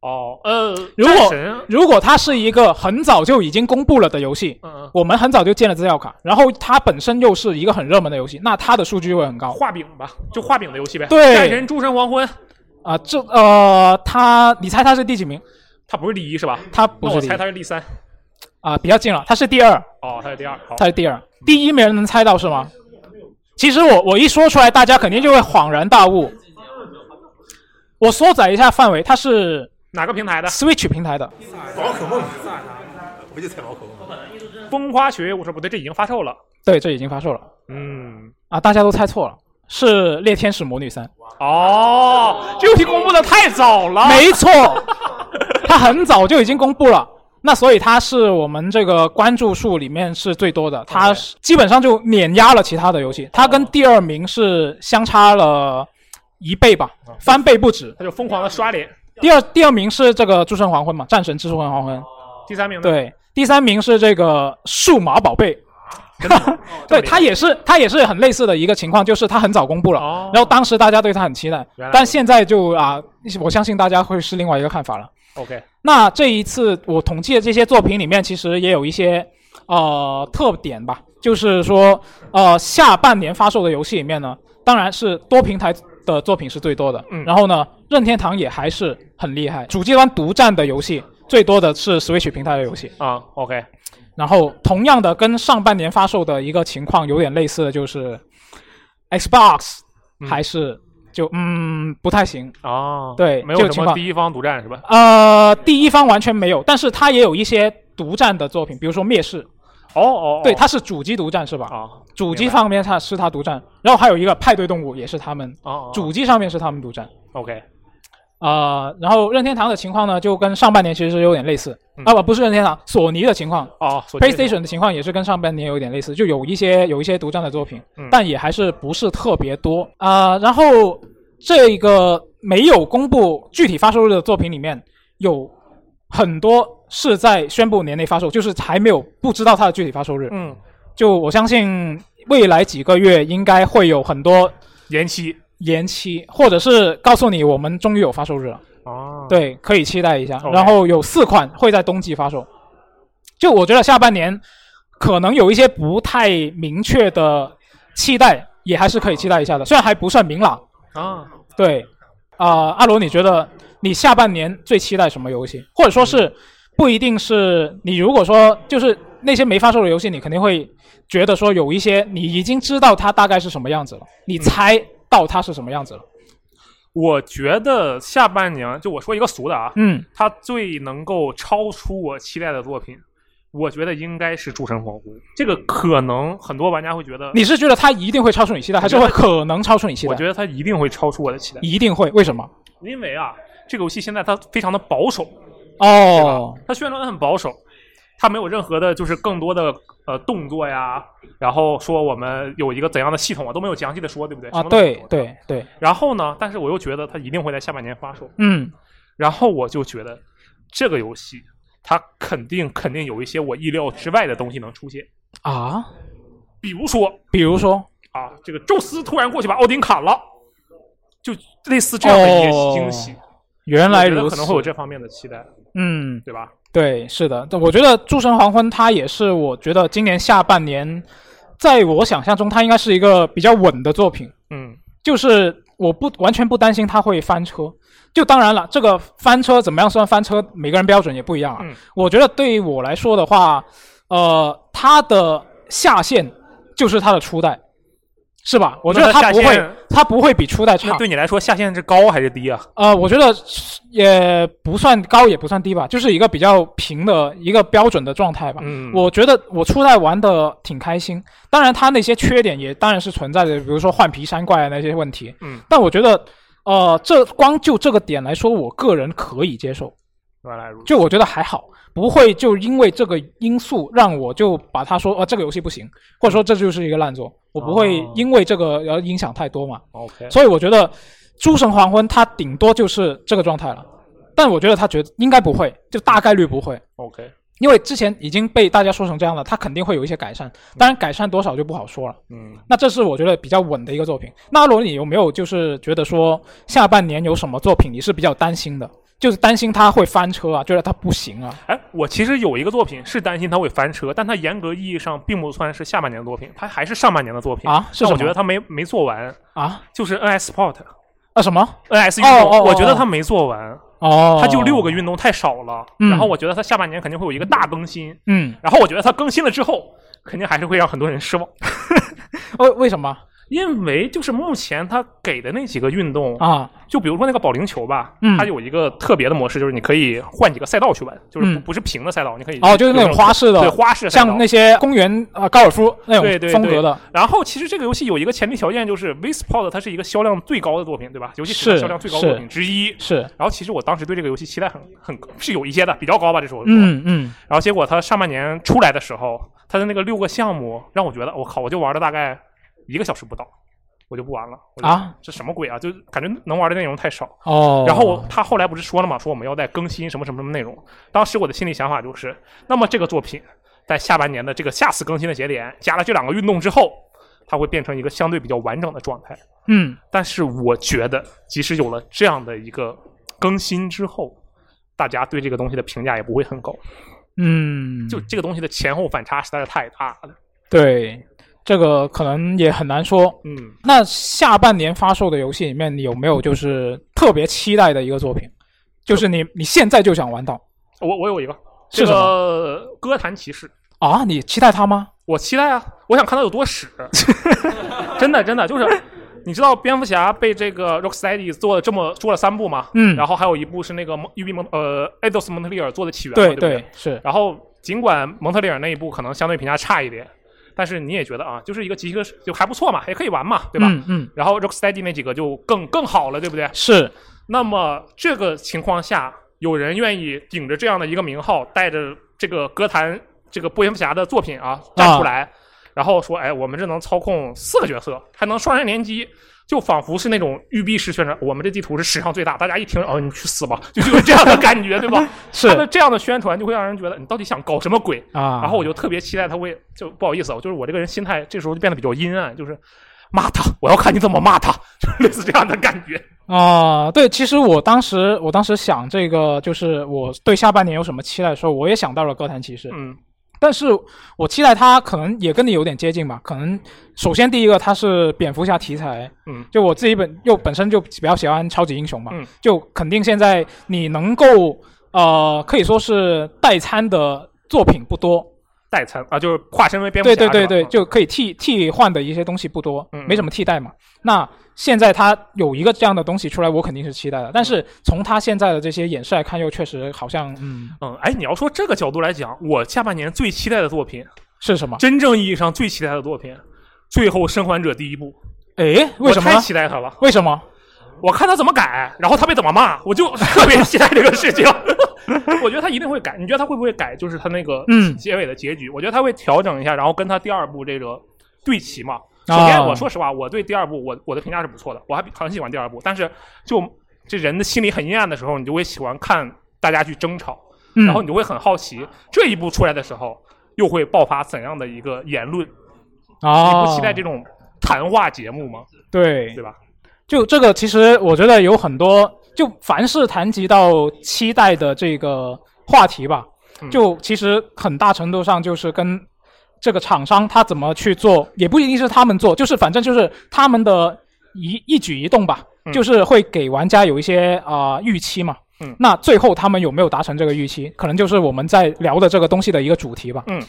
哦，呃，
如
战
果
神
如果它是一个很早就已经公布了的游戏，
嗯
我们很早就建了资料卡，然后它本身又是一个很热门的游戏，那它的数据就会很高。
画饼吧，就画饼的游戏呗。
对
战神诸神黄昏，
啊，这呃，它你猜它是第几名？
它不是第一是吧？
它不
那
是
我
第一
猜它是第三。
啊，比较近了，它是第二，
哦，它是第二。好，
它是第二，第一没人能猜到是吗？其实我我一说出来，大家肯定就会恍然大悟。我缩窄一下范围，它是
哪个平台的
？Switch 平台的。
宝可梦，萨尔达，我就猜宝可梦，
风花雪月无声不对，这已经发售了。
对，这已经发售了
嗯，
啊！大家都猜错了，是《猎天使魔女三》。
哦，这游戏公布的太早了。
<laughs> 没错，它很早就已经公布了。那所以它是我们这个关注数里面是最多的，它是基本上就碾压了其他的游
哦
戏，它跟第二名是相差了一倍吧，
哦
翻倍不止。
它就疯狂的刷脸。
第二第二名是这个《诸神黄昏》嘛，《战神之诸神黄昏》。
哦第三名呢？
对，第三名是这个数码宝贝。 <laughs>
哦
对，它也是它也是很类似的一个情况，就是它很早公布了，然后当时大家对它很期待
哦原来，如此
但现在就啊，我相信大家会是另外一个看法了。
OK，
那这一次我统计的这些作品里面，其实也有一些呃特点吧，就是说呃下半年发售的游戏里面呢，当然是多平台的作品是最多的，
嗯
然后呢，任天堂也还是很厉害，主机端独占的游戏最多的是 Switch 平台的游戏
啊，OK，
然后同样的跟上半
嗯
年发售的一个情况有点类似的就是 Xbox 还是就嗯不太行
哦
对，
没有
这个
什
情
么
况
第一方独占是吧？
呃，第一方完全没有，但是它也有一些独占的作品，比如说《灭世》。
哦哦
对，它是主机独占是吧？
啊，
主机方面它是它独占，然后还有一个《派对动物》也是他们，
哦哦
主机上面是他们独占。
OK，
呃，然后任天堂的情况呢，就跟上半年其实是有点类似，
嗯
啊不，不是任天堂，索尼的情况
哦索尼的情况
，PlayStation 的情况也是跟上半年有点类似，就有一些有一些独占的作品，
嗯
但也还是不是特别多啊、然后这个没有公布具体发售日的作品里面，有很多是在宣布年内发售，就是还没有不知道它的具体发售日。
嗯，
就我相信未来几个月应该会有很多
延期、
延期，或者是告诉你我们终于有发售日了。
哦，
对，可以期待一下。
OK
然后有四款会在冬季发售，就我觉得下半年可能有一些不太明确的期待，也还是可以期待一下的，虽然还不算明朗。
啊，
对，啊、阿罗，你觉得你下半年最期待什么游戏？或者说
嗯
是不一定是你，如果说就是那些没发售的游戏，你肯定会觉得说有一些你已经知道它大概是什么样子了，你
嗯
猜到它是什么样子了。
我觉得下半年就我说一个俗的啊，
嗯，
它最能够超出我期待的作品，我觉得应该是《诸神黄昏》。这个可能很多玩家会觉得
你是觉得它一定会超出你期待，还是
呃我
会
觉得
可能超出你期待？
我觉得它一定会超出我的期待，
一定会，为什么？
因为啊，这个游戏现在它非常的保守，
哦，
它宣传得很保守，它没有任何的，就是更多的呃动作呀，然后说我们有一个怎样的系统啊，都没有详细的说，对不对？
啊，
什么都没
对
有
对对，
然后呢，但是我又觉得它一定会在下半年发售，
嗯，
然后我就觉得这个游戏它肯定肯定有一些我意料之外的东西能出现，
啊，
比如说
比如说，
啊，这个宙斯突然过去把奥丁砍了，就类似这样的一些惊喜。
哦原来
我觉得
如此，
可能会有这方面的期待，
嗯，
对吧？
对，是的，但我觉得《诸神黄昏》它也是，我觉得今年下半年，在我想象中，它应该是一个比较稳的作品。
嗯，
就是我不完全不担心它会翻车。就当然了，这个翻车怎么样算翻车，每个人标准也不一样
嗯
啊。我觉得对于我来说的话，呃，它的下限就是它的初代，是吧？我觉得
那它
它不
下
会
限，
它不会比初代差
那。对你来说下限是高还是低啊？
呃，我觉得是也不算高，也不算低吧，就是一个比较平的一个标准的状态吧。
嗯
我觉得我初代玩的挺开心，当然它那些缺点也当然是存在的，比如说换皮山怪啊那些问题。
嗯
但我觉得，呃，这光就这个点来说，我个人可以接受，
原来如此。
就我觉得还好，不会就因为这个因素让我就把它说，哦、这个游戏不行，或者说这就是一个烂作，我不会
哦
因为这个而影响太多嘛。
OK，
所以我觉得《诸神黄昏》它顶多就是这个状态了，但我觉得它绝应该不会，就大概率不会，
OK，
因为之前已经被大家说成这样了，它肯定会有一些改善，当然改善多少就不好说了。
嗯，
那这是我觉得比较稳的一个作品。那阿罗，你有没有就是觉得说下半年有什么作品你是比较担心的？就是担心它会翻车啊，觉得它不行啊。
哎，我其实有一个作品是担心它会翻车，但它严格意义上并不算是下半年的作品，它还是上半年的作品
啊是什
但我
么
觉得它没没做完
啊，
就是 NS Sport
啊什么
NS 运
哦
动，
哦哦
我觉得它没做完，
哦，
它就六个运动太少了。
嗯
然后我觉得它下半年肯定会有一个大更新，
嗯，
然后我觉得它更新了之后，肯定还是会让很多人失望，
<laughs> 为为什么
因为就是目前它给的那几个运动
啊？
就比如说那个保龄球吧，
嗯
它有一个特别的模式，就是你可以换几个赛道去玩，就是不
嗯
不是平的赛道，你可以
哦，就是那种花式的，
对花式赛道
像那些公园啊、高尔夫那
对
种
对
风格的
对。然后其实这个游戏有一个前提条件，就是 Vispod 它是一个销量最高的作品，对吧？游戏史上
是
销量最高作品之一。
是。
然后其实我当时对这个游戏期待很很是有一些的，比较高吧，这时候。
嗯嗯，
然后结果它上半年出来的时候，它的那个六个项目让我觉得，我靠，我就玩了大概一个小时不到，我就不玩了。我就
啊，
这什么鬼啊？就感觉能玩的内容太少。
哦
然后我他后来不是说了嘛，说我们要再更新什么什么什么内容。当时我的心里想法就是，那么这个作品在下半年的这个下次更新的节点加了这两个运动之后，它会变成一个相对比较完整的状态。
嗯，
但是我觉得，即使有了这样的一个更新之后，大家对这个东西的评价也不会很高。
嗯，
就这个东西的前后反差实在是太大了。
对，这个可能也很难说。
嗯，
那下半年发售的游戏里面，你有没有就是特别期待的一个作品？就是你你现在就想玩到
我我有一个，
是
这
什么
个《歌坛骑士》，
啊？你期待它吗？
<laughs> 我期待啊，我想看它有多屎。真的真的就是，你知道蝙蝠侠被这个 Rocksteady 做了这么做了三部吗？
嗯
然后还有一部是那个蒙 UB 蒙呃 Eidos 蒙特利尔做的起源嘛，
对
对不对啊
对是
然后尽管蒙特利尔那一部可能相对评价差一点，但是你也觉得啊，就是一个集合就还不错嘛，也可以玩嘛，对吧？
嗯嗯
然后 Rocksteady 那几个就更更好了，对不对？
是。
那么这个情况下，有人愿意顶着这样的一个名号，带着这个歌坛这个蝙蝠侠的作品啊站出来，然后说，哎，我们这能操控四个角色，还能双人联机。就仿佛是那种育碧式宣传，我们这地图是史上最大，大家一听，哦，你去死吧，就就有这样的感觉，
<laughs>
对吧？
是
他的这样的宣传就会让人觉得你到底想搞什么鬼
啊
然后我就特别期待他会，就不好意思啊，就是我这个人心态这时候就变得比较阴暗，就是骂他，我要看你怎么骂他，就是类似这样的感觉。
啊、对，其实我当时我当时想这个，就是我对下半年有什么期待的时候，我也想到了哥谭骑士。
嗯，
但是我期待它可能也跟你有点接近吧。可能首先第一个它是蝙蝠侠题材，
嗯
就我自己本又本身就比较喜欢超级英雄嘛，
嗯
就肯定现在你能够呃可以说是代餐的作品不多。
代餐啊，就是化身为蝙蝠
对
侠，
对对
是
对，
吧
就可以替替换的一些东西不多，
嗯
没什么替代嘛。那现在它有一个这样的东西出来，我肯定是期待的。但是从它现在的这些演示来看，又确实好像嗯
嗯，哎，你要说这个角度来讲，我下半年最期待的作品
是什么？
真正意义上最期待的作品，《最后生还者》第一部。
哎，为什么
我
呢
太期待它了。
为什么？
我看他怎么改，然后他被怎么骂，我就 <laughs> 特别期待这个事情。 <laughs> 我觉得他一定会改，你觉得他会不会改？就是他那个
嗯
结尾的结局，我觉得他会调整一下，然后跟他第二部这个对齐嘛。首
啊
先，我说实话，我对第二部我我的评价是不错的，我还比很喜欢第二部。但是就这人的心里很阴暗的时候，你就会喜欢看大家去争吵，
嗯
然后你就会很好奇这一部出来的时候又会爆发怎样的一个言论。
哦
你嗯不期待这种谈话节目吗？
对
对吧？
就这个，其实我觉得有很多，就凡是谈及到期待的这个话题吧，
嗯
就其实很大程度上就是跟这个厂商他怎么去做，也不一定是他们做，就是反正就是他们的一一举一动吧，
嗯
就是会给玩家有一些啊、呃预期嘛。
嗯
那最后他们有没有达成这个预期，可能就是我们在聊的这个东西的一个主题吧。
嗯，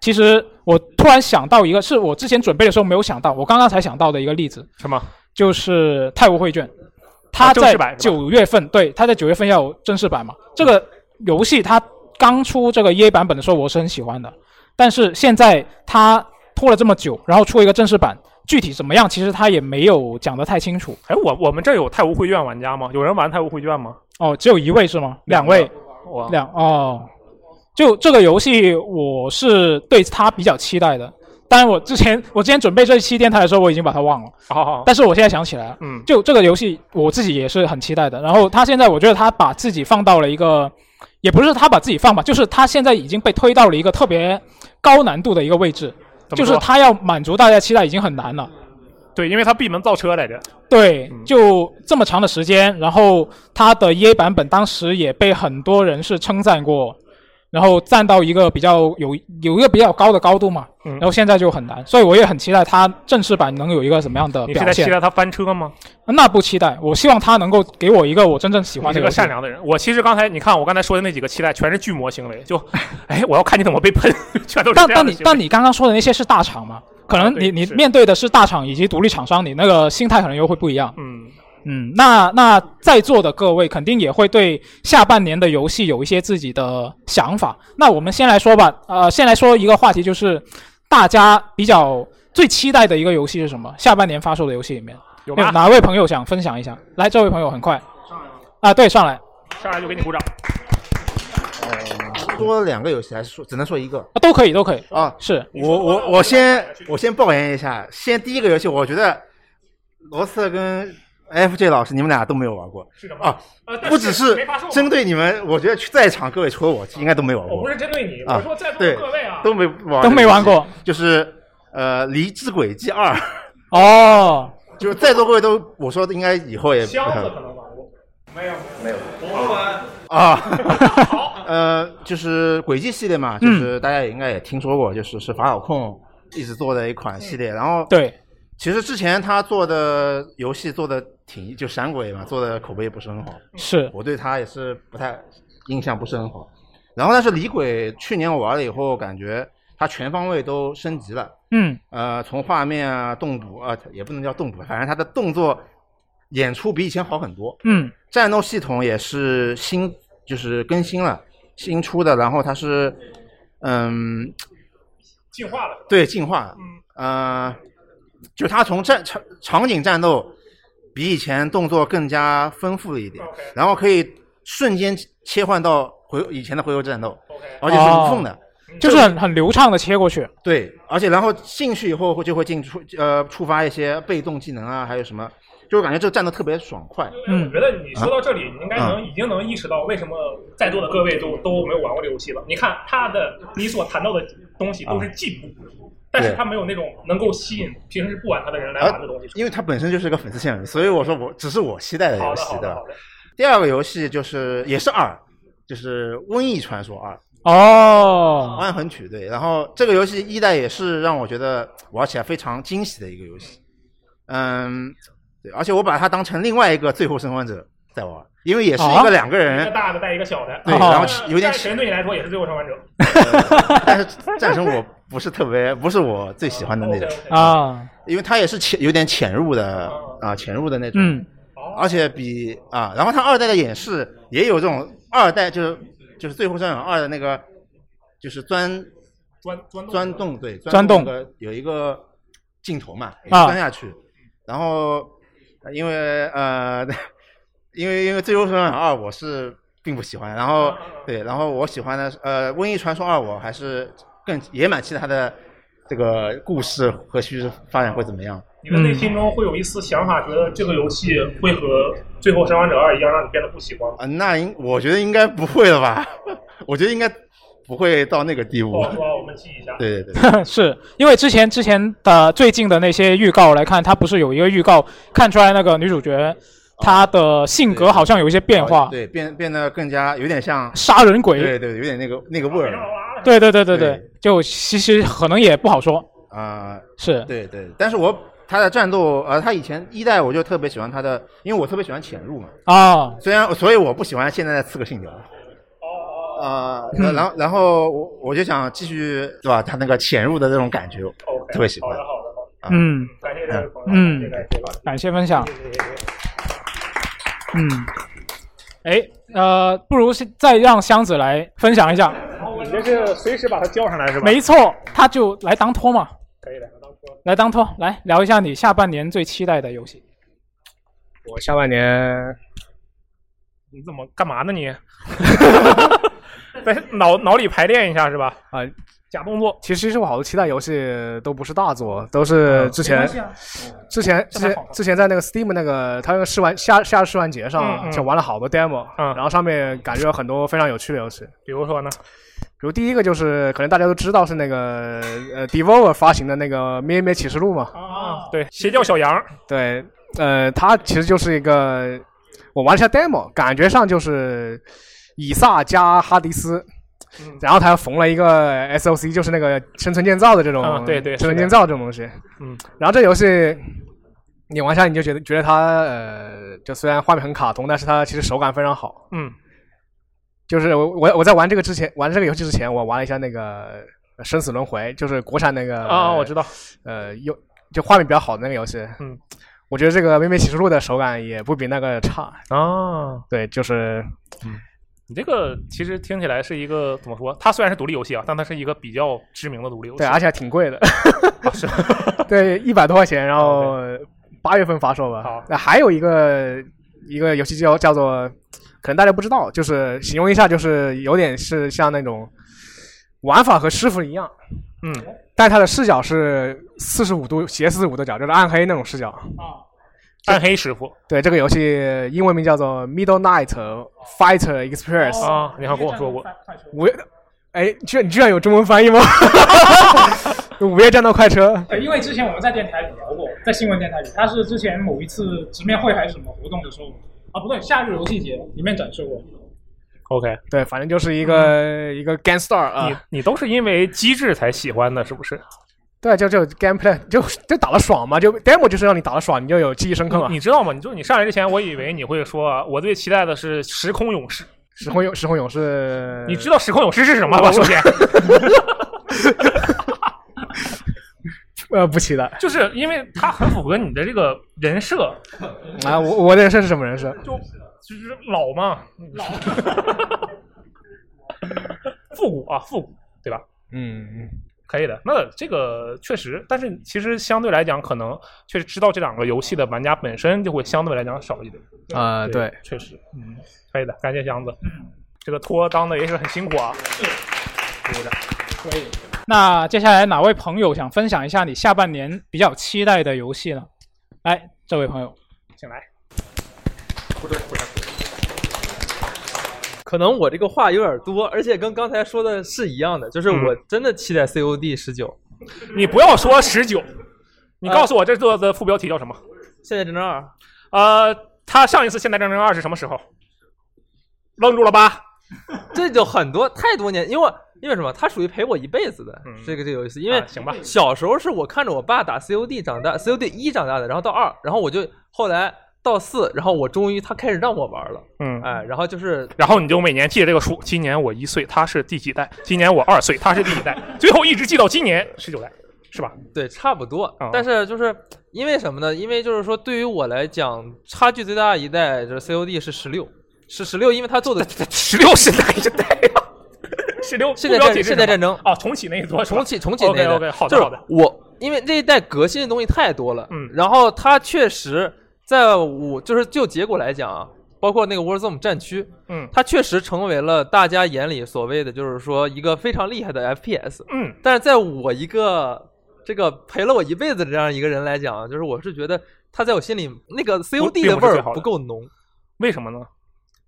其实我突然想到一个，是我之前准备的时候没有想到，我刚刚才想到的一个例子。
什么？啊
就是泰晤绘卷，它
正式
在
版是吧
九月份，对，它在九月份要有正式版嘛。这个游戏它刚出这个 EA 版本的时候，我是很喜欢的，但是现在它拖了这么久，然后出一个正式版，具体怎么样，其实它也没有讲得太清楚。
哎，我我们这有太无绘卷玩家吗？有人玩太无绘卷吗？
哦，只有一位是吗？两位，
哇
两哦，就这个游戏，我是对它比较期待的。当然，我之前我之前准备这一期电台的时候，我已经把它忘了。
好好，
但是我现在想起来了，
啊嗯
就这个游戏我自己也是很期待的。然后他现在，我觉得他把自己放到了一个，也不是他把自己放吧，就是他现在已经被推到了一个特别高难度的一个位置，
怎么
就是
说
他要满足大家期待已经很难了。
对，因为他闭门造车来着。
对，
嗯
就这么长的时间，然后它的 EA 版本当时也被很多人是称赞过，然后站到一个比较有有一个比较高的高度嘛，
嗯
然后现在就很难，所以我也很期待它正式版能有一个什么样的
你是
表
在期
现。
待他翻车吗？
那不期待，我希望它能够给我一个我真正喜
你
欢
是
的。
个善良的人。我其实刚才你看我刚才说的那几个期待，全是巨魔行为。就，哎，我要看你怎么被喷， <laughs> 全都是
但
这样
但
的
你
行为。啊
但你刚刚说的那些是大厂嘛？可能你、你面对的是大厂以及独立厂商，你那个心态可能又会不一样。
嗯
嗯，那那在座的各位肯定也会对下半年的游戏有一些自己的想法。那我们先来说吧，呃，先来说一个话题，就是大家比较最期待的一个游戏是什么？下半年发售的游戏里面，
有吗
哪位朋友想分享一下？来，这位朋友很快啊，对，上来啊，
上来就给你鼓掌。
说嗯两个游戏还是说只能说一个？
都可以，都可以
啊。
是
我我我先我先抱怨一下，先第一个游戏，我觉得罗瑟跟 FJ 老师你们俩都没有玩过，
是的
啊
呃但是
不只是
没发售嘛哦
针对你们，我觉得在场各位除了我应该都没玩过。
我不是针对你，
啊
我说在座
对
的各位啊，
都没玩，
都没玩过，
就是呃《离之轨迹二》
哦，
<laughs> 就是在座各位都我说的应该以后也
箱子可能玩过，没有
没有，
我不玩。 <laughs>
啊， <laughs> 呃，就是轨迹系列嘛，
嗯
就是大家也应该也听说过，就是是法老控一直做的一款系列。然后
对，
其实之前他做的游戏做的挺就闪鬼嘛，做的口碑不是很好，
嗯是
我对他也是不太印象不是很好。然后但是李鬼去年我玩了以后，感觉它全方位都升级了。
嗯，
呃，从画面啊、动捕啊、也不能叫动捕，反正它的动作演出比以前好很多。
嗯，
战斗系统也是新，就是更新了，新出的。然后它是，嗯，
进化了。
对，进化。嗯，呃，就它从战场场景战斗比以前动作更加丰富了一点，然后可以瞬间切换到回以前的回合战斗，而且是无缝的。
哦就是很很流畅的切过去。
对，而且然后进去以后会就会进触呃触发一些被动技能啊，还有什么，就我感觉这个战斗特别爽快。
嗯
我觉得你说到这里，你应该能、
嗯
已经能意识到为什么在座的各位都都没有玩过这游戏了。你看他的你所谈到的东西都是进
啊
步，但是他没有那种能够吸引平时不玩他的人来玩的东西。
因为它本身就是一个粉丝限制，所以我说我只是我期待的游戏
好
对
的好的
吧
好的？
第二个游戏就是也是二，就是《瘟疫传说二》
哦，
《万魂曲》对。然后这个游戏一代也是让我觉得玩起来非常惊喜的一个游戏，嗯，对，而且我把它当成另外一个《最后生还者》在玩，因为也是
啊
一个两个人
一个大的带一个小的，
对然后有点
战神对你来说也是最后生还者。
但是 <laughs> 战神我不是特别，不是我最喜欢的那
<laughs>
种
哦
啊，
因为它也是潜有点潜入的啊，潜入的那种，
嗯，
而且比啊，然后它二代的演示也有这种二代就是就是最后生还者二的那个就是钻
钻钻
钻洞对
钻洞
那个有一个镜头嘛，也
啊，
钻下去，然后呃因为呃 <laughs> 因为因为最后生还者二我是并不喜欢，然后对，然后我喜欢的是呃瘟疫传说二我还是更也蛮期待它的这个故事和叙事发展会怎么样。
你的内心中会有一丝想法，觉得这个游戏会和《最后生还者二》一样，让你变得不喜欢吗？
啊，那应我觉得应该不会了吧？ <laughs> 我觉得应该不会到那个地步
不。好说，我们记一下。
对对对
是因为之前之前的最近的那些预告来看，它不是有一个预告看出来那个女主角她的性格好像有一些 <laughs> 变化，
对变变得更加有点像
杀人鬼
对对，有点那个那个味儿
对对对对对，就其实可能也不好说，
啊、
是
对对，但是我他的战斗，呃，他以前一代我就特别喜欢他的，因为我特别喜欢潜入嘛，
啊，
虽然所以我不喜欢现在的刺客信条。啊、呃，然后然后我我就想继续对吧？他那个潜入的那种感觉，特别喜欢。啊
嗯
感谢这位朋友，
嗯
谢谢感谢吧。
感谢分享
谢。谢谢谢
嗯，哎，呃，不如是再让箱子来分享一下，
你这是随时把它叫上来是吧？
没，错，他就来当托嘛，
可以的。
来当托，来聊一下你下半年最期待的游戏。
我下半年
你怎么干嘛呢你？在脑脑里排练一下是吧？
啊，
假动作。
其实其实我好多期待游戏都不是大作，都是之前、
没关系啊
之前之前之前在那个 Steam 那个它那个试玩夏夏日试玩节
嗯
上
嗯
就玩了好多 demo，、然后上面感觉有很多非常有趣的游戏。
比如说呢？
比如第一个就是可能大家都知道是那个呃 Devolver 发行的那个《咩咩启示录》嘛，
啊，对，邪教小羊，
对，呃，它其实就是一个我玩了一下 demo，感觉上就是以撒加哈迪斯，
嗯
然后他又缝了一个 SOC，就是那个生存建造的这种，
啊对对
生
是
存
的
建造这种东西。
嗯，
然后这游戏你玩下你就觉得觉得它呃，就虽然画面很卡通，但是它其实手感非常好。
嗯，
就是我我我在玩这个之前，玩这个游戏之前，我玩了一下那个呃《生死轮回》，就是国产那个
啊我知道，
呃，有就画面比较好的那个游戏。
嗯，
我觉得这个《微微启示录》的手感也不比那个差。
啊，
对，就是
你这个其实听起来是一个怎么说？它虽然是独立游戏啊，但它是一个比较知名的独立游戏。啊
对，而且还挺贵的，对，一百多块钱，然后
哦
八月份发售吧。那还有一个一个游戏叫叫做，可能大家不知道，就是形容一下，就是有点是像那种玩法和师傅一样，
嗯，
但它的视角是四十五度斜四十五度角，就是暗黑那种视角。
啊，暗黑师傅
对，这个游戏英文名叫做《Middle Night Fighter Express》
啊，你还跟我说过，
五月，哎，居然你居然有中文翻译吗？ <laughs> 午夜战斗快车，
呃
对，因为之前我们在电台里聊过，在新闻电台里，他是之前某一次直面会还是什么活动的时候，啊，不对，夏日游戏节里面展示过。
OK，
对，反正就是一个一个 Gangstar 啊。
你你都是因为机制才喜欢的，是不是？
对，就就 gameplay 就就打的爽嘛，就 demo 就是让你打的爽，你就有记忆深刻嘛。
你知道吗？你就你上来之前，我以为你会说啊，我最期待的是时空勇士。
时空勇时空勇士，
你知道时空勇士是什么吧？
我
首先，
呃，不期待。
就是因为它很符合你的这个人设，
啊，我我的人设是什么人设？
就就是老嘛，老， <laughs> 复古啊，复古，对吧？
嗯嗯，
可以的，那这个确实，但是其实相对来讲，可能确实知道这两个游戏的玩家本身就会相对来讲少一点。
啊、对，
确实，嗯，可以的，感谢箱子，这个托当的也是很辛苦啊，鼓掌，可以。
那接下来哪位朋友想分享一下你下半年比较期待的游戏呢？来，这位朋友，
请来。
不对，不对，
可能我这个话有点多，而且跟刚才说的是一样的，就是我真的期待 COD 十九、
嗯
呃
你不要说十九，你告诉我这座的副标题叫什么？
现代战争二。
呃，他上一次《现代战争二》是什么时候？愣住了吧？
这就很多太多年，因为因为什么？它属于陪我一辈子的、这个这个游戏，因为
嗯啊行吧，
小时候是我看着我爸打 COD 长大，COD 一长大的，然后到二，然后我就后来到四，然后我终于他开始让我玩了，
嗯，
哎，然后就是
然后你就每年记着这个数，今年我一岁，他是第几代？今年我二岁，他是第几代？最后一直记到今年十九代，是吧？
对，差不多。
哦
但是就是因为什么呢？因为就是说，对于我来讲，差距最大的一代就是 COD 是十六，是十六，因为他做的
<laughs> 十六是哪一代呀？十
<laughs>
六
现代
目标
战
解是什
现
么
代战争
啊，重启那一座，
重启重启那
OK
一代
OK，好
就
的
是
好的，
我因为这一代革新的东西太多了，
嗯，
然后它确实在我就是就结果来讲啊，包括那个 Warzone 战区，
嗯
它确实成为了大家眼里所谓的就是说一个非常厉害的 FPS，
嗯，
但是在我一个这个陪了我一辈子的这样一个人来讲，就是我是觉得它在我心里那个 COD
并
的
不
味
是最
儿
好的
不够浓，
为什么呢？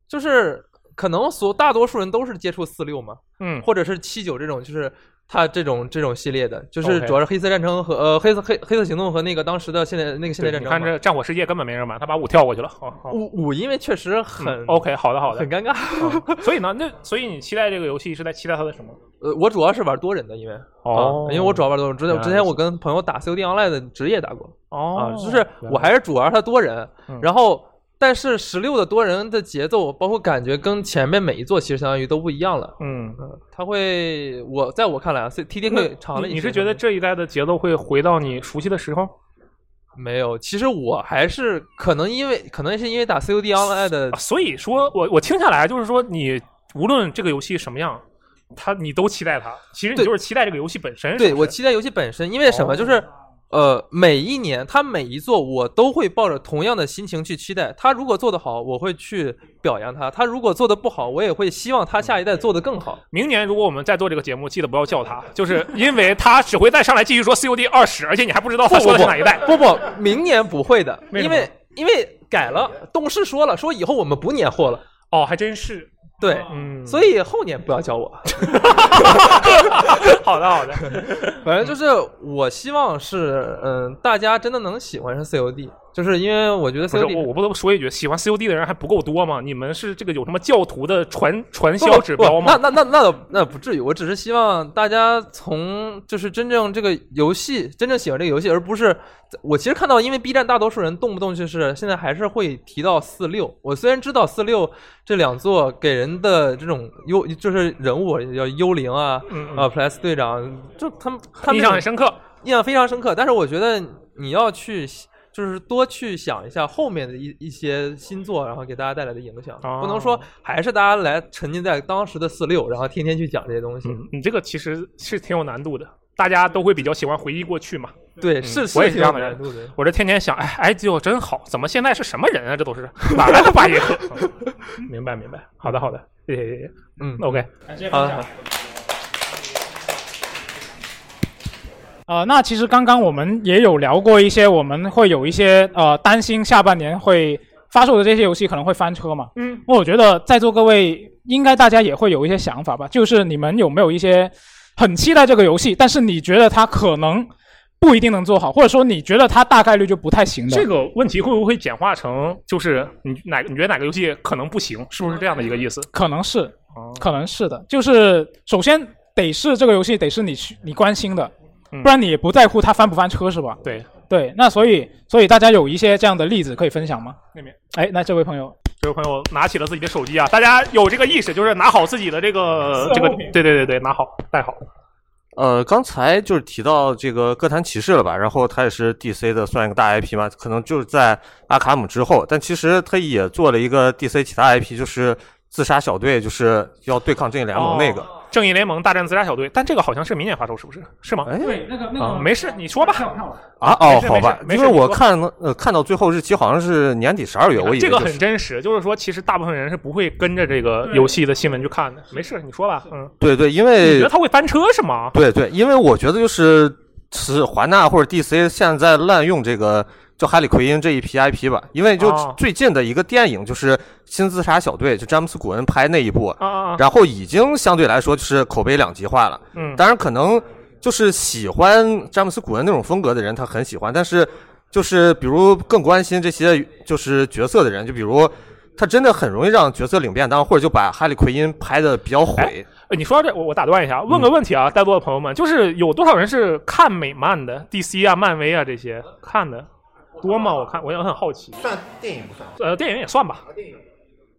就是可能所大多数人都是接触四六嘛，
嗯
或者是七九这种，就是它这种这种系列的，就是
OK
主要是黑色战争和呃黑色黑黑色行动和那个当时的现在那个现代
对
战
你
争嘛。
看这战火世界根本没人玩，他把五跳过去了。哦哦
五五因为确实很、
嗯 OK，好的好的，嗯
很尴尬。
所以呢，那所以你期待这个游戏是在期待它的什么？
呃，我主要是玩多人的，因为
哦
啊因为我主要玩多人，之
原
前
来
之前我跟朋友打 COD Online 的职业打过，
哦嗯
啊，就是我还是主玩它多人，然后但是十六的多人的节奏，包括感觉跟前面每一座其实相当于都不一样了。
嗯，
它会，我在我看来啊，C T D 会长了
你
一
你
些
是觉得这一代的节奏会回到你熟悉的时候？
没有，其实我还是可能因为可能是因为打 COD Online 的，
啊所以说我我听下来就是说，你无论这个游戏什么样，它你都期待它。其
<laughs>
实你就是期待这个游戏本身。
对我期待游戏本身，因为什么？
哦
就是呃，每一年它每一座我都会抱着同样的心情去期待。它如果做得好，我会去表扬它；它如果做得不好，我也会希望它下一代做得更好。
明年如果我们再做这个节目，记得不要叫他，就是因为他只会再上来继续说 COD 二十，而且你还不知道他说的是哪一代。
不不不，明年不会的，
为什
因
么
为因为改了，动视说了，说以后我们不年货了。
哦，还真是。
对，
嗯，
所以后年不要教我。
<laughs>
<laughs>
好的，好的。
反正就是我希望是，嗯，大家真的能喜欢上 COD，就是因为我觉得
不是
COD
我，我不得不说一句，喜欢 COD 的人还不够多吗？你们是这个有什么教徒的传传
不
销指标吗？
不那那那那倒那不至于，我只是希望大家从就是真正这个游戏，真正喜欢这个游戏，而不是我其实看到，因为 B 站大多数人动不动就是现在还是会提到四六。我虽然知道四六这两座给人的这种幽，就是人物叫幽灵啊，
嗯嗯
啊 Plus 队长，就他们他们
印象很深刻，
印象非常深刻。但是我觉得你要去。就是多去想一下后面的一一些新作，然后给大家带来的影响，
哦
不能说还是大家来沉浸在当时的四六，然后天天去讲这些东西。
嗯你这个其实是挺有难度的，大家都会比较喜欢回忆过去嘛。
对
嗯
是是
我也是
挺
这样
有
的人
难度的。
我这天天想，哎，哎，就真好，怎么现在是什么人啊？这都是哪来的巴耶克？嗯 <laughs> 明白，明白。好的，好的，谢谢，谢谢。
嗯
，OK，
感谢分
好的
享
好的
呃，那其实刚刚我们也有聊过一些，我们会有一些呃担心下半年会发售的这些游戏可能会翻车嘛。
嗯，
那我觉得在座各位应该大家也会有一些想法吧，就是你们有没有一些很期待这个游戏，但是你觉得它可能不一定能做好，或者说你觉得它大概率就不太行的？
这个问题会不会简化成就是你哪你觉得哪个游戏可能不行，是不是这样的一个意思？哦
可能是，可能是的。就是首先得是这个游戏得是你去你关心的，
嗯
不然你也不在乎它翻不翻车是吧？
对
对，那所以所以大家有一些这样的例子可以分享吗？
那边
哎，那这位朋友，
这位朋友拿起了自己的手机啊，大家有这个意识，就是拿好自己的这
私
个
人
这个
物品，
对对对对，拿好带好。
呃，刚才就是提到这个《哥谭骑士》了吧，然后它也是 DC 的算一个大 IP 嘛，可能就是在阿卡姆之后，但其实它也做了一个 DC 其他 IP，就是自杀小队，就是要对抗正义联盟那个。
哦正义联盟大战自杀小队，但这个好像是明年发售，是不是？是吗？
对，那个那个
啊没事，你说吧。
啊
没
哦，
事
好吧，
没事没
因
事
为我
你说啊
看了呃看到最后日期好像是年底十二月，我以为、
这个很真实，就是说，其实大部分人是不会跟着这个游戏的新闻去看的。没事，你说吧。嗯，
对对，因
你
为
觉得他会翻车是吗？
对对，因为我觉得就是是华纳或者 DC 现在滥用这个叫哈利奎因这一批 IP 吧，因为就
哦
最近的一个电影就是《新自杀小队》，就詹姆斯·古恩拍那一部
啊啊啊，
然后已经相对来说就是口碑两极化了。
嗯
当然可能就是喜欢詹姆斯·古恩那种风格的人，他很喜欢，但是就是比如更关心这些就是角色的人，就比如。他真的很容易让角色领便当，或者就把哈利奎因拍的比较毁。
呃你说到这，我我打断一
嗯
下，问个问题啊，在座的朋友们，就是有多少人是看美漫的，DC 啊、漫威啊这些看的多吗？我看我也很好奇。
算电影不算？
呃，电影也算吧。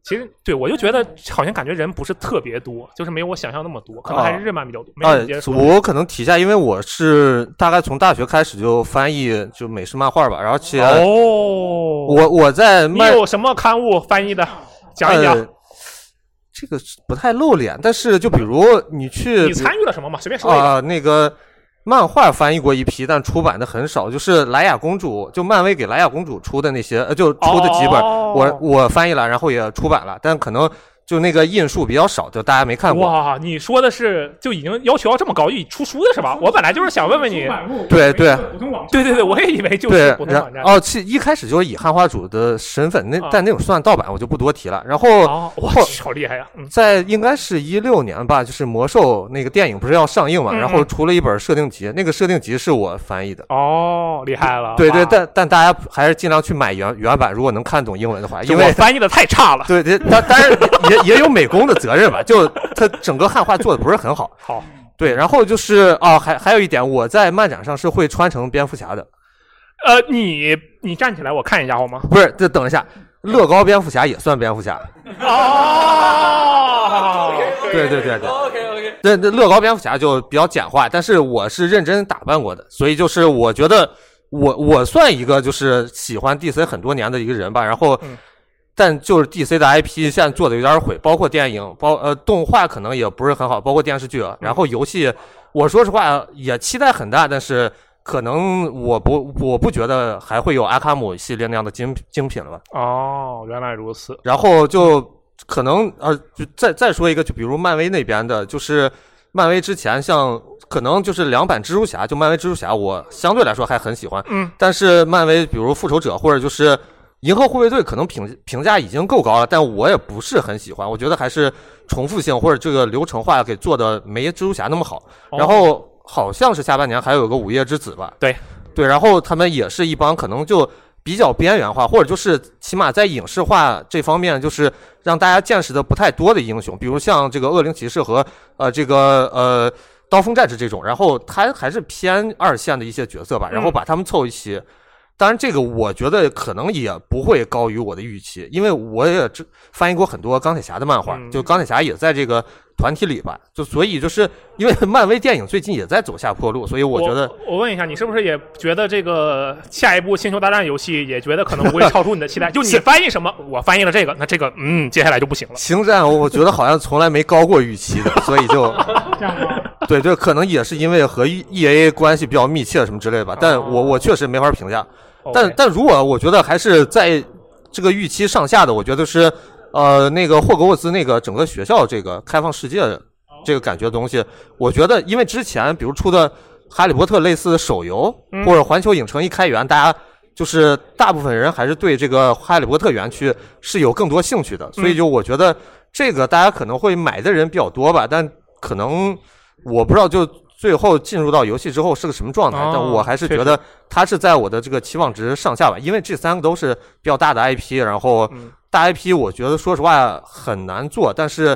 其实对我就觉得好像感觉人不是特别多，就是没有我想象那么多，可能还是日漫比较多。没
啊
有你接着，说
我可能提一下，因为我是大概从大学开始就翻译就美式漫画吧，而且
哦
我我在
你
漫
有什么刊物翻译的？讲一讲。
呃这个是不太露脸，但是就比如你去
你参与了什么嘛？随便说一个。
啊、那个漫画翻译过一批，但出版的很少，就是莱雅公主，就漫威给莱雅公主出的那些，呃，就出的几本，
哦
我我翻译了，然后也出版了，但可能就那个印数比较少，就大家没看过。
哇，你说的是就已经要求要这么高，已出书的是吧？我本来就是想问问你，
对对，
对对对，我也以为就
对
是，普通
然
网站。
哦，其一开始就是以汉化主的身份，那、
啊
但那种算盗版，我就不多提了。然后、
哦，哇
后，
好厉害呀！嗯，
在应该是一六年吧，就是魔兽那个电影不是要上映嘛，
嗯嗯
然后出了一本设定集，那个设定集是我翻译的。
哦，厉害了。
对
哇
对，但但大家还是尽量去买原原版，如果能看懂英文的话，
这
因为
我翻译的太差了。
对对，当当然也也也有美工的责任吧，就他整个汉化做的不是很好。
好，
对，然后就是啊，还还有一点，我在漫展上是会穿成蝙蝠侠的，
呃，你你站起来，我看一下好吗？
不是，这等一下，乐高蝙蝠侠也算蝙蝠侠。
哦，
对对对对。
OK OK，
那那乐高蝙蝠侠就比较简化，但是我是认真打扮过的，所以就是我觉得我我算一个就是喜欢 DC 很多年的一个人吧，然后。但就是 DC 的 IP 现在做的有点毁，包括电影，包呃动画可能也不是很好，包括电视剧啊。然后游戏，我说实话也期待很大，但是可能我不我不觉得还会有阿卡姆系列那样的精精品了吧。
哦，原来如此。
然后就可能呃，就再再说一个，就比如漫威那边的，就是漫威之前像可能就是两版蜘蛛侠，就漫威蜘蛛侠，我相对来说还很喜欢，
嗯，
但是漫威比如复仇者或者就是银河护卫队，可能评评价已经够高了，但我也不是很喜欢，我觉得还是重复性或者这个流程化给做的没蜘蛛侠那么好，
哦
然后好像是下半年还有个午夜之子吧，
对
对，然后他们也是一帮可能就比较边缘化，或者就是起码在影视化这方面，就是让大家见识的不太多的英雄，比如像这个恶灵骑士和呃这个呃刀锋战士这种，然后他还是偏二线的一些角色吧，然后把他们凑一起。当然，这个我觉得可能也不会高于我的预期，因为我也只翻译过很多钢铁侠的漫画，就钢铁侠也在这个团体里吧，就所以就是因为漫威电影最近也在走下坡路，所以我觉得
我问一下，你是不是也觉得这个下一部《星球大战》游戏也觉得可能不会超出你
<laughs>
的期待？就你翻译什么，我翻译了这个，那这个嗯，接下来就不行了。
星战，我觉得好像从来没高过预期的，所以就
这样吗？
<laughs> 对对，可能也是因为和 E E A 关系比较密切什么之类吧。但我我确实没法评价。但但如果我觉得还是在这个预期上下的，我觉得是呃那个霍格沃兹那个整个学校这个开放世界的这个感觉的东西，我觉得因为之前比如出的《哈利波特》类似的手游，
嗯
或者环球影城一开园，大家。就是大部分人还是对这个《哈利波特》园区是有更多兴趣的，所以就我觉得这个大家可能会买的人比较多吧，但可能我不知道，就最后进入到游戏之后是个什么状态，
哦
但我还是
确
觉
实
得它是在我的这个期望值上下吧，因为这三个都是比较大的 IP，然后
嗯
大 IP 我觉得说实话很难做，但是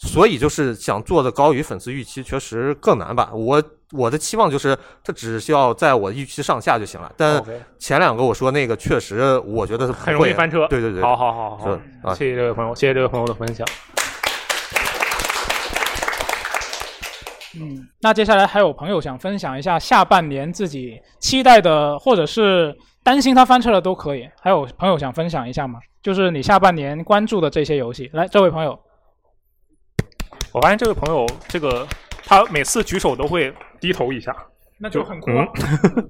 所以就是想做的高于粉丝预期，确实更难吧。我我的期望就是它只需要在我预期上下就行了，但
OK
前两个我说那个确实我觉得它不
很容易
会
翻车。
对对对，
好好好好
是啊
好，谢谢这位朋友，谢谢这位朋友的分享。
嗯，那接下来还有朋友想分享一下下半年自己期待的，或者是担心它翻车了都可以。还有朋友想分享一下吗？就是你下半年关注的这些游戏。来，这位朋友，
我发现这位朋友，这个他每次举手都会低头一下，
那就
<laughs>
很酷
嗯
啊，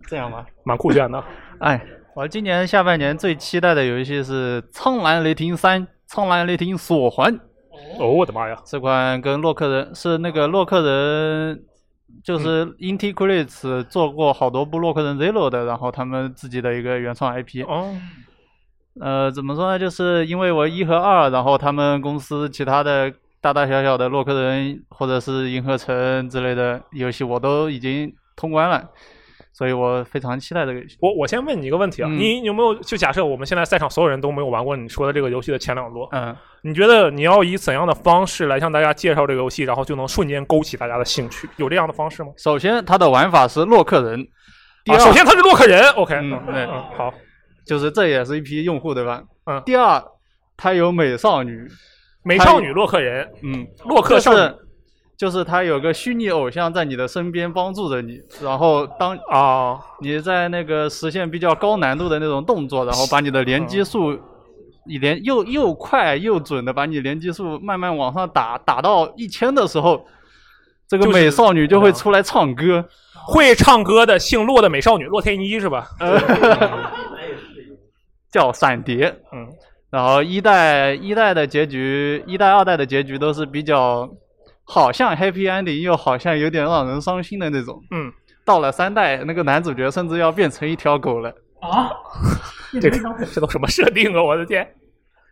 这样吗？
啊蛮酷炫的。
<laughs> 哎，我今年下半年最期待的游戏是《苍蓝雷霆三》《苍蓝雷霆锁环》。
哦，我的妈呀！
这款跟洛克人是那个洛克人，就是
嗯
Inti Creates 做过好多部洛克人 Zero 的，然后他们自己的一个原创 IP。
哦。
呃，怎么说呢？就是因为我一和二，然后他们公司其他的大大小小的洛克人或者是银河城之类的游戏，我都已经通关了，所以我非常期待这个游戏。
我我先问你一个问题啊，
嗯
你有没有就假设我们现在在场所有人都没有玩过你说的这个游戏的前两座，
嗯，
你觉得你要以怎样的方式来向大家介绍这个游戏，然后就能瞬间勾起大家的兴趣？有这样的方式吗？
首先，它的玩法是洛克人。第
啊
二，
首先他是洛克人，OK，
嗯，对，
好，
就是这也是一批用户对吧？
嗯。
第二，它有美少女，
美
它
少
有
女洛克人，
嗯，
洛克少
就
女
是，就是他有个虚拟偶像在你的身边帮助着你，然后当
啊
你在那个实现比较高难度的那种动作，然后把你的连
嗯
击数，你连又又快又准的把你连击数慢慢往上打，打到一千的时候，这个
就是嗯
美少女就会出来唱歌，
会唱歌的姓洛的美少女洛天依是吧？
呃 <laughs> 叫闪蝶，
嗯，
然后一代一代的结局，一代二代的结局都是比较好像 happy ending，又好像有点让人伤心的那种。
嗯，
到了三代，那个男主角甚至要变成一条狗了。
<laughs>
啊，
这个这都什么设定啊！我的天，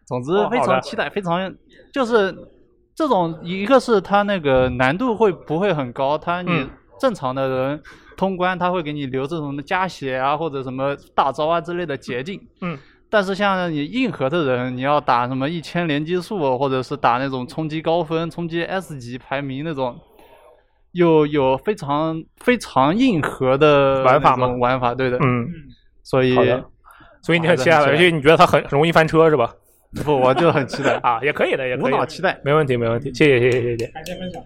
总之
哦
非
好
常
的
期待，非常就是这种一个是它那个难度会不会很高，它你
嗯
正常的人通关，它会给你留这种的加血啊或者什么大招啊之类的捷径。
嗯，
但是像你硬核的人，你要打什么一千连击数，或者是打那种冲击高分、冲击 S 级排名那种，有有非常非常硬核的
玩法吗
那种玩法，对的，
嗯，
所以
好的所以你很期待，
玩得
而
很
且你觉得它很很容易翻车是吧？ <laughs>
不，我就很期待
啊，也可以的，也可以的，
无脑期待，
没问题，没
嗯
问题，谢谢，谢谢，谢谢。
感谢分享。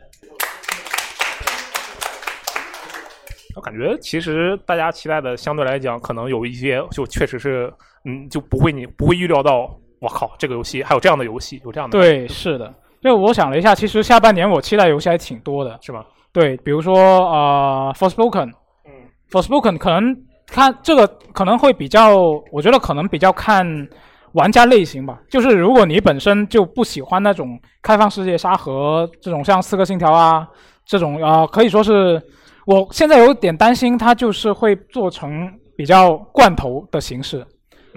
我感觉其实大家期待的相对来讲，可能有一些就确实是，嗯，就不会你不会预料到，我靠，这个游戏还有这样的游戏，有这样的
对，是的。就我想了一下，其实下半年我期待游戏还挺多的，
是吧？
对，比如说呃，Forspoken，嗯，Forspoken 可能看这个可能会比较，我觉得可能比较看玩家类型吧。就是如果你本身就不喜欢那种开放世界沙盒这种，像《刺客信条》啊这种啊、呃可以说是我现在有点担心它就是会做成比较罐头的形式。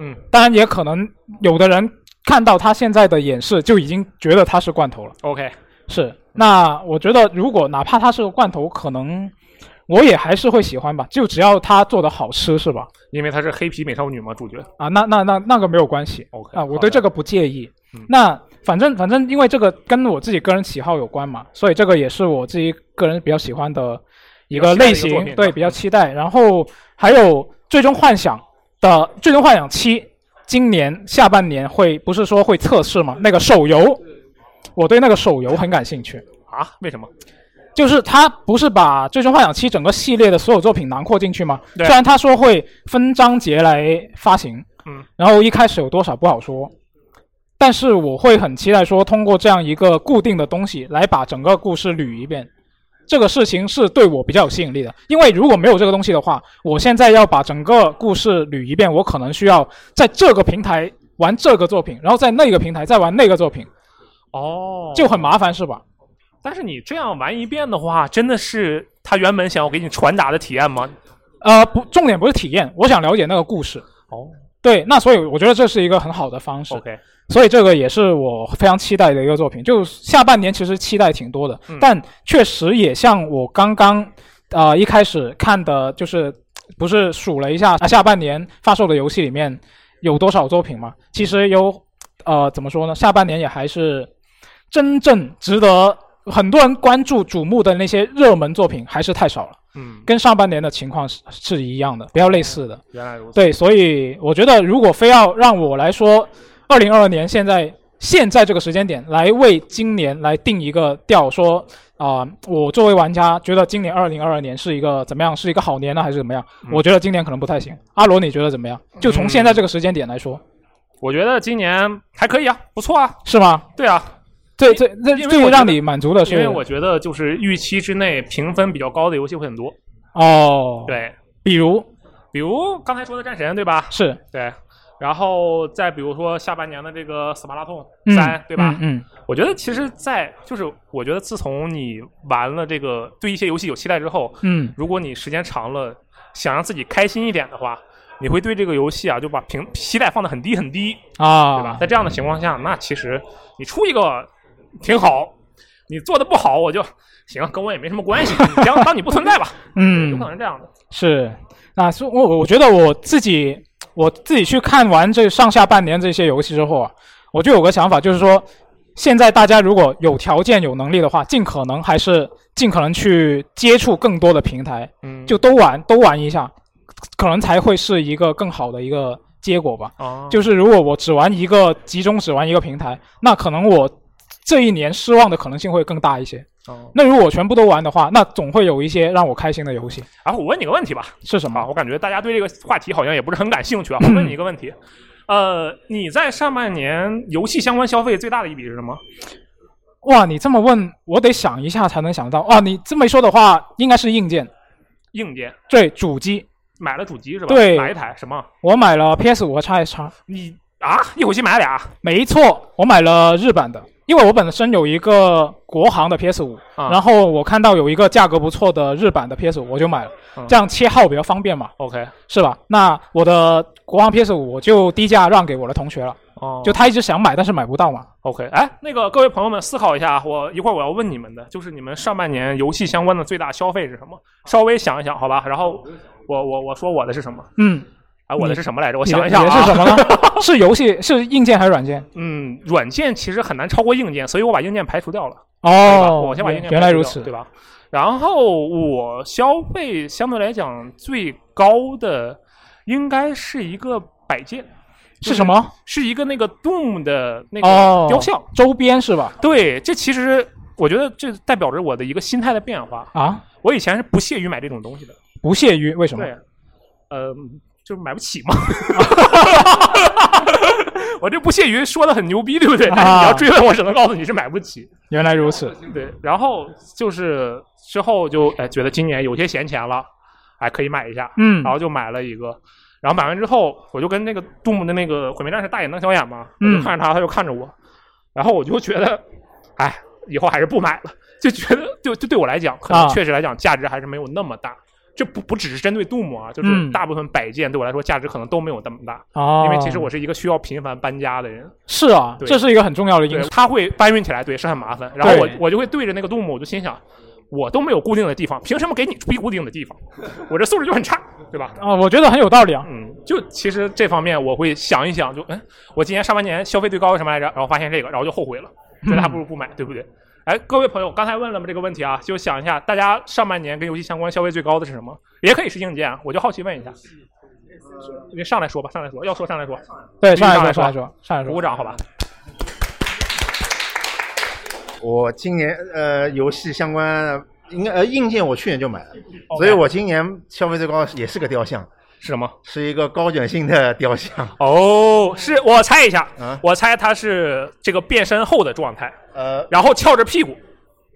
嗯，
当然也可能有的人看到他现在的演示就已经觉得他是罐头了。
OK，
是。那我觉得如果哪怕他是个罐头，可能我也还是会喜欢吧，就只要他做的好吃是吧？
因为她是黑皮美少女嘛，主角。
啊，那那那那个没有关系
OK，
啊，我
好
对
的嗯
这个不介意。那反正反正因为这个跟我自己个人喜好有关嘛，所以这个也是我自己个人比较喜欢的一个类型，
比较期待的一个作品嗯
对，比较期待。然后还有《最终幻想》的《最终幻想七》，今年下半年会不是说会测试吗？那个手游，我对那个手游很感兴趣。
啊？为什么？
就是他不是把《最终幻想七》整个系列的所有作品囊括进去吗？
对
虽然他说会分章节来发行，
嗯，
然后一开始有多少不好说，但是我会很期待说通过这样一个固定的东西来把整个故事捋一遍，这个事情是对我比较有吸引力的。因为如果没有这个东西的话，我现在要把整个故事捋一遍，我可能需要在这个平台玩这个作品，然后在那个平台再玩那个作品，
哦，
就很麻烦，是吧？
但是你这样玩一遍的话，真的是他原本想要给你传达的体验吗？
呃，不，重点不是体验，我想了解那个故事。
哦，
对，那所以我觉得这是一个很好的方式。
OK，
所以这个也是我非常期待的一个作品。就下半年其实期待挺多的，
嗯
但确实也像我刚刚呃一开始看的，就是不是数了一下啊，下半年发售的游戏里面有多少作品嘛？其实有呃怎么说呢？下半年也还是真正值得很多人关注瞩目的那些热门作品还是太少了。
嗯，
跟上半年的情况是是一样的，比较类似的。
原来如此。
对，所以我觉得如果非要让我来说，二零二二年现在现在这个时间点来为今年来定一个调，说啊、我作为玩家觉得今年二零二二年是一个怎么样？是一个好年呢，啊还是怎么样？
嗯
我觉得今年可能不太行。阿罗，你觉得怎么样？就从现在这个时间点来说，
我觉得今年还可以啊，不错啊，
是吗？
对啊，
最最最
因为我
最
觉
让
得
你满足的是，
因为我觉得就是预期之内评分比较高的游戏会很多。
哦，
对，
比如
比如刚才说的战神，对吧？
是
对，然后再比如说下半年的这个死马拉痛
嗯
三、对吧？
嗯嗯
我觉得其实在，就是我觉得自从你玩了这个对一些游戏有期待之后，
嗯
如果你时间长了，想让自己开心一点的话，你会对这个游戏啊就把评期待放得很低很低
啊
对吧？在这样的情况下，那其实你出一个挺好，你做的不好我就行，跟我也没什么关系，你当当你不存在吧，
嗯
有可能是这样的。
是，那是我我我觉得我自己我自己去看完这上下半年这些游戏之后啊，我就有个想法，就是说，现在大家如果有条件有能力的话，尽可能还是尽可能去接触更多的平台，
嗯
就都玩都玩一下，可能才会是一个更好的一个结果吧。
哦
就是如果我只玩一个集中只玩一个平台，那可能我这一年失望的可能性会更大一些。
哦
那如果我全部都玩的话，那总会有一些让我开心的游戏。
然啊后我问你个问题吧，啊
是什么？嗯
我感觉大家对这个话题好像也不是很感兴趣啊。我问你一个问题，呃，你在上半年游戏相关消费最大的一笔是什么？
哇，你这么问，我得想一下才能想到。哇，你这么一说的话，应该是硬件，
硬件
对，主机。
买了主机是吧？
对，
哪一台？什么？
我买了 PS 五和 x S
你啊，一口气买俩？
没错，我买了日版的，因为我本身有一个国行的 PS 五、
啊
然后我看到有一个价格不错的日版的 PS 五，我就买了、
嗯
这样切号比较方便嘛，
OK，
是吧？那我的国行 PS 五我就低价让给我的同学了，
哦
就他一直想买，但是买不到嘛。
OK，哎，那个各位朋友们思考一下啊，我一会儿我要问你们的，就是你们上半年游戏相关的最大消费是什么？稍微想一想，好吧。然后我我我说我的是什么？
嗯，
啊，我的
你
是什么来着？我
你的
想一想、啊，
你的是什么
<laughs>
呢？是游戏，是硬件还是软件？
嗯，软件其实很难超过硬件，所以我把硬件排除掉了。对吧
哦，
我先把硬件
原原来如
排除
此，
掉对吧？然后我消费相对来讲最高的应该是一个摆件，就是
什么？
是一个那个 Doom 的那个
哦，
雕像。
周边是吧？
对，这其实我觉得这代表着我的一个心态的变化。
啊，
我以前是不屑于买这种东西的，
不屑于为什么？
对，呃，就是买
<laughs>
不起嘛。 <laughs> 我这不屑于说的很牛逼，对不
啊
对？但是你要追问我，只能告诉你是买不起。
原来如此，
对，然后就是之后就哎觉得今年有些闲钱了，哎可以买一下，
嗯
然后就买了一个，然后买完之后我就跟那个杜牧的那个毁灭战士大眼瞪小眼嘛，我就
嗯
看着他，他就看着我，然后我就觉得，哎，以后还是不买了，就觉得就就对我来讲，可能
啊
确实来讲价值还是没有那么大。这不不只是针对杜牧啊，就是
嗯
大部分摆件对我来说价值可能都没有那么大，
哦
因为其实我是一个需要频繁搬家的人，
是啊，
对
这是一个很重要的因
对
素。
它会搬运起来，对，是很麻烦。然后我
对
我就会对着那个杜牧，我就心想，我都没有固定的地方，凭什么给你推固定的地方？ <laughs> 我这素质就很差，对吧？
啊，我觉得很有道理啊。
嗯，就其实这方面我会想一想，就嗯，我今年上半年消费最高是什么来着？然后发现这个，然后就后悔了，觉得还不如不
<laughs>
买，对不对？哎，各位朋友，刚才问了吗这个问题啊？就想一下，大家上半年跟游戏相关消费最高的是什么？也可以是硬件啊，我就好奇问一下。你上来说吧，上来说，要说上来说。
对，
上
上来说，上来
上来
说，上来说，
鼓掌好吧？
我今年呃游戏相关应该呃硬件我去年就买了
OK
所以我今年消费最高的也是个雕像，
是什么？
是一个高卷性的雕像。啊
哦，是我猜一下，我猜他是这个变身后的状态，
呃，
然后翘着屁股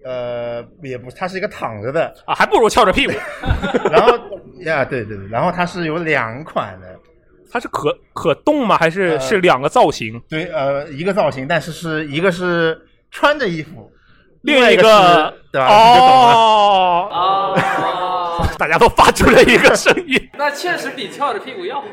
呃，也不，它是一个躺着的，
啊，还不如翘着屁股。
<laughs> 然后呀，对对对，然后它是有两款的，
它是可可动吗？还是
呃
是两个造型？
对，呃，一个造型，但是是一个是穿着衣服，
另
外
一
一
个
是对吧？你就懂了。
哦
哦，
<laughs> 大家都发出了一个声
<laughs>
音。
<laughs> 那确实比翘着屁股要好。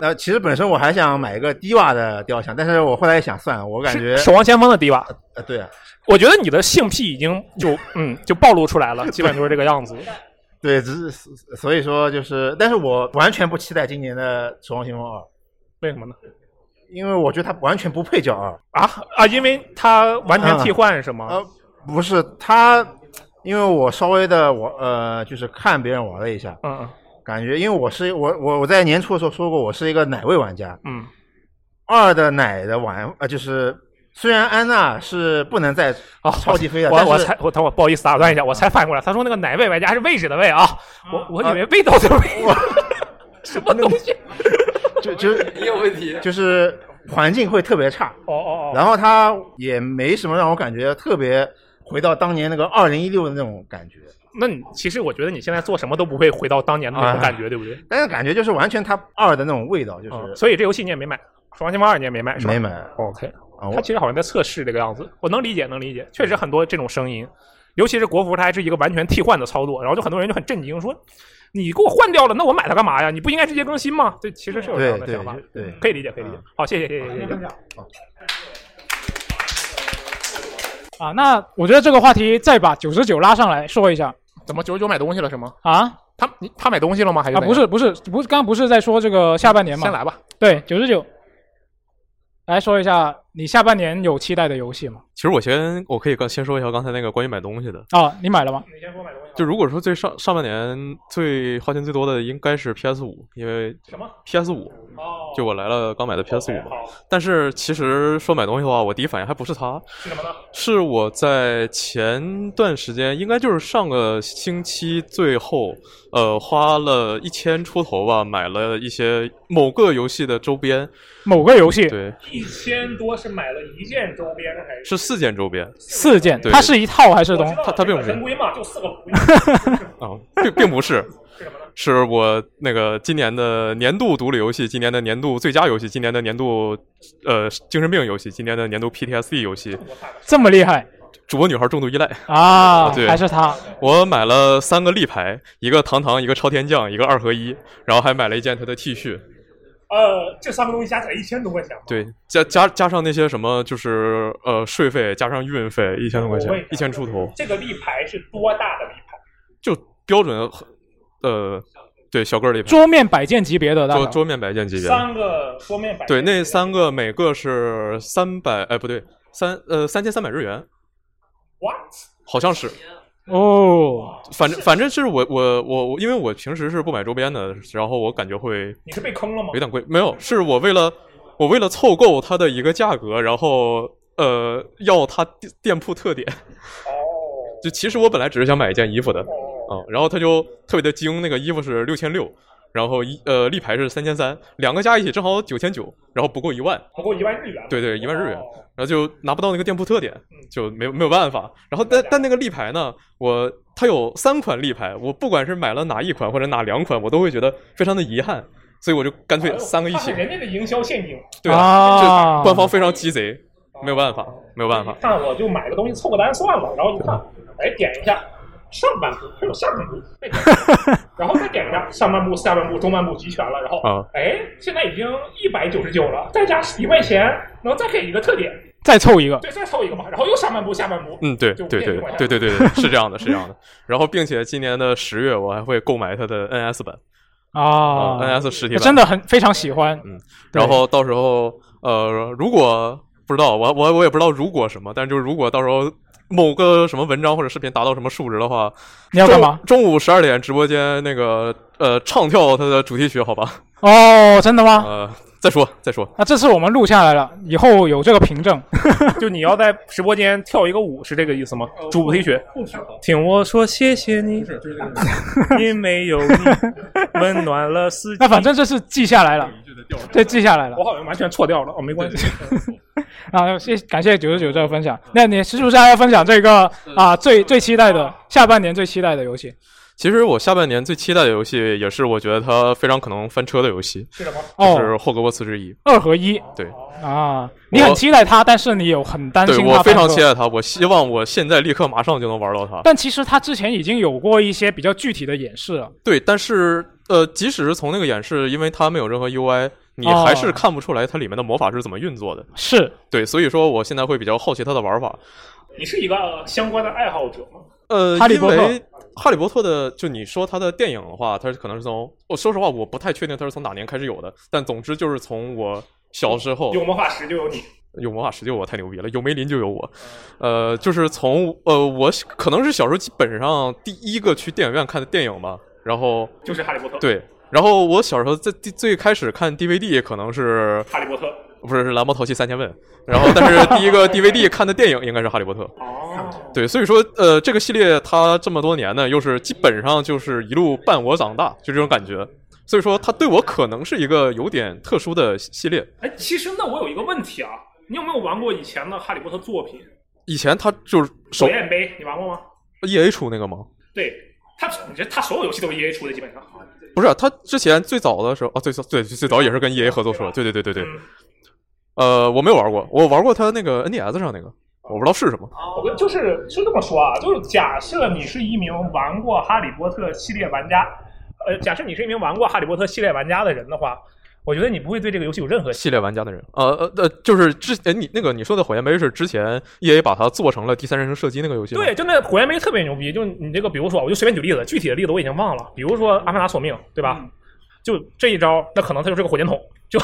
那呃其实本身我还想买一个低瓦的雕像，但是呃我后来一想，算了，我感觉
守望先锋的迪瓦。
呃，对啊，
我觉得你的性癖已经
<laughs>
就嗯就暴露出来了，基本就是这个样子。
对，只是所以说就是，但是我完全不期待今年的《守望先锋二》，
为什么呢？
因为我觉得它完全不配叫二
啊啊，因为它完全替换是吗？
呃，不是，它因为我稍微的我呃，就是看别人玩了一下，
嗯嗯，
感觉因为我是我我我在年初的时候说过，我是一个奶味玩家，
嗯，
二的奶的玩呃就是虽然安娜是不能再超级飞了，
哦我
但
我
是
才我等会儿不好意思打断一
啊
下，我才反应过来，他说那个奶味玩家是位置的位啊，我我以为味道
啊
的味，
<laughs>
什么东西？
就就
<laughs> 你有问题
就是环境会特别差。
哦哦哦。
然后它也没什么让我感觉特别回到当年那个二零一六的那种感觉，
那你其实我觉得你现在做什么都不会回到当年的那种感觉，对不对？
啊
嗯
但是感觉就是完全它二的那种味道，就是、
所以这游戏你也没买，《守望先锋二》你也没买，是吧
没买。
OK，
啊，
它其实好像在测试这个样子，我能理解，能理解，确实很多这种声音，尤其是国服，它还是一个完全替换的操作，然后就很多人就很震惊，说你给我换掉了，那我买它干嘛呀？你不应该直接更新吗？对，其实是有啊这样的
对
想法
对，对嗯
可以理解，可以理解。好，谢谢，谢谢，谢谢。
啊，那我觉得这个话题再把九十九拉上来说一下
怎么九十九买东西了是吗？
啊。
他你他买东西了吗？还是
啊，
怎
不
样
是不是不是，刚刚不是在说这个下半年吗？
先来吧。
对，九十九，来说一下你下半年有期待的游戏吗？
其实我先我可以刚先说一下刚才那个关于买东西的，
啊，你买了吗？
就如果说最上上半年最花钱最多的应该是 PS 五，因为
什么哦
PS 五，就我来了刚买的 PS 五嘛。但是其实说买东西的话，我第一反应还不是它，
是什么呢？
是我在前段时间，应该就是上个星期最后，呃，花了一千出头吧，买了一些某个游戏的周边。
某个游戏
对，
一千多是买了一件周边还
是
是？
四件周边。
四件，
对
它是一套还是东？
它它并不是
神龟嘛，就四个龟。 <laughs>
哦，并并不是，是我那个今年的年度独立游戏，今年的年度最佳游戏，今年的年度呃精神病游戏，今年的年度 PTSD 游戏，
这么厉害
主播女孩重度依赖
啊？
对，
还是它？
我买了三个立牌，一个糖糖，一个超天降，一个二合一，然后还买了一件他的 T 恤，
呃，这三个东西加起来一千多块钱吧。
对，加加加上那些什么就是呃税费，加上运费一千多块
我问
钱
一下，
一千出头，
这个立牌是多大的立牌？
就标准呃对小个儿立牌，
桌面摆件级别的大
桌
佬，
桌面摆件级别的，
三个桌面摆。
对，那三个每个是三百，哎，不对，三呃三千三百日元，
What？
好像是。
哦，
反正反正是我我我我，因为我平时是不买周边的，然后我感觉会
你是被坑了吗？
有点贵。没有，是我为了我为了凑够它的一个价格，然后呃要它店店铺特点。就其实我本来只是想买一件衣服的，啊，然后他就特别的精，那个衣服是六千六，然后一呃立牌是三千三，两个加一起正好九千九，然后不够一万，
不够一万日元。
对对，一万
哦
日元，然后就拿不到那个店铺特点，
嗯
就没有没有办法。然后但但那个立牌呢，我它有三款立牌，我不管是买了哪一款或者哪两款，我都会觉得非常的遗憾，所以我就干
哎
脆三个一
它
起
是，人家的哦营销陷阱。
对
啊
就官方非常鸡贼，没有办
哦
法，没有办法。
看我就买个东西凑个单算了，然后一看，哎，点一下上半部，还有下半部，哎然后再点一下上半部、下半部、中半部集全了，然后
啊
哎，现在已经一百九十九了，再加一块钱，能再给一个特点，
再凑一个，
对，再凑一个嘛，然后又上半部、下半部，
嗯，对
就
对
变
对
成一块钱
对对对对，是这样的，是这样的。然后，并且今年的十月，我还会购买它的 NS 版
啊
，NS 实体
我
版，
真的很非常喜欢。
嗯，然后到时候，呃，如果不知道，我我我也不知道如果什么，但是就是如果到时候某个什么文章或者视频达到什么数值的话，
你要干嘛
中？中午十二点直播间那个呃，唱跳它的主题曲，好吧？ <laughs>
哦，真的吗？
呃，再说再说，
那这次我们录下来了，以后有这个凭证。 <laughs>
<laughs> 就你要在直播间跳一个舞，是这个意思吗？主题曲，
听我说，谢谢你，
<laughs>
因为有你，温暖了四季。
<laughs> 那反正这是记下来了，这记下来了
我好像完全错掉了，哦，没
<laughs>
关系。
啊！谢感谢九十九这个分享。那你是不是还要分享这个啊最最期待的下半年最期待的游戏？
其实我下半年最期待的游戏，也是我觉得它非常可能翻车的游戏，
是什么
就是《霍格沃茨之一》
哦二合一
对。
啊，你很期待它，但是你有很担
对
心
我
它
非常
翻车
期待它，我希望我现在立刻马上就能玩到它。
但其实它之前已经有过一些比较具体的演示了。
对，但是呃，即使是从那个演示，因为它没有任何 UI，你
哦
还是看不出来它里面的魔法是怎么运作的。
是
对，所以说我现在会比较好奇它的玩法。
你是一个相关的爱好者吗？
呃，
哈利波特
因为哈利波特的，就你说它的电影的话，它是可能是从，我说实话，我不太确定它是从哪年开始有的，但总之就是从我小时候
有魔法石就有你。
有魔法石就我太牛逼了，有梅林就有我，
嗯
呃，就是从呃我可能是小时候基本上第一个去电影院看的电影吧，然后
就是哈利波特
对，然后我小时候在最最开始看 DVD 可能是
哈利波特，
不是是蓝猫淘气三千问，然后但是第一个 DVD 看的电影应该是《哈利波特》。
哦
对，所以说呃，这个系列它这么多年呢，又是基本上就是一路伴我长大，就这种感觉。所以说它对我可能是一个有点特殊的系列。
哎，其实那我有一个问题啊，你有没有玩过以前的《哈利波特》作品？
以前它就是首
火焰杯，你玩过吗？
E A 出那个吗？
对，它你这它所有游戏都是 EA 出的，基本上。
不是，啊他之前最早的时候啊，最早对最早也是跟 E A 合作出来，对对对对对。呃，我没有玩过，我玩过他那个 N D S 上那个，我不知道是什么。
我跟就是是这么说啊，就是假设你是一名玩过《哈利波特》系列玩家，呃，假设你是一名玩过《哈利波特》系列玩家的人的话，我觉得你不会对这个游戏有任何
系列玩家的人，呃呃呃，就是之呃你那个你说的火焰杯是之前 E A 把它做成了第三人称射击那个游戏吗，
对，就那火焰杯特别牛逼，就你这个，比如说，我就随便举例子，具体的例子我已经忘了，比如说阿凡达索命，对吧？就这一招，那可能他就是个火箭筒，就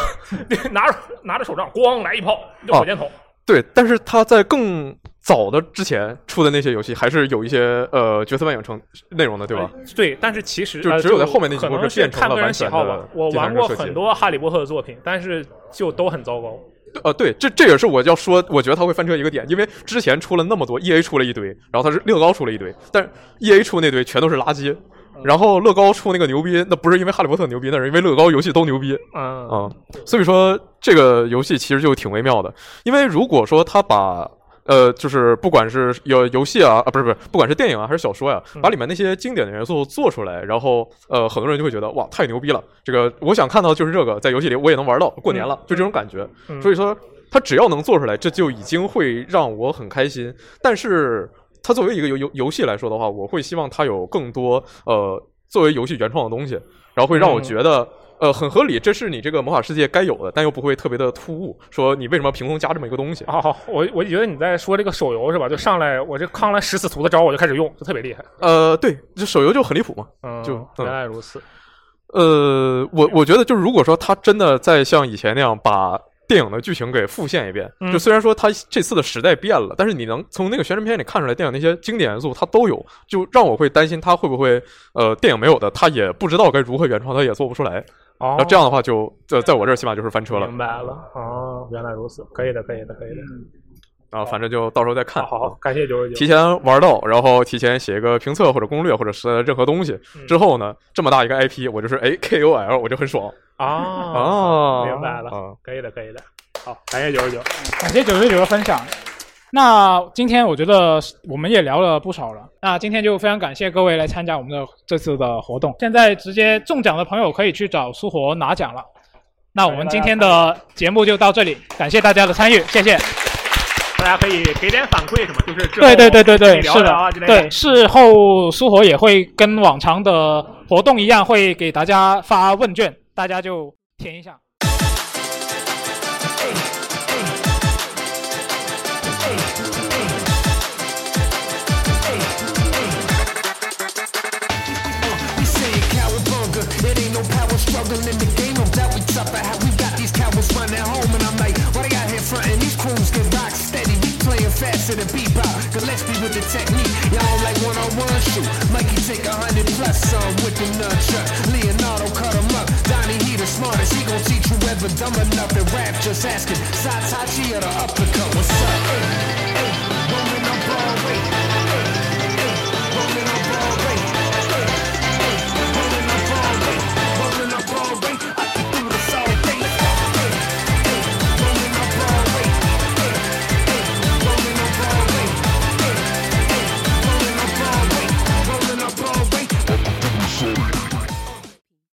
拿着拿着手杖，咣来一炮，就火
哦
箭筒。
对，但是他在更早的之前出的那些游戏还是有一些呃角色扮演成内容的，对吧？
对，但是其实
就
呃
只有在后面那几
可
部
能
是变成
看
了
个人
完
喜
全
好吧
的。
我
第三
玩
人
过
设计
很多哈利波特的作品，但是就都很糟糕。
呃，对，这这也是我要说，我觉得他会翻车一个点，因为之前出了那么多，E A 出了一堆，然后他是乐高出了一堆，但是 E A 出那堆全都是垃圾，
嗯
然后乐高出那个牛逼，那不是因为哈利波特牛逼，那是因为乐高游戏都牛逼，
嗯
啊、所以说这个游戏其实就挺微妙的，因为如果说他把。呃，就是不管是游游戏啊，啊不是不是，不管是电影啊还是小说呀、
嗯
把里面那些经典的元素做出来，然后呃，很多人就会觉得哇，太牛逼了！这个我想看到就是这个，在游戏里我也能玩到，过年了，就这种感觉。
嗯
所以说，他只要能做出来，这就已经会让我很开心。但是，它作为一个游游游戏来说的话，我会希望它有更多呃作为游戏原创的东西，然后会让我
嗯
觉得。呃，很合理，这是你这个魔法世界该有的，但又不会特别的突兀。说你为什么凭空加这么一个东西？
好好，哦我我觉得你在说这个手游是吧？就上来我这康兰十四图的招我就开始用，就特别厉害。
呃，对，这手游就很离谱嘛，
嗯，
就嗯
原来如此。
呃，我我觉得就是，如果说他真的再像以前那样把电影的剧情给复现一遍，
嗯
就虽然说他这次的时代变了，但是你能从那个宣传片里看出来，电影那些经典元素它都有，就让我会担心他会不会呃电影没有的，他也不知道该如何原创，他也做不出来。
哦
然后这样的话就，呃，在我这儿起码就是翻车了
明白了，哦，原来如此，可以的，可以的，可以的。
嗯
啊，反正就到时候再看。
好好，感谢九十九。
提前玩到，然后提前写一个评测或者攻略或者是任何东西
嗯
之后呢，这么大一个 IP，我就是哎 KOL，我就很爽。
啊
哦
明白了，
<laughs> 啊
可以的，可以的。好，感谢九十九。
感谢九十九的分享。那今天我觉得我们也聊了不少了，那今天就非常感谢各位来参加我们的这次的活动。现在直接中奖的朋友可以去找苏活拿奖了。那我们今天的节目就到这里，感谢大家的参与，谢谢。
大家可以给点反馈什么，就是之后
对对对对
可
对，
以聊
是
聊啊
的
之，类
对，事后苏活也会跟往常的活动一样，会给大家发问卷，大家就填一下。
We say it cowabunga, it ain't no power struggle in the game. I'm doubt we tougher. How we got these cowards running home, and I'm like, why they out here frontin'? These crews get rock steady. We playing faster than bebop. Gillespie with the technique. Y'all like one-on-one shoot. Mikey take a hundred plus some with the nunchucks. Leonardo cut him up. Donnie, he the smartest. He gon' teach whoever dumb enough to rap. Just asking. Satachi or the uppercut. What's up?